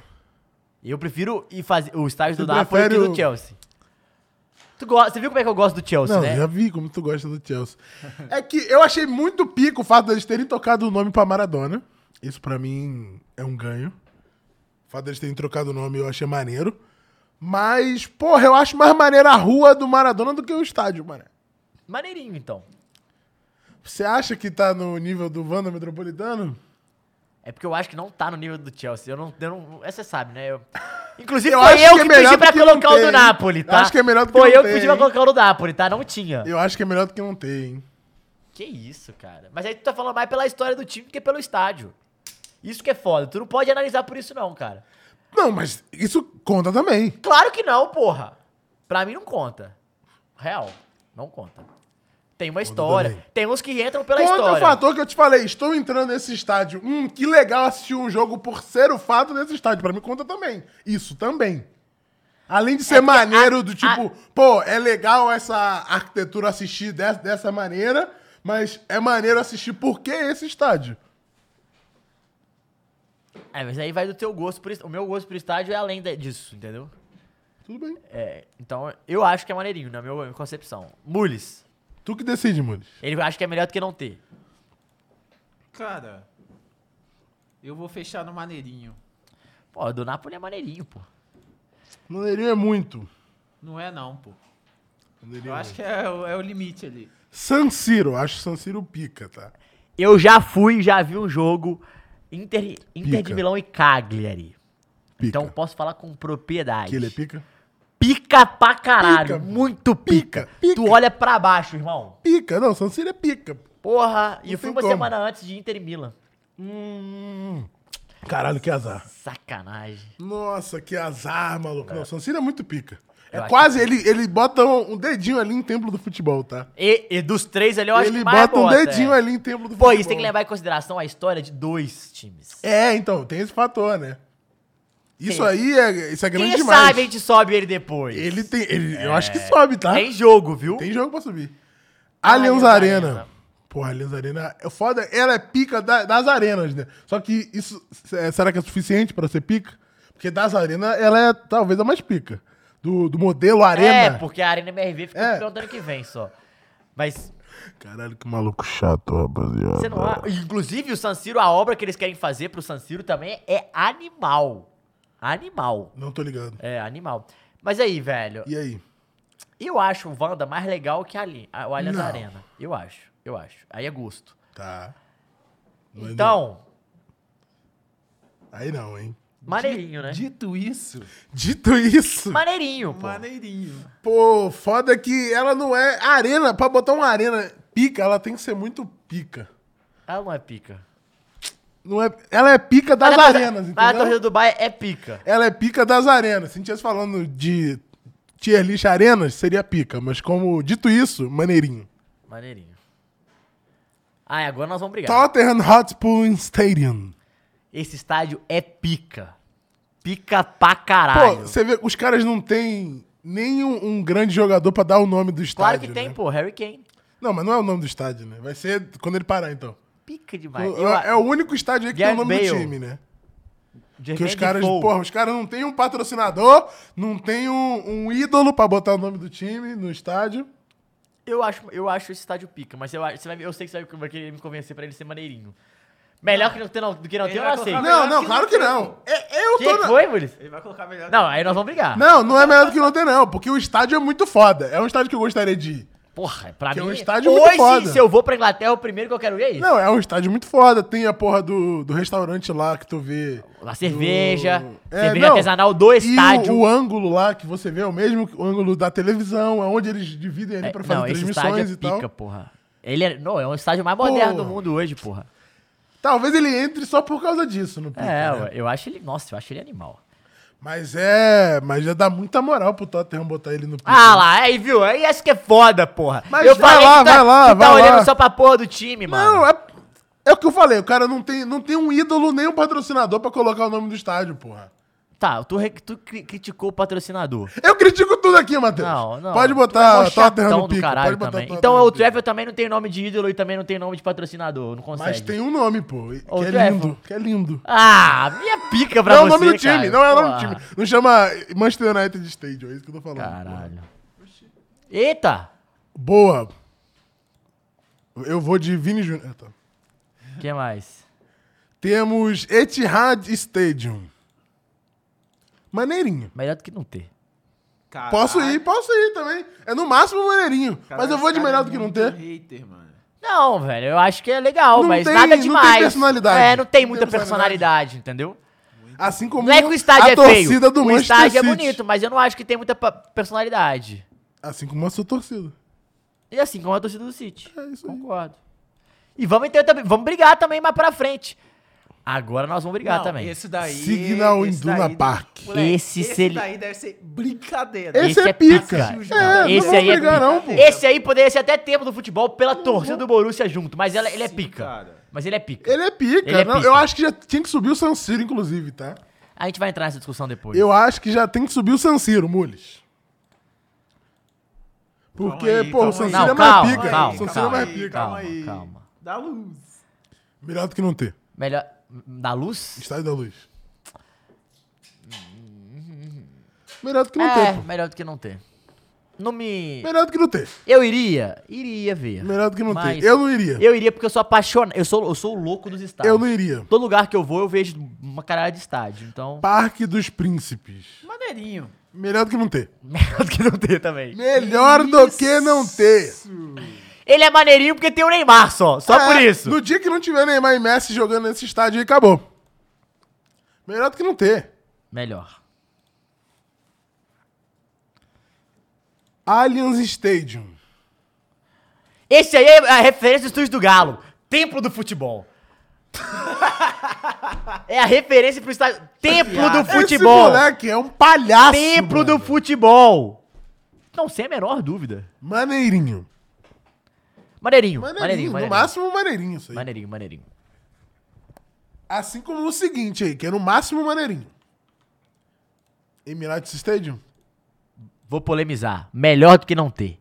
S1: Eu prefiro ir fazer o estágio do
S2: Você
S1: Napoli
S2: prefere
S1: que do
S2: o-
S1: Chelsea. Tu gosta, você viu como é que eu gosto do Chelsea,
S2: Não,
S1: né?
S2: já vi como tu gosta do Chelsea. é que eu achei muito pico o fato deles terem tocado o nome pra Maradona. Isso pra mim é um ganho. O fato deles terem trocado o nome eu achei maneiro. Mas, porra, eu acho mais maneira a rua do Maradona do que o estádio, mano.
S1: Maneirinho, então.
S2: Você acha que tá no nível do Wanda Metropolitano?
S1: É porque eu acho que não tá no nível do Chelsea. Eu não, eu não, é, você sabe, né? Eu- Inclusive
S2: Eu
S1: foi
S2: acho
S1: eu
S2: que é
S1: que
S2: melhor
S1: pedi
S2: do
S1: pra
S2: que não
S1: colocar o
S2: tem,
S1: do
S2: hein?
S1: Napoli,
S2: Eu
S1: tá?
S2: acho que é melhor do que
S1: Foi
S2: não
S1: eu
S2: tem,
S1: que pedi pra
S2: hein?
S1: colocar o do Napoli, tá? Não tinha.
S2: Eu acho que é melhor do que não ter, hein?
S1: Que isso, cara. Mas aí tu tá falando mais pela história do time que pelo estádio. Isso que é foda. Tu não pode analisar por isso não, cara.
S2: Não, mas isso conta também.
S1: Claro que não, porra. Pra mim não conta. Real, não conta. Tem uma história.
S2: também.
S1: Tem uns que entram pela
S2: Conta
S1: história.
S2: o fator que eu te falei. Estou entrando nesse estádio. Hum, que legal assistir um jogo por ser o fato desse estádio. Pra mim conta também. Isso também. Além de
S1: É
S2: ser maneiro do tipo, pô, é legal essa arquitetura assistir des- dessa, maneira, mas é maneiro assistir por que esse estádio.
S1: É, mas aí vai do teu gosto por est- O meu gosto pro estádio é além de- disso, entendeu?
S2: Tudo bem.
S1: É, então eu acho que é maneirinho, na minha concepção. Mules.
S2: Tu que decide, Mules.
S1: Ele acha que é melhor do que não ter.
S3: Cara, eu vou fechar no maneirinho.
S1: Pô, do Napoli é maneirinho, pô.
S2: Maneirinho é muito.
S3: Não é não, pô.
S2: Maneirinho
S3: Eu
S2: é
S3: acho
S2: muito.
S3: que é, o- é o limite ali.
S2: San Siro. Acho San Siro pica, tá?
S1: Eu já fui, já vi um jogo Inter, Inter de
S2: Pica.
S1: Milão e Cagliari.
S2: Pica.
S1: Então posso falar com propriedade.
S2: Que ele é pica?
S1: Pica pra caralho,
S2: Pica.
S1: muito pica.
S2: Pica, pica.
S1: Tu olha pra baixo, irmão.
S2: Pica. Não, San Siro é pica.
S1: Porra, e
S2: Não
S1: eu fui
S2: tem
S1: uma
S2: como.
S1: semana antes de Inter e Milan.
S2: Hum. Caralho, que azar.
S1: Sacanagem.
S2: Nossa, que azar, maluco. Não, San Siro é muito pica.
S1: Eu
S2: É
S1: acho
S2: quase, ele, ele bota um, um dedinho ali em templo do futebol, tá?
S1: E, e dos três ali, eu acho
S2: ele
S1: que mais
S2: bota um
S1: bota,
S2: dedinho
S1: é.
S2: ali em templo
S1: Pô,
S2: do futebol.
S1: isso tem que levar em consideração a história de dois times.
S2: É, então, tem esse fator, né? Isso
S1: Sim.
S2: aí é, isso é grande
S1: Quem
S2: demais.
S1: sabe a gente sobe ele depois.
S2: Ele tem, ele, eu acho que
S1: É.
S2: sobe, tá?
S1: Tem jogo, viu?
S2: Tem jogo pra subir.
S1: Allianz
S2: Allianz Arena.
S1: Arena.
S2: Porra, Allianz Arena. é Foda, ela é pica da- das arenas, né? Só que isso. é, será que é suficiente pra ser pica? Porque das arenas, ela é talvez a mais pica. Do, do modelo Arena.
S1: É, porque a Arena MRV fica
S2: É.
S1: campeão do ano que vem só. Mas
S2: Caralho, que maluco chato, rapaziada.
S1: Você não a- Inclusive, o San Siro, a obra que eles querem fazer pro San Siro também é animal. Animal.
S2: Não tô ligado.
S1: É, animal. Mas aí, velho,
S2: E aí?
S1: eu acho o Wanda mais legal que a Ali- a- o Allianz
S2: Não.
S1: Arena. Eu acho, eu acho. Aí é gosto.
S2: Tá. Mas
S1: Então,
S2: Aí não, hein?
S1: maneirinho, né?
S3: Dito isso,
S2: Dito isso.
S1: Maneirinho, pô.
S3: maneirinho.
S2: Pô, foda que ela não é arena. Pra botar uma arena pica, ela tem que ser muito pica.
S1: Ela não é pica.
S2: Não é, ela é pica das
S1: Mas a torcida-
S2: arenas,
S1: Mas a torcida
S2: entendeu?
S1: do Dubai é pica.
S2: Ela é pica das arenas. Se a gente estivesse falando de tier list arenas, seria pica. Mas como dito isso, maneirinho.
S1: Maneirinho. Ah, e agora nós vamos brigar.
S2: Tottenham Hotspur Stadium.
S1: Esse estádio é pica. Pica pra caralho.
S2: Pô, você vê, os caras não têm nenhum um grande jogador pra dar o nome do estádio.
S1: claro que tem,
S2: né?
S1: pô. Harry Kane.
S2: Não, mas não é o nome do estádio, né? Vai ser quando ele parar, então.
S1: Pica demais.
S2: O-
S1: Eu a-
S2: é o único estádio aí que tem o
S1: Gareth
S2: nome do
S1: Bale.
S2: time, né?
S1: Jermaine
S2: Que os caras,
S1: Defoe.
S2: porra, os caras não têm um patrocinador, não tem um, um ídolo pra botar o nome do time no estádio.
S1: Eu acho, eu acho esse estádio pica, mas eu, acho- você vai, eu sei que você vai- vai querer me convencer pra ele ser maneirinho. Melhor que não ter, não, do que não ter, eu não
S3: vai
S1: aceito.
S3: colocar
S2: Não,
S3: melhor
S2: não,
S3: que
S2: claro
S3: não
S2: que
S3: tem,
S2: não. É- eu
S1: Que
S2: tô na-
S1: foi, Muris?
S3: Ele vai colocar melhor.
S1: Não, aí nós vamos brigar.
S2: Não, não é melhor do que não ter, não, porque o estádio é muito foda. É um estádio que eu gostaria de ir.
S1: Porra, pra
S2: Que é
S1: mim.
S2: um estádio muito
S1: hoje,
S2: foda.
S1: se eu vou pra Inglaterra, o primeiro que eu quero ir é isso.
S2: Não, é um estádio muito foda. Tem a porra do, do restaurante lá que tu vê.
S1: A cerveja,
S2: É,
S1: cerveja
S2: não.
S1: artesanal do
S2: E
S1: estádio.
S2: o, o ângulo lá que você vê é o mesmo que o ângulo da televisão, é onde eles dividem ali
S1: É,
S2: pra fazer
S1: não, esse estádio é
S2: transmissões e tal.
S1: pica, porra. Ele é, não, é um estádio mais moderno do
S2: Porra.
S1: mundo hoje, porra.
S2: Talvez ele entre só por causa disso no pica,
S1: É,
S2: né?
S1: eu, eu acho ele, nossa, eu acho ele animal.
S2: Mas é. Mas já dá muita moral pro Tottenham botar ele no pica.
S1: Ah lá, aí viu? Aí acho que é foda, porra.
S2: Mas vai
S1: falei
S2: lá,
S1: que tá,
S2: vai lá,
S1: que tá
S2: vai
S1: olhando
S2: lá.
S1: só pra porra do time, mano.
S2: Não, é. É o que eu falei, o cara não tem, não tem um ídolo nem um patrocinador pra colocar o nome do estádio, porra.
S1: Tá, tu, re- tu cri- criticou o patrocinador.
S2: Eu critico tudo aqui, Matheus.
S1: Não, não.
S2: Pode
S1: Tu é mó
S2: botar Tottenham
S1: chatão
S2: no
S1: do
S2: pico.
S1: caralho
S2: Pode botar
S1: também.
S2: Tottenham
S1: Então
S2: no
S1: o
S2: pico.
S1: Trevor também não tem nome de ídolo e também não tem nome de patrocinador. Não consegue.
S2: Mas tem um nome, pô. Que
S1: Ô,
S2: é
S1: Trevor.
S2: lindo. Que é lindo.
S1: Ah, minha pica pra
S2: não é o
S1: você,
S2: nome do time,
S1: cara.
S2: não é o nome do
S1: Porra.
S2: time. Não chama Manchester United Stadium, é isso que eu tô falando.
S1: Caralho. Eita!
S2: Boa. Eu vou de Vini Júnior. Ah, tá.
S1: O que mais?
S2: Temos Etihad Stadium. Maneirinho.
S1: Melhor do que não ter.
S3: Caralho,
S2: Posso ir, posso ir também. É no máximo maneirinho.
S3: cara,
S2: mas eu vou
S3: esse
S2: de
S3: cara
S2: melhor
S3: é
S2: do que não
S3: muito
S2: ter.
S3: Hater, mano.
S1: Não, velho, eu acho que é legal,
S2: Não
S1: mas
S2: tem-
S1: nada
S2: não tem
S1: demais.
S2: personalidade.
S1: É, não tem
S2: Não
S1: muita
S2: tem
S1: personalidade, entendeu?
S2: Assim como
S1: Não é que o estádio
S2: a
S1: é feio.
S2: torcida do
S1: o
S2: Manchester
S1: estádio
S2: City.
S1: é bonito, mas eu não acho que tem muita pa- personalidade.
S2: Assim como a sua torcida.
S1: E assim como a torcida do City.
S2: É isso aí.
S1: Concordo. E vamos ter também, vamos brigar também mais pra frente. Agora nós vamos brigar
S3: Não,
S1: também.
S3: Esse daí.
S2: Signal
S3: esse
S2: Iduna
S3: daí-
S2: Park.
S3: Moleque,
S1: Esse
S3: esse
S1: seria-
S3: daí deve ser brincadeira.
S2: Esse,
S1: Esse
S2: é,
S1: é
S2: pica.
S1: pica.
S2: É,
S1: Esse
S2: não vou
S1: aí é
S2: brigar,
S1: pica.
S2: não, pô.
S1: Esse aí poderia ser até tempo do futebol pela torcida do Borussia junto, mas ela- ele é
S3: Sim,
S1: pica.
S3: cara.
S1: Mas ele é pica.
S2: Ele é pica.
S1: Ele é
S2: não,
S1: pica.
S2: Eu acho que já tinha que subir o San Siro, inclusive, tá?
S1: A gente vai entrar nessa discussão depois.
S2: Eu acho que já tem que subir o San Siro, Mules. Porque,
S3: Calma aí,
S2: pô, o
S3: calma
S2: San
S3: aí.
S2: Siro é
S1: Não,
S2: mais
S1: calma,
S2: pica.
S1: calma,
S2: o San Siro
S1: calma,
S2: é mais pica.
S1: calma,
S3: aí.
S1: calma.
S3: Da luz.
S2: Melhor do que não ter.
S1: Melhor. Da luz?
S2: Estádio da Luz.
S1: Hum,
S2: Melhor do que não
S1: é,
S2: ter, pô.
S1: melhor do que não ter. Não me.
S2: Melhor do que não ter.
S1: Eu iria, iria ver.
S2: Melhor do que não
S1: Mas-
S2: ter. Eu não iria.
S1: Eu iria porque eu sou apaixonado. Eu sou, eu sou o louco dos estádios.
S2: Eu não iria.
S1: Todo lugar que eu vou, eu vejo uma caralho de estádio. Então.
S2: Parque dos Príncipes.
S3: Maneirinho.
S2: Melhor do que não ter.
S1: Melhor do que não ter também.
S2: Melhor do que não ter.
S1: Ele é maneirinho porque tem o Neymar só. Só
S2: É,
S1: por isso.
S2: No dia que não tiver Neymar e Messi jogando nesse estádio aí, acabou. Melhor do que não ter.
S1: Melhor.
S2: Allianz Stadium.
S1: Esse aí é a referência do Estúdio do Galo. Templo do futebol. é a referência pro estádio. Templo do
S2: Esse
S1: futebol.
S2: moleque é um palhaço.
S1: Templo
S2: mano.
S1: do futebol. Não, sem a menor dúvida.
S2: Maneirinho.
S1: Maneirinho.
S2: Maneirinho.
S1: Maneirinho,
S2: no
S1: maneirinho.
S2: máximo, maneirinho isso aí.
S1: Maneirinho, maneirinho.
S2: Assim como o seguinte aí, que é no máximo maneirinho. Emirates Stadium.
S1: Vou polemizar. Melhor do que não ter.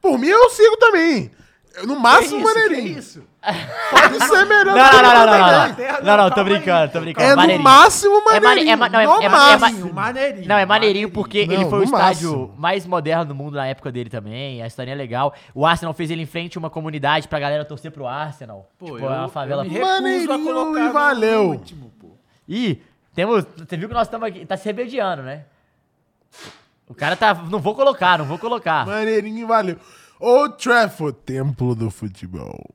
S2: Por mim, eu sigo também. Eu, No máximo, maneirinho.
S3: Que isso?
S2: Pode ser
S1: Não,
S2: melhor
S1: não, não, não, não,
S2: também. né?
S1: não, não. Não, não, tô brincando, tô brincando.
S2: É no
S1: Maneirinho.
S2: máximo,
S1: É mane-
S2: maneirinho.
S1: é ma- não, é-
S2: no
S1: é ma- é ma-
S2: máximo.
S3: Maneirinho, maneirinho.
S1: Não, é maneirinho porque
S2: Não,
S1: ele foi o
S2: no
S1: estádio
S2: máximo.
S1: mais moderno do mundo na época dele também. A historinha é legal. O Arsenal fez ele em frente a uma comunidade pra galera torcer pro Arsenal.
S3: Pô,
S1: tipo,
S3: eu-
S1: é uma favela.
S3: eu me recuso a
S2: Maneirinho
S3: colocar
S2: e
S3: no
S2: valeu.
S3: último, pô.
S1: Ih, temos. Você viu que nós estamos aqui. Tá se rebeldeando, né? O cara tá. Não vou colocar, não vou colocar.
S2: Maneirinho, valeu. Old Trafford, templo do futebol.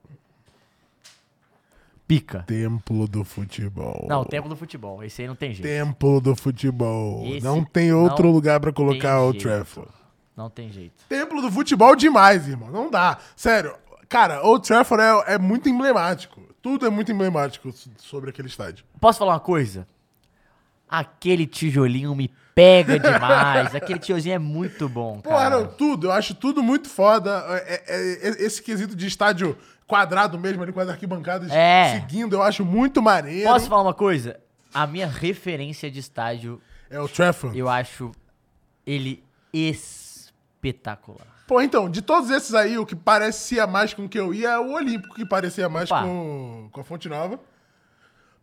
S1: Pica.
S2: Templo do futebol.
S1: Não, o tempo do futebol. Esse aí não tem jeito.
S2: Templo do futebol.
S1: Esse
S2: não tem outro
S1: não
S2: lugar pra colocar
S1: tem
S2: Old
S1: jeito.
S2: Trafford.
S1: Não tem jeito.
S2: Templo do futebol demais, irmão. Não dá. Sério. Cara, Old Trafford é, é muito emblemático. Tudo é muito emblemático so- sobre aquele estádio.
S1: Posso falar uma coisa? Aquele tijolinho me pega demais. Aquele tijolinho é muito bom,
S2: Porra,
S1: cara.
S2: não, tudo. Eu acho tudo muito foda. É- é- é- esse quesito de estádio quadrado mesmo, ali com as arquibancadas
S1: É.
S2: seguindo, eu acho muito maneiro.
S1: Posso falar uma coisa? A minha referência de estádio,
S2: É o Trafford.
S1: eu acho ele espetacular.
S2: Pô, então, de todos esses aí, o que parecia mais com o que eu ia é o Olímpico, que parecia mais
S1: Opa.
S2: com, com a Fonte Nova.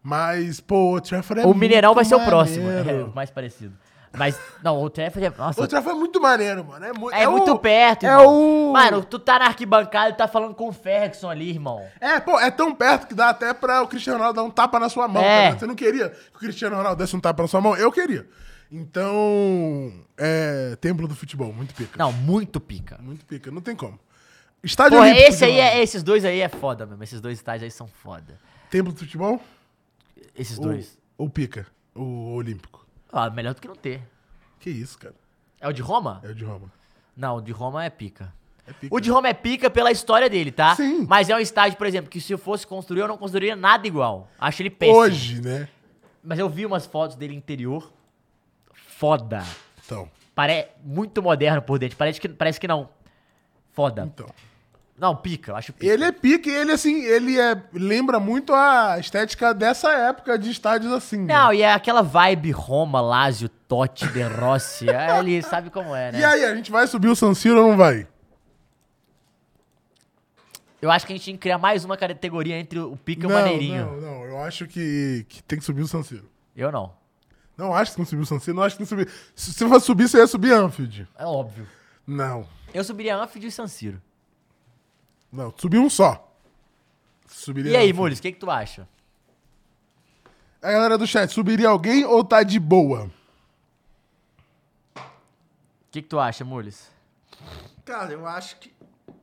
S2: Mas, pô, o Trafford é
S1: o Mineirão vai
S2: muito
S1: ser o próximo,
S2: maneiro.
S1: é, o mais parecido. Mas, não, o Trafford é... Nossa,
S2: O Trafford é muito maneiro, mano. É, mu
S1: é,
S2: o-
S1: muito perto,
S2: É
S1: irmão.
S2: o...
S1: Mano, tu tá na arquibancada e tá falando com o Ferguson ali, irmão.
S2: É, pô, é tão perto que dá até pra o Cristiano Ronaldo dar um tapa na sua mão.
S1: É.
S2: tá ligado? Você não queria que o Cristiano Ronaldo desse um tapa na sua mão? Eu queria. Então, é... Templo do futebol, muito pica.
S1: Não, muito pica.
S2: Muito pica, não tem como. Estádio
S1: Porra,
S2: Olímpico
S1: esse
S2: de
S1: aí,
S2: novo.
S1: é, esses dois aí é foda mesmo. Esses dois estádios aí são foda.
S2: Templo do futebol
S1: Esses
S2: ou,
S1: dois.
S2: ou pica? O Olímpico.
S1: Ah, melhor do que não ter.
S2: Que isso, cara.
S1: É o de Roma?
S2: É o de Roma.
S1: Não, o de Roma é pica.
S2: É pica.
S1: O de Roma é pica pela história dele, tá?
S2: Sim.
S1: Mas é um estádio, por exemplo, que se eu fosse construir, eu não construiria nada igual. Acho ele péssimo.
S2: Hoje, né?
S1: Mas eu vi umas fotos dele interior. Foda.
S2: Então,
S1: Pare... Muito moderno por dentro. Parece que, parece que não. Foda.
S2: então.
S1: Não, pica, eu acho pica.
S2: Ele é pique, ele assim, ele é, lembra muito a estética dessa época de estádios assim. né?
S1: Não, e é aquela vibe Roma, Lazio, Totti, De Rossi. é, ele sabe como é, né?
S2: E aí, a gente vai subir o San Siro ou não vai?
S1: Eu acho que a gente tinha que criar mais uma categoria entre o pica e é o
S2: não,
S1: maneirinho.
S2: não, não, eu acho que, que tem que subir o San Siro.
S1: Eu não.
S2: Não acho que tem que subir o San Siro, não acho que tem que subir. Se se for subir, você ia subir Anfield.
S1: É óbvio.
S2: Não,
S1: Eu subiria Anfield e San Siro.
S2: não, subir um só. Subiria
S1: E aí,
S2: Anfield.
S1: Mules, o que, que tu acha?
S2: A galera do chat, subiria alguém ou tá de boa?
S1: O que, que tu acha, Mules?
S3: Cara, eu acho que.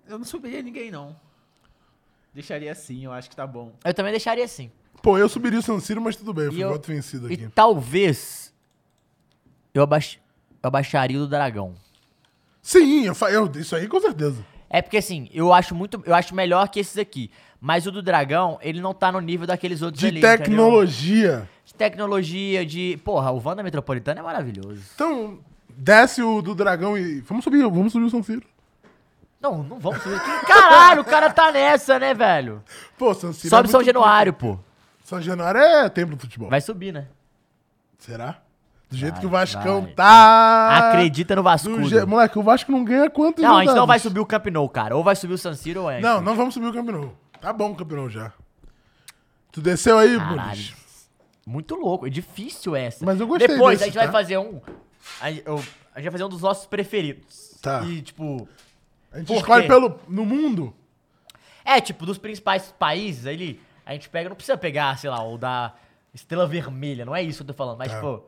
S3: Eu não subiria ninguém, não. Deixaria assim, eu acho que tá bom.
S1: Eu também deixaria assim.
S2: Pô, eu subiria o San Siro, mas tudo bem, eu
S1: E
S2: fui
S1: eu-
S2: voto vencido
S1: E tá-
S2: aqui.
S1: talvez eu, abaix... eu abaixaria o do dragão.
S2: Sim, eu, fa- eu, isso aí com certeza.
S1: É porque assim, eu acho muito. Eu acho melhor que esses aqui. Mas o do dragão, ele não tá no nível daqueles outros
S2: De
S1: ali. entendeu?
S2: tecnologia.
S1: De tecnologia, de. Porra, o Wanda Metropolitana é maravilhoso.
S2: Então, desce o do dragão e. Vamos subir, vamos subir o San Siro.
S1: Não, não vamos subir aqui. Caralho, o cara tá nessa, né, velho?
S2: Pô, San Siro.
S1: Sobe
S2: é
S1: São
S2: muito-
S1: Januário, pô.
S2: São Januário é templo do futebol.
S1: Vai subir, né?
S2: Será? Do jeito
S1: Vai,
S2: que o Vascão
S1: vai.
S2: tá.
S1: Acredita no Vasco.
S2: Do je... Moleque, o Vasco não ganha quantos
S1: Não, a gente não
S2: rodadas?
S1: vai subir o Camp Nou, cara. Ou vai subir o San Siro ou é.
S2: Não, não vamos subir o campeão. Tá bom o campeão já. Tu desceu aí,
S1: Caralho.
S2: Bulis?
S1: Muito louco, é difícil essa.
S2: Mas eu gostei
S1: Depois
S2: desse,
S1: a gente
S2: tá?
S1: vai fazer um. A, eu- a gente vai fazer um dos nossos preferidos.
S2: Tá.
S1: E, tipo.
S2: A gente
S1: Por
S2: escolhe
S1: quê?
S2: pelo. No mundo?
S1: É, tipo, dos principais países ali, a gente pega. Não precisa pegar, sei lá, o da Estrela Vermelha, não é isso que eu tô falando, mas,
S2: Tá.
S1: tipo.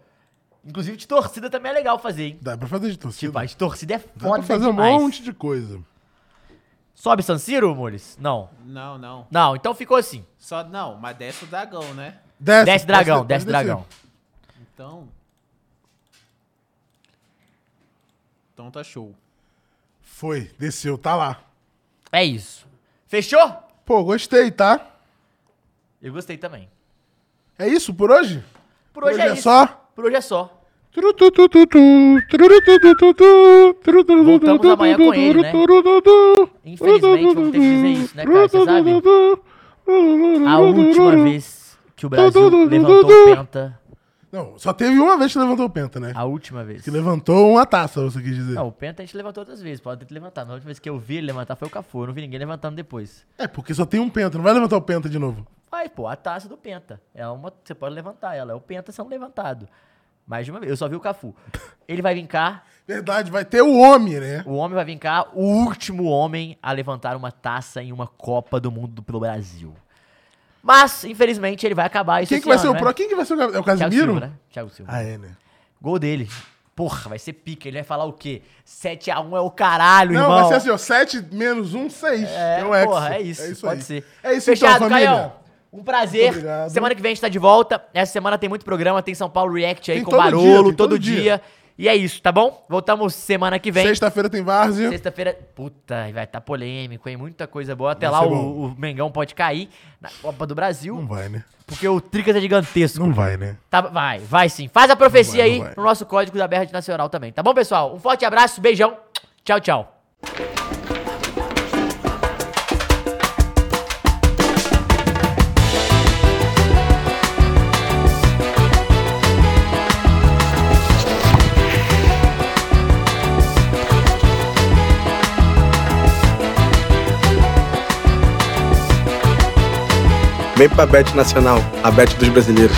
S1: Inclusive de torcida também é legal fazer, hein?
S2: Dá pra fazer de torcida.
S1: Tipo, a de torcida é
S2: Dá pra
S1: foda
S2: fazer um
S1: demais.
S2: monte de coisa.
S1: Sobe San Siro, Mules? Não.
S3: Não, não.
S1: Não, então ficou assim.
S3: Só não, mas desce o dragão, né?
S1: Desce dragão, desce
S2: pode descer.
S1: dragão.
S3: Então. Então tá show.
S2: Foi, desceu, tá lá.
S1: É isso. Fechou?
S2: Pô, gostei, tá?
S1: Eu gostei também.
S2: É isso por hoje?
S1: Por hoje, é, isso.
S2: só?
S1: Por hoje é só.
S2: Voltamos
S1: Voltamos amanhã com ele, né? Infelizmente, vamos ter que dizer isso, né, cara? Você sabe? A última vez que o Brasil levantou o penta.
S2: Não, só teve uma vez que levantou o penta, né?
S1: A última vez.
S2: Que levantou uma taça, você quis dizer.
S1: Não, o penta a gente levantou outras vezes. Pode ter levantado. A última vez que eu vi ele levantar foi o Cafu. Eu não vi ninguém levantando depois.
S2: É, porque só tem um penta, não vai levantar o penta de novo.
S1: Mas, pô, a taça do penta. É uma, você pode levantar ela. É o penta sendo levantado. Mais de uma vez. Eu só vi o Cafu. Ele vai vir cá.
S2: Verdade, vai ter o homem, né?
S1: O homem vai vir cá, o último homem a levantar uma taça em uma Copa do Mundo pelo Brasil. Mas, infelizmente, ele vai acabar isso
S2: Quem
S1: esse
S2: que vai
S1: ano,
S2: ser o
S1: né?
S2: pro? Quem que vai ser o Gabriel? É o
S1: Thiago
S2: Casimiro?
S1: Silva, né? Thiago Silva.
S2: Ah, é, né?
S1: Gol dele. Porra, vai ser pica. Ele vai falar o quê? 7x1 é o caralho,
S2: Não,
S1: irmão.
S2: vai ser assim, ó. 7 menos 1, 6.
S1: É,
S2: É, o Hexa.
S1: porra, é isso. pode
S2: aí.
S1: ser.
S2: É isso
S1: Fechado,
S2: então, família.
S1: Caião. Um prazer.
S2: Muito obrigado.
S1: Semana que vem a gente tá de volta. Essa semana tem muito programa, tem São Paulo React aí
S2: Tem
S1: com
S2: todo
S1: Barolo,
S2: dia, tem
S1: todo,
S2: todo
S1: dia.
S2: dia.
S1: E é isso, tá bom? Voltamos semana que vem.
S2: Sexta-feira tem Várzea.
S1: Sexta-feira. Puta, vai estar polêmico, hein? Muita coisa boa. Até
S2: Vai
S1: lá
S2: ser
S1: o,
S2: bom.
S1: o Mengão pode cair na Copa do
S2: Não
S1: Brasil,
S2: vai, né?
S1: porque o Tricas é gigantesco.
S2: Não vai, né?
S1: Tá, vai, vai sim. Faz a profecia
S2: Não vai,
S1: aí
S2: não vai.
S1: no nosso código da BR Nacional também. Tá bom, pessoal? Um forte abraço, beijão. Tchau, tchau.
S5: Vem pra Bet Nacional, a Bet dos brasileiros.